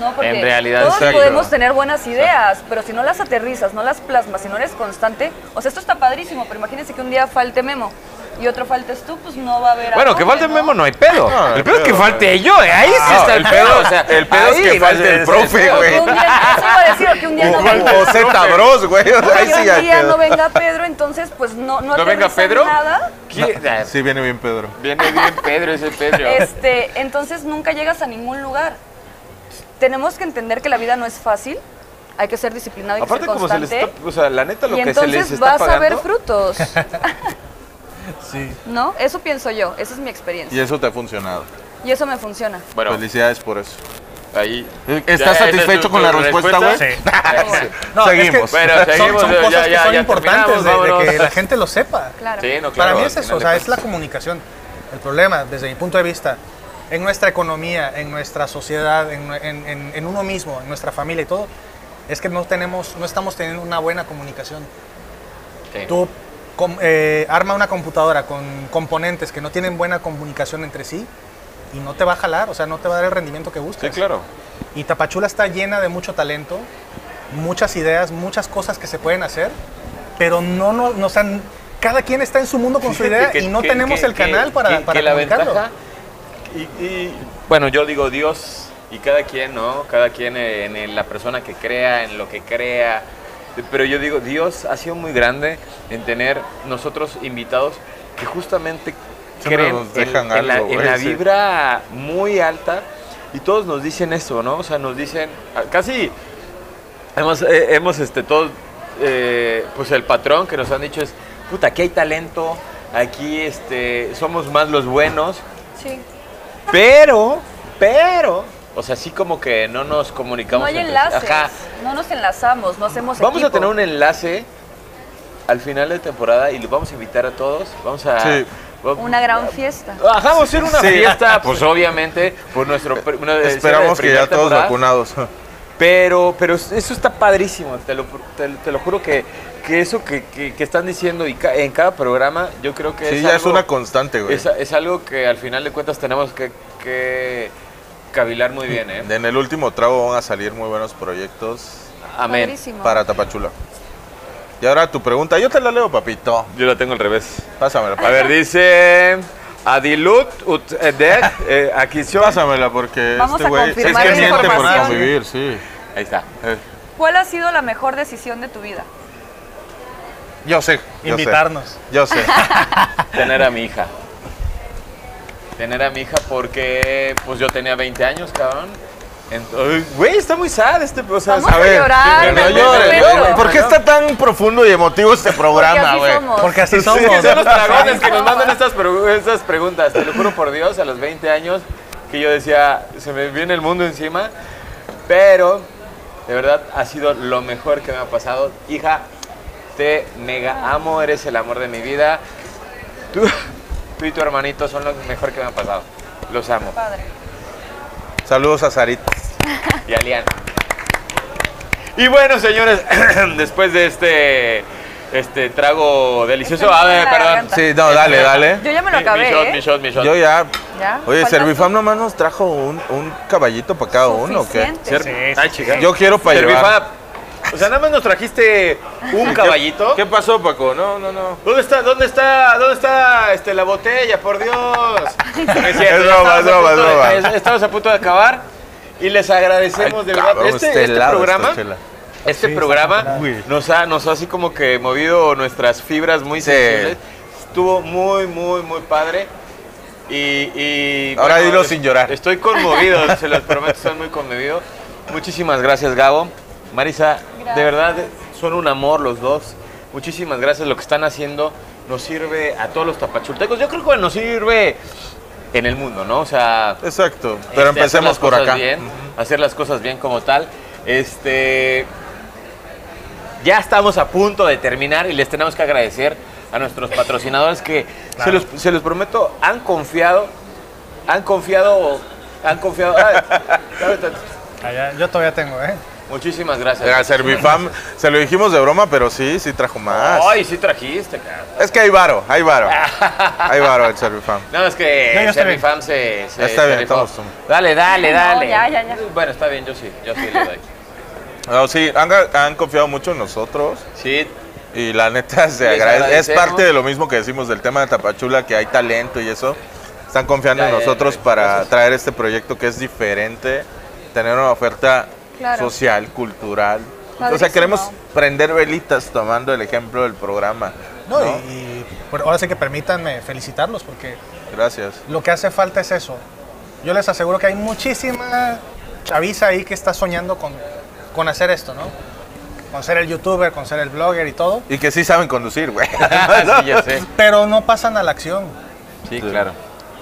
S4: No, porque
S1: En realidad,
S4: todos
S1: exacto.
S4: podemos tener buenas ideas, pero si no las aterrizas, no las plasmas, si no eres constante, o sea, esto está padrísimo, pero imagínense que un día falte Memo. y otro faltes tú, pues no va a haber
S1: Bueno,
S4: apoyo,
S1: que falte el
S4: ¿no?
S1: Memo no hay pedo.
S2: No,
S1: el pedo es que
S2: pedo,
S1: falte yo, eh, ahí sí
S2: No,
S1: está el
S2: el
S1: pedo.
S2: pedo-
S1: o sea,
S2: el pedo es
S1: ahí
S2: que falte
S1: es-
S2: el
S1: es-
S2: profe,
S1: es-
S4: O que
S2: güey.
S4: un día, eso iba a decir, que un día no venga.
S2: O Z Bros, güey. O sea,
S1: Pues
S2: ahí
S4: que
S2: sí
S4: un
S2: ya
S4: día
S2: quedó.
S4: no venga Pedro, entonces pues no no,
S1: ¿No venga
S4: aterriza
S1: Pedro?
S4: nada.
S1: ¿Quién- ah,
S2: Sí, viene bien Pedro.
S1: Viene bien Pedro ese
S4: [LAUGHS]
S1: Pedro.
S4: Este, entonces nunca llegas a ningún lugar. Tenemos que entender que la vida no es fácil. Hay que ser disciplinado y hay que
S1: Aparte
S4: ser
S1: como se
S4: constante.
S1: les está, o sea, la neta lo
S4: y
S1: que se les
S4: entonces
S1: está
S4: vas a
S1: pagando.
S4: ver frutos,
S1: [LAUGHS]
S3: Sí.
S4: ¿no? Eso pienso yo, esa es mi
S2: Y
S4: experiencia.
S2: eso te ha funcionado.
S4: Y eso me funciona.
S1: bueno,
S2: Felicidades por eso.
S1: ahí.
S2: ¿Estás satisfecho con la respuesta, güey?
S3: [LAUGHS] Sí. [LAUGHS]
S2: No, Seguimos.
S3: Es que
S1: Bueno,
S2: [LAUGHS]
S3: son-
S1: seguimos,
S3: son,
S1: ya-
S3: cosas
S1: ya-
S3: que son
S1: ya
S3: importantes de- de,
S1: terminamos,
S3: que la
S1: vámonos.
S3: gente lo sepa.
S4: Claro.
S1: Sí, no, claro.
S3: Para mí
S1: al
S3: es eso,
S1: final
S3: o
S1: de
S3: sea, es la
S1: cuentas.
S3: comunicación. El problema, desde mi punto de vista, en nuestra economía, en nuestra sociedad, en, en- en- en uno mismo, en nuestra familia y todo, es que no, tenemos, no estamos teniendo una buena comunicación.
S1: Sí.
S3: Tú com- eh, arma una computadora con componentes que no tienen buena comunicación entre sí y no te va a jalar, o sea, no te va a dar el rendimiento que buscas.
S1: Sí, claro.
S3: Y Tapachula está llena de mucho talento, muchas ideas, muchas cosas que se pueden hacer, pero no, no, no o sea, cada quien está en su mundo con su
S1: Fíjate
S3: idea
S1: que-
S3: y no
S1: que-
S3: tenemos
S1: que-
S3: el
S1: que-
S3: canal para,
S1: que-
S3: para
S1: que la
S3: comunicarlo.
S1: ventaja y, y- bueno, yo digo Dios y cada quien, ¿no? Cada quien eh, en, el- la persona que crea, en lo que crea. Pero yo digo, Dios ha sido muy grande en tener nosotros invitados que justamente
S2: Siempre
S1: creen
S2: nos
S1: en,
S2: dejan
S1: en la,
S2: algo,
S1: en
S2: güey,
S1: la
S2: sí.
S1: vibra muy alta y todos nos dicen eso, ¿no? O sea, nos dicen, ah, casi Hemos, eh, hemos este, todo, eh, pues el patrón que nos han dicho es, puta, aquí hay talento, aquí este, somos más los buenos,
S4: Sí.
S1: pero, pero, o sea, así como que no nos comunicamos.
S4: No hay
S1: entre-
S4: enlaces.
S1: Ajá.
S4: No nos enlazamos, no hacemos
S1: Vamos a
S4: equipo.
S1: tener un enlace al final de temporada y los vamos a invitar a todos, vamos a...
S2: Sí.
S1: va-
S4: una gran fiesta.
S1: Ajá, vamos a hacer una
S2: Sí. [LAUGHS]
S1: fiesta, pues obviamente, por nuestro... pr- una- cierre de
S2: Esperamos que
S1: primera
S2: ya todos
S1: temporada.
S2: vacunados.
S1: Pero, pero eso está padrísimo, te lo, te, te lo juro que, que eso que, que- que están diciendo y ca- en cada programa, yo creo que
S2: Sí,
S1: es,
S2: ya es
S1: algo,
S2: una constante, güey.
S1: es, es algo que al final de cuentas tenemos que, que cavilar muy bien, ¿eh?
S2: En el último trago van a salir muy buenos proyectos
S1: Amén.
S4: Padrísimo.
S2: para Tapachula. Y ahora tu pregunta, yo te la leo, papito.
S1: Yo la tengo al revés.
S2: Pásamela.
S1: A ver, dice... Adilut ut edek eh, aquí
S2: Sí, pásamela porque
S4: Vamos
S2: este
S4: a
S2: güey es
S4: confirmar
S2: que
S4: la
S2: miente por
S4: información.
S2: convivir, sí.
S1: Ahí está.
S2: Eh,
S4: ¿Cuál ha sido la mejor decisión de tu vida?
S2: yo sé. yo sé.
S3: Invitarnos.
S2: Yo
S4: [LAUGHS]
S2: sé.
S1: Tener a mi hija. Tener a mi hija porque pues yo tenía 20 años, cabrón. Entonces, güey, está muy sad este... O sea,
S4: Vamos a, llorar.
S2: no
S1: me- me-
S2: llores,
S1: me-
S2: güey.
S1: me-
S2: ¿Por qué
S1: ¿no?
S2: está tan profundo y emotivo este
S4: Porque
S2: programa,
S4: así
S2: güey?
S4: somos.
S3: Porque así somos.
S1: Sí,
S3: [LAUGHS]
S1: son los dragones que
S4: No,
S1: nos mandan
S4: ma.
S1: estas, pregu- estas preguntas. Te lo juro por Dios, a los 20 años que yo decía, se me viene el mundo encima. Pero, de verdad, ha sido lo mejor que me ha pasado. Hija, te mega amo, eres el amor de mi vida. Tú, tú y tu hermanito son lo mejor que me ha pasado. Los amo.
S4: Padre.
S2: Saludos a Sarit.
S1: Y a Liana. Y bueno, señores, [CLEARS THROAT] después de este, este trago delicioso. A ver, perdón.
S2: Sí, no, dale, dale.
S4: Yo ya me lo
S1: Mi- mi
S4: acabé,
S1: shot,
S4: ¿eh?
S1: mi shot, mi shot.
S2: Yo ya.
S4: ¿Ya?
S2: Oye,
S4: ¿Faltas
S2: Servifam
S4: tú?
S2: nomás nos trajo un, un caballito para cada uno, ¿o qué?
S4: Suficiente.
S1: Ser-
S3: Sí,
S1: Ay,
S3: sí,
S1: chica.
S2: Yo quiero para
S1: Servifab.
S2: llevar.
S1: O sea, nada más nos trajiste un caballito.
S2: [LAUGHS] ¿Qué pasó, Paco? No, no, no.
S1: ¿Dónde está, dónde está, dónde está este, la botella, por Dios? No es cierto,
S2: [LAUGHS] Es
S1: ya estábamos
S2: broma,
S1: a
S2: es
S1: punto
S2: broma, es
S1: de-
S2: broma.
S1: Estamos a punto de acabar y les agradecemos
S2: Ay,
S1: de verdad.
S2: cabrón,
S1: este,
S2: está
S1: este
S2: helado esta
S1: programa,
S2: chela.
S1: este
S3: Sí, está
S1: programa
S3: helado.
S2: Uy.
S1: nos ha, nos ha así como que movido nuestras fibras muy
S2: Sí.
S1: sensibles. Estuvo muy, muy, muy padre. Y, y,
S2: Ahora dilo sin llorar.
S1: Estoy conmovido,
S2: [LAUGHS]
S1: se los prometo, estoy muy conmovido. Muchísimas gracias, Gabo. Marisa, de
S4: Gracias.
S1: verdad, son un amor los dos. Muchísimas gracias, lo que están haciendo nos sirve a todos los tapachultecos. Yo creo que nos sirve en el mundo, ¿no? O sea,
S2: Exacto.
S1: este,
S2: Pero
S1: hacer
S2: empecemos
S1: las
S2: por
S1: cosas
S2: acá.
S1: bien, hacer las cosas bien como tal. Este. Ya estamos a punto de terminar y les tenemos que agradecer a nuestros patrocinadores que se, los, se los prometo, han confiado. Han confiado. Han confiado. ay, dame tantito.
S3: Allá, Ah, yo todavía tengo, ¿eh?
S1: muchísimas gracias.
S2: Era Servifam, se lo dijimos de broma, pero sí, sí trajo más.
S1: Ay, sí trajiste, cara.
S2: Es que hay varo, hay
S1: [LAUGHS]
S2: varo. hay varo el Servifam.
S1: No, es que
S3: No, ya está
S1: Serifam se, se.
S2: Está bien,
S1: se rifó.
S2: estamos-
S1: Dale, dale,
S4: No,
S1: dale.
S4: ya, ya, ya.
S1: Bueno, está bien, yo sí, yo sí le doy.
S2: No, sí, han, han confiado mucho en nosotros.
S1: Sí,
S2: Y la neta [LAUGHS] se
S1: Les
S2: agradece. Es
S1: agradecemos.
S2: parte de lo mismo que decimos del tema de Tapachula, que hay talento y eso. Están confiando
S1: Ya,
S2: en
S1: ya, ya,
S2: nosotros
S1: ya.
S2: para
S1: Gracias.
S2: traer este proyecto que es diferente, tener una oferta
S4: Claro.
S2: social, cultural. o sea,
S4: Padrísimo.
S2: queremos prender velitas tomando el ejemplo del programa.
S3: No,
S2: ¿no?
S3: Y, y, bueno, ahora sí que permítanme felicitarlos porque
S2: Gracias.
S3: lo que hace falta es eso. Yo les aseguro que hay muchísima chaviza ahí que está soñando con, con hacer esto, ¿no? Con ser el youtuber, con ser el blogger y todo,
S2: Y que sí saben conducir, güey.
S1: [LAUGHS]
S2: [LAUGHS]
S1: sí, ya sé.
S3: pero no pasan a la acción.
S1: Sí, claro.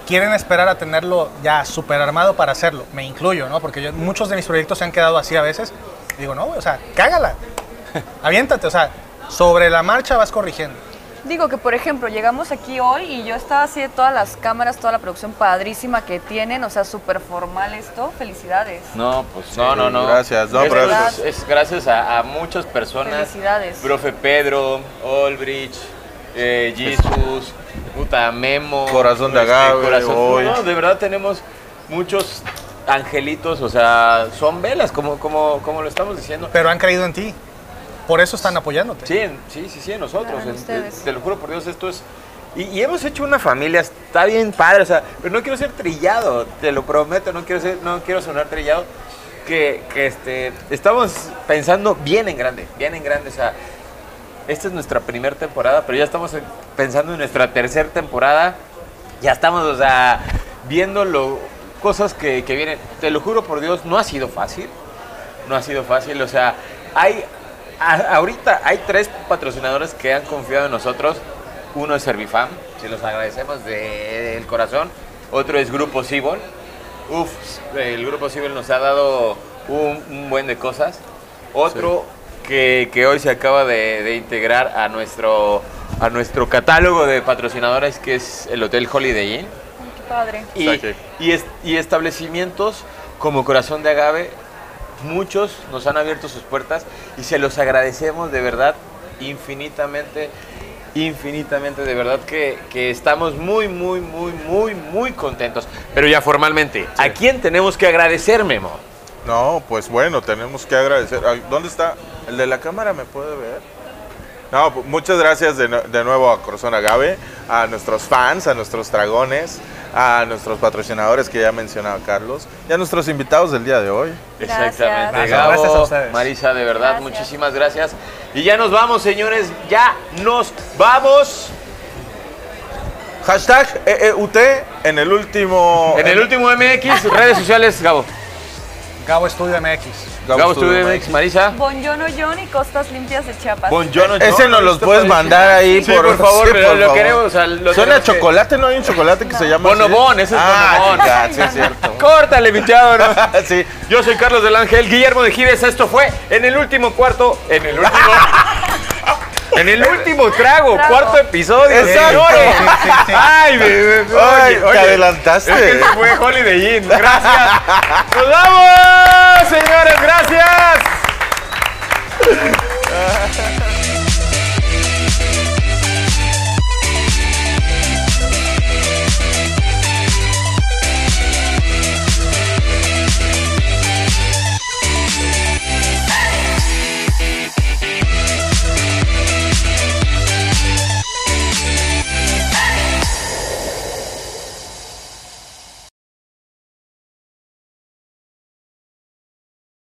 S3: quieren esperar a tenerlo ya super armado para hacerlo. Me incluyo, ¿no? Porque yo- muchos de mis proyectos se han quedado así a veces. Digo, no, güey, o sea, cágala.
S1: [LAUGHS]
S3: Aviéntate, o sea, sobre la marcha vas corrigiendo.
S4: Digo que, por ejemplo, llegamos aquí hoy y yo estaba así de todas las cámaras, toda la producción padrísima que tienen, o sea, súper formal esto. Felicidades.
S1: No, pues no, no, no.
S2: gracias, no,
S1: Esto
S2: pero
S1: es, es gracias a, a muchas personas.
S4: Felicidades.
S1: Profe Pedro, Olbrich, eh, Jesus, puta Memo.
S2: Corazón de agave, hoy.
S1: No, de verdad tenemos muchos angelitos, o sea, son velas, como, como, como lo estamos diciendo.
S3: Pero han creído en ti. Por eso están apoyándote.
S1: Sí, en- sí, sí, sí, en nosotros.
S4: Claro, en
S1: en- te,
S4: ustedes.
S1: te lo juro por Dios, esto es. Y, y hemos hecho una familia, está bien padre, o sea, pero no quiero ser trillado, te lo prometo, no quiero ser, no quiero sonar trillado. Que, que, este, estamos pensando bien en grande, bien en grande, o sea, esta es nuestra primera temporada, pero ya estamos en- pensando en nuestra tercera temporada, ya estamos, o sea, viendo lo- cosas que, que vienen. Te lo juro por Dios, no ha sido fácil, no ha sido fácil. O sea, hay a- ahorita hay tres patrocinadores que han confiado en nosotros. Uno es Servifam, se los agradecemos de- del corazón. Otro es Grupo Cibol. Uf, el Grupo Cibol nos ha dado un, un buen de cosas. Otro que, que hoy se acaba de, de integrar a nuestro, a nuestro catálogo de patrocinadores, que es el Hotel Holiday Inn
S4: Qué padre.
S1: y,
S2: Está aquí.
S1: y es- y establecimientos como Corazón de Agave, muchos nos han abierto sus puertas y se los agradecemos de verdad infinitamente, infinitamente, de verdad que, que estamos muy, muy, muy, muy, muy contentos. Pero ya formalmente, ¿a quién tenemos que agradecer, Memo?
S2: No, pues bueno, tenemos que agradecer. Ay, ¿Dónde está? ¿El de la cámara me puede ver? No, pu- muchas gracias de, nue- de nuevo a Corazón Agave, a nuestros fans, a nuestros dragones, a nuestros patrocinadores que ya mencionaba Carlos y a nuestros invitados del día de hoy.
S4: Gracias.
S1: Exactamente.
S3: Gracias.
S1: Gabo,
S3: Gracias a ustedes.
S1: Marisa, de verdad,
S4: Gracias.
S1: muchísimas gracias. Y ya nos vamos, señores, ya nos vamos.
S2: Hashtag E EEUT en el último... eh,
S1: En el último MX, redes sociales, Gabo.
S3: Gabo Estudio MX.
S1: Gabo, Studio MX, Marisa.
S4: Bonjono John y Costas Limpias de Chiapas.
S1: Bonjourno,
S2: Ese
S1: ¿no?
S2: nos los
S1: Esto
S2: puedes
S1: parece-
S2: mandar ahí
S1: Sí,
S2: por,
S1: por favor,
S2: sí,
S1: pero
S2: por
S1: lo
S2: favor.
S1: queremos, o sea, lo
S2: Suena a
S1: tenemos que-
S2: chocolate, ¿no hay un chocolate que se llama así?
S1: Bonobón, ese es
S2: Ah,
S1: Bonobón.
S2: ya, sí, es cierto.
S1: [LAUGHS]
S2: [LAUGHS]
S1: Córtale, mi chavo, ¿no?
S2: sí.
S1: [LAUGHS] Yo soy Carlos del Ángel, Guillermo de Gives. Esto fue en el último cuarto. En el último. en el último trago,
S4: Trago.
S1: cuarto episodio.
S2: Exacto.
S1: señores.
S3: Sí, sí, sí.
S1: Ay, me- me-
S2: Ay,
S1: oye,
S2: te
S1: oye,
S2: adelantaste.
S1: Es que se fue Holiday Inn. Gracias. ¡Nos vamos, señores! ¡Gracias!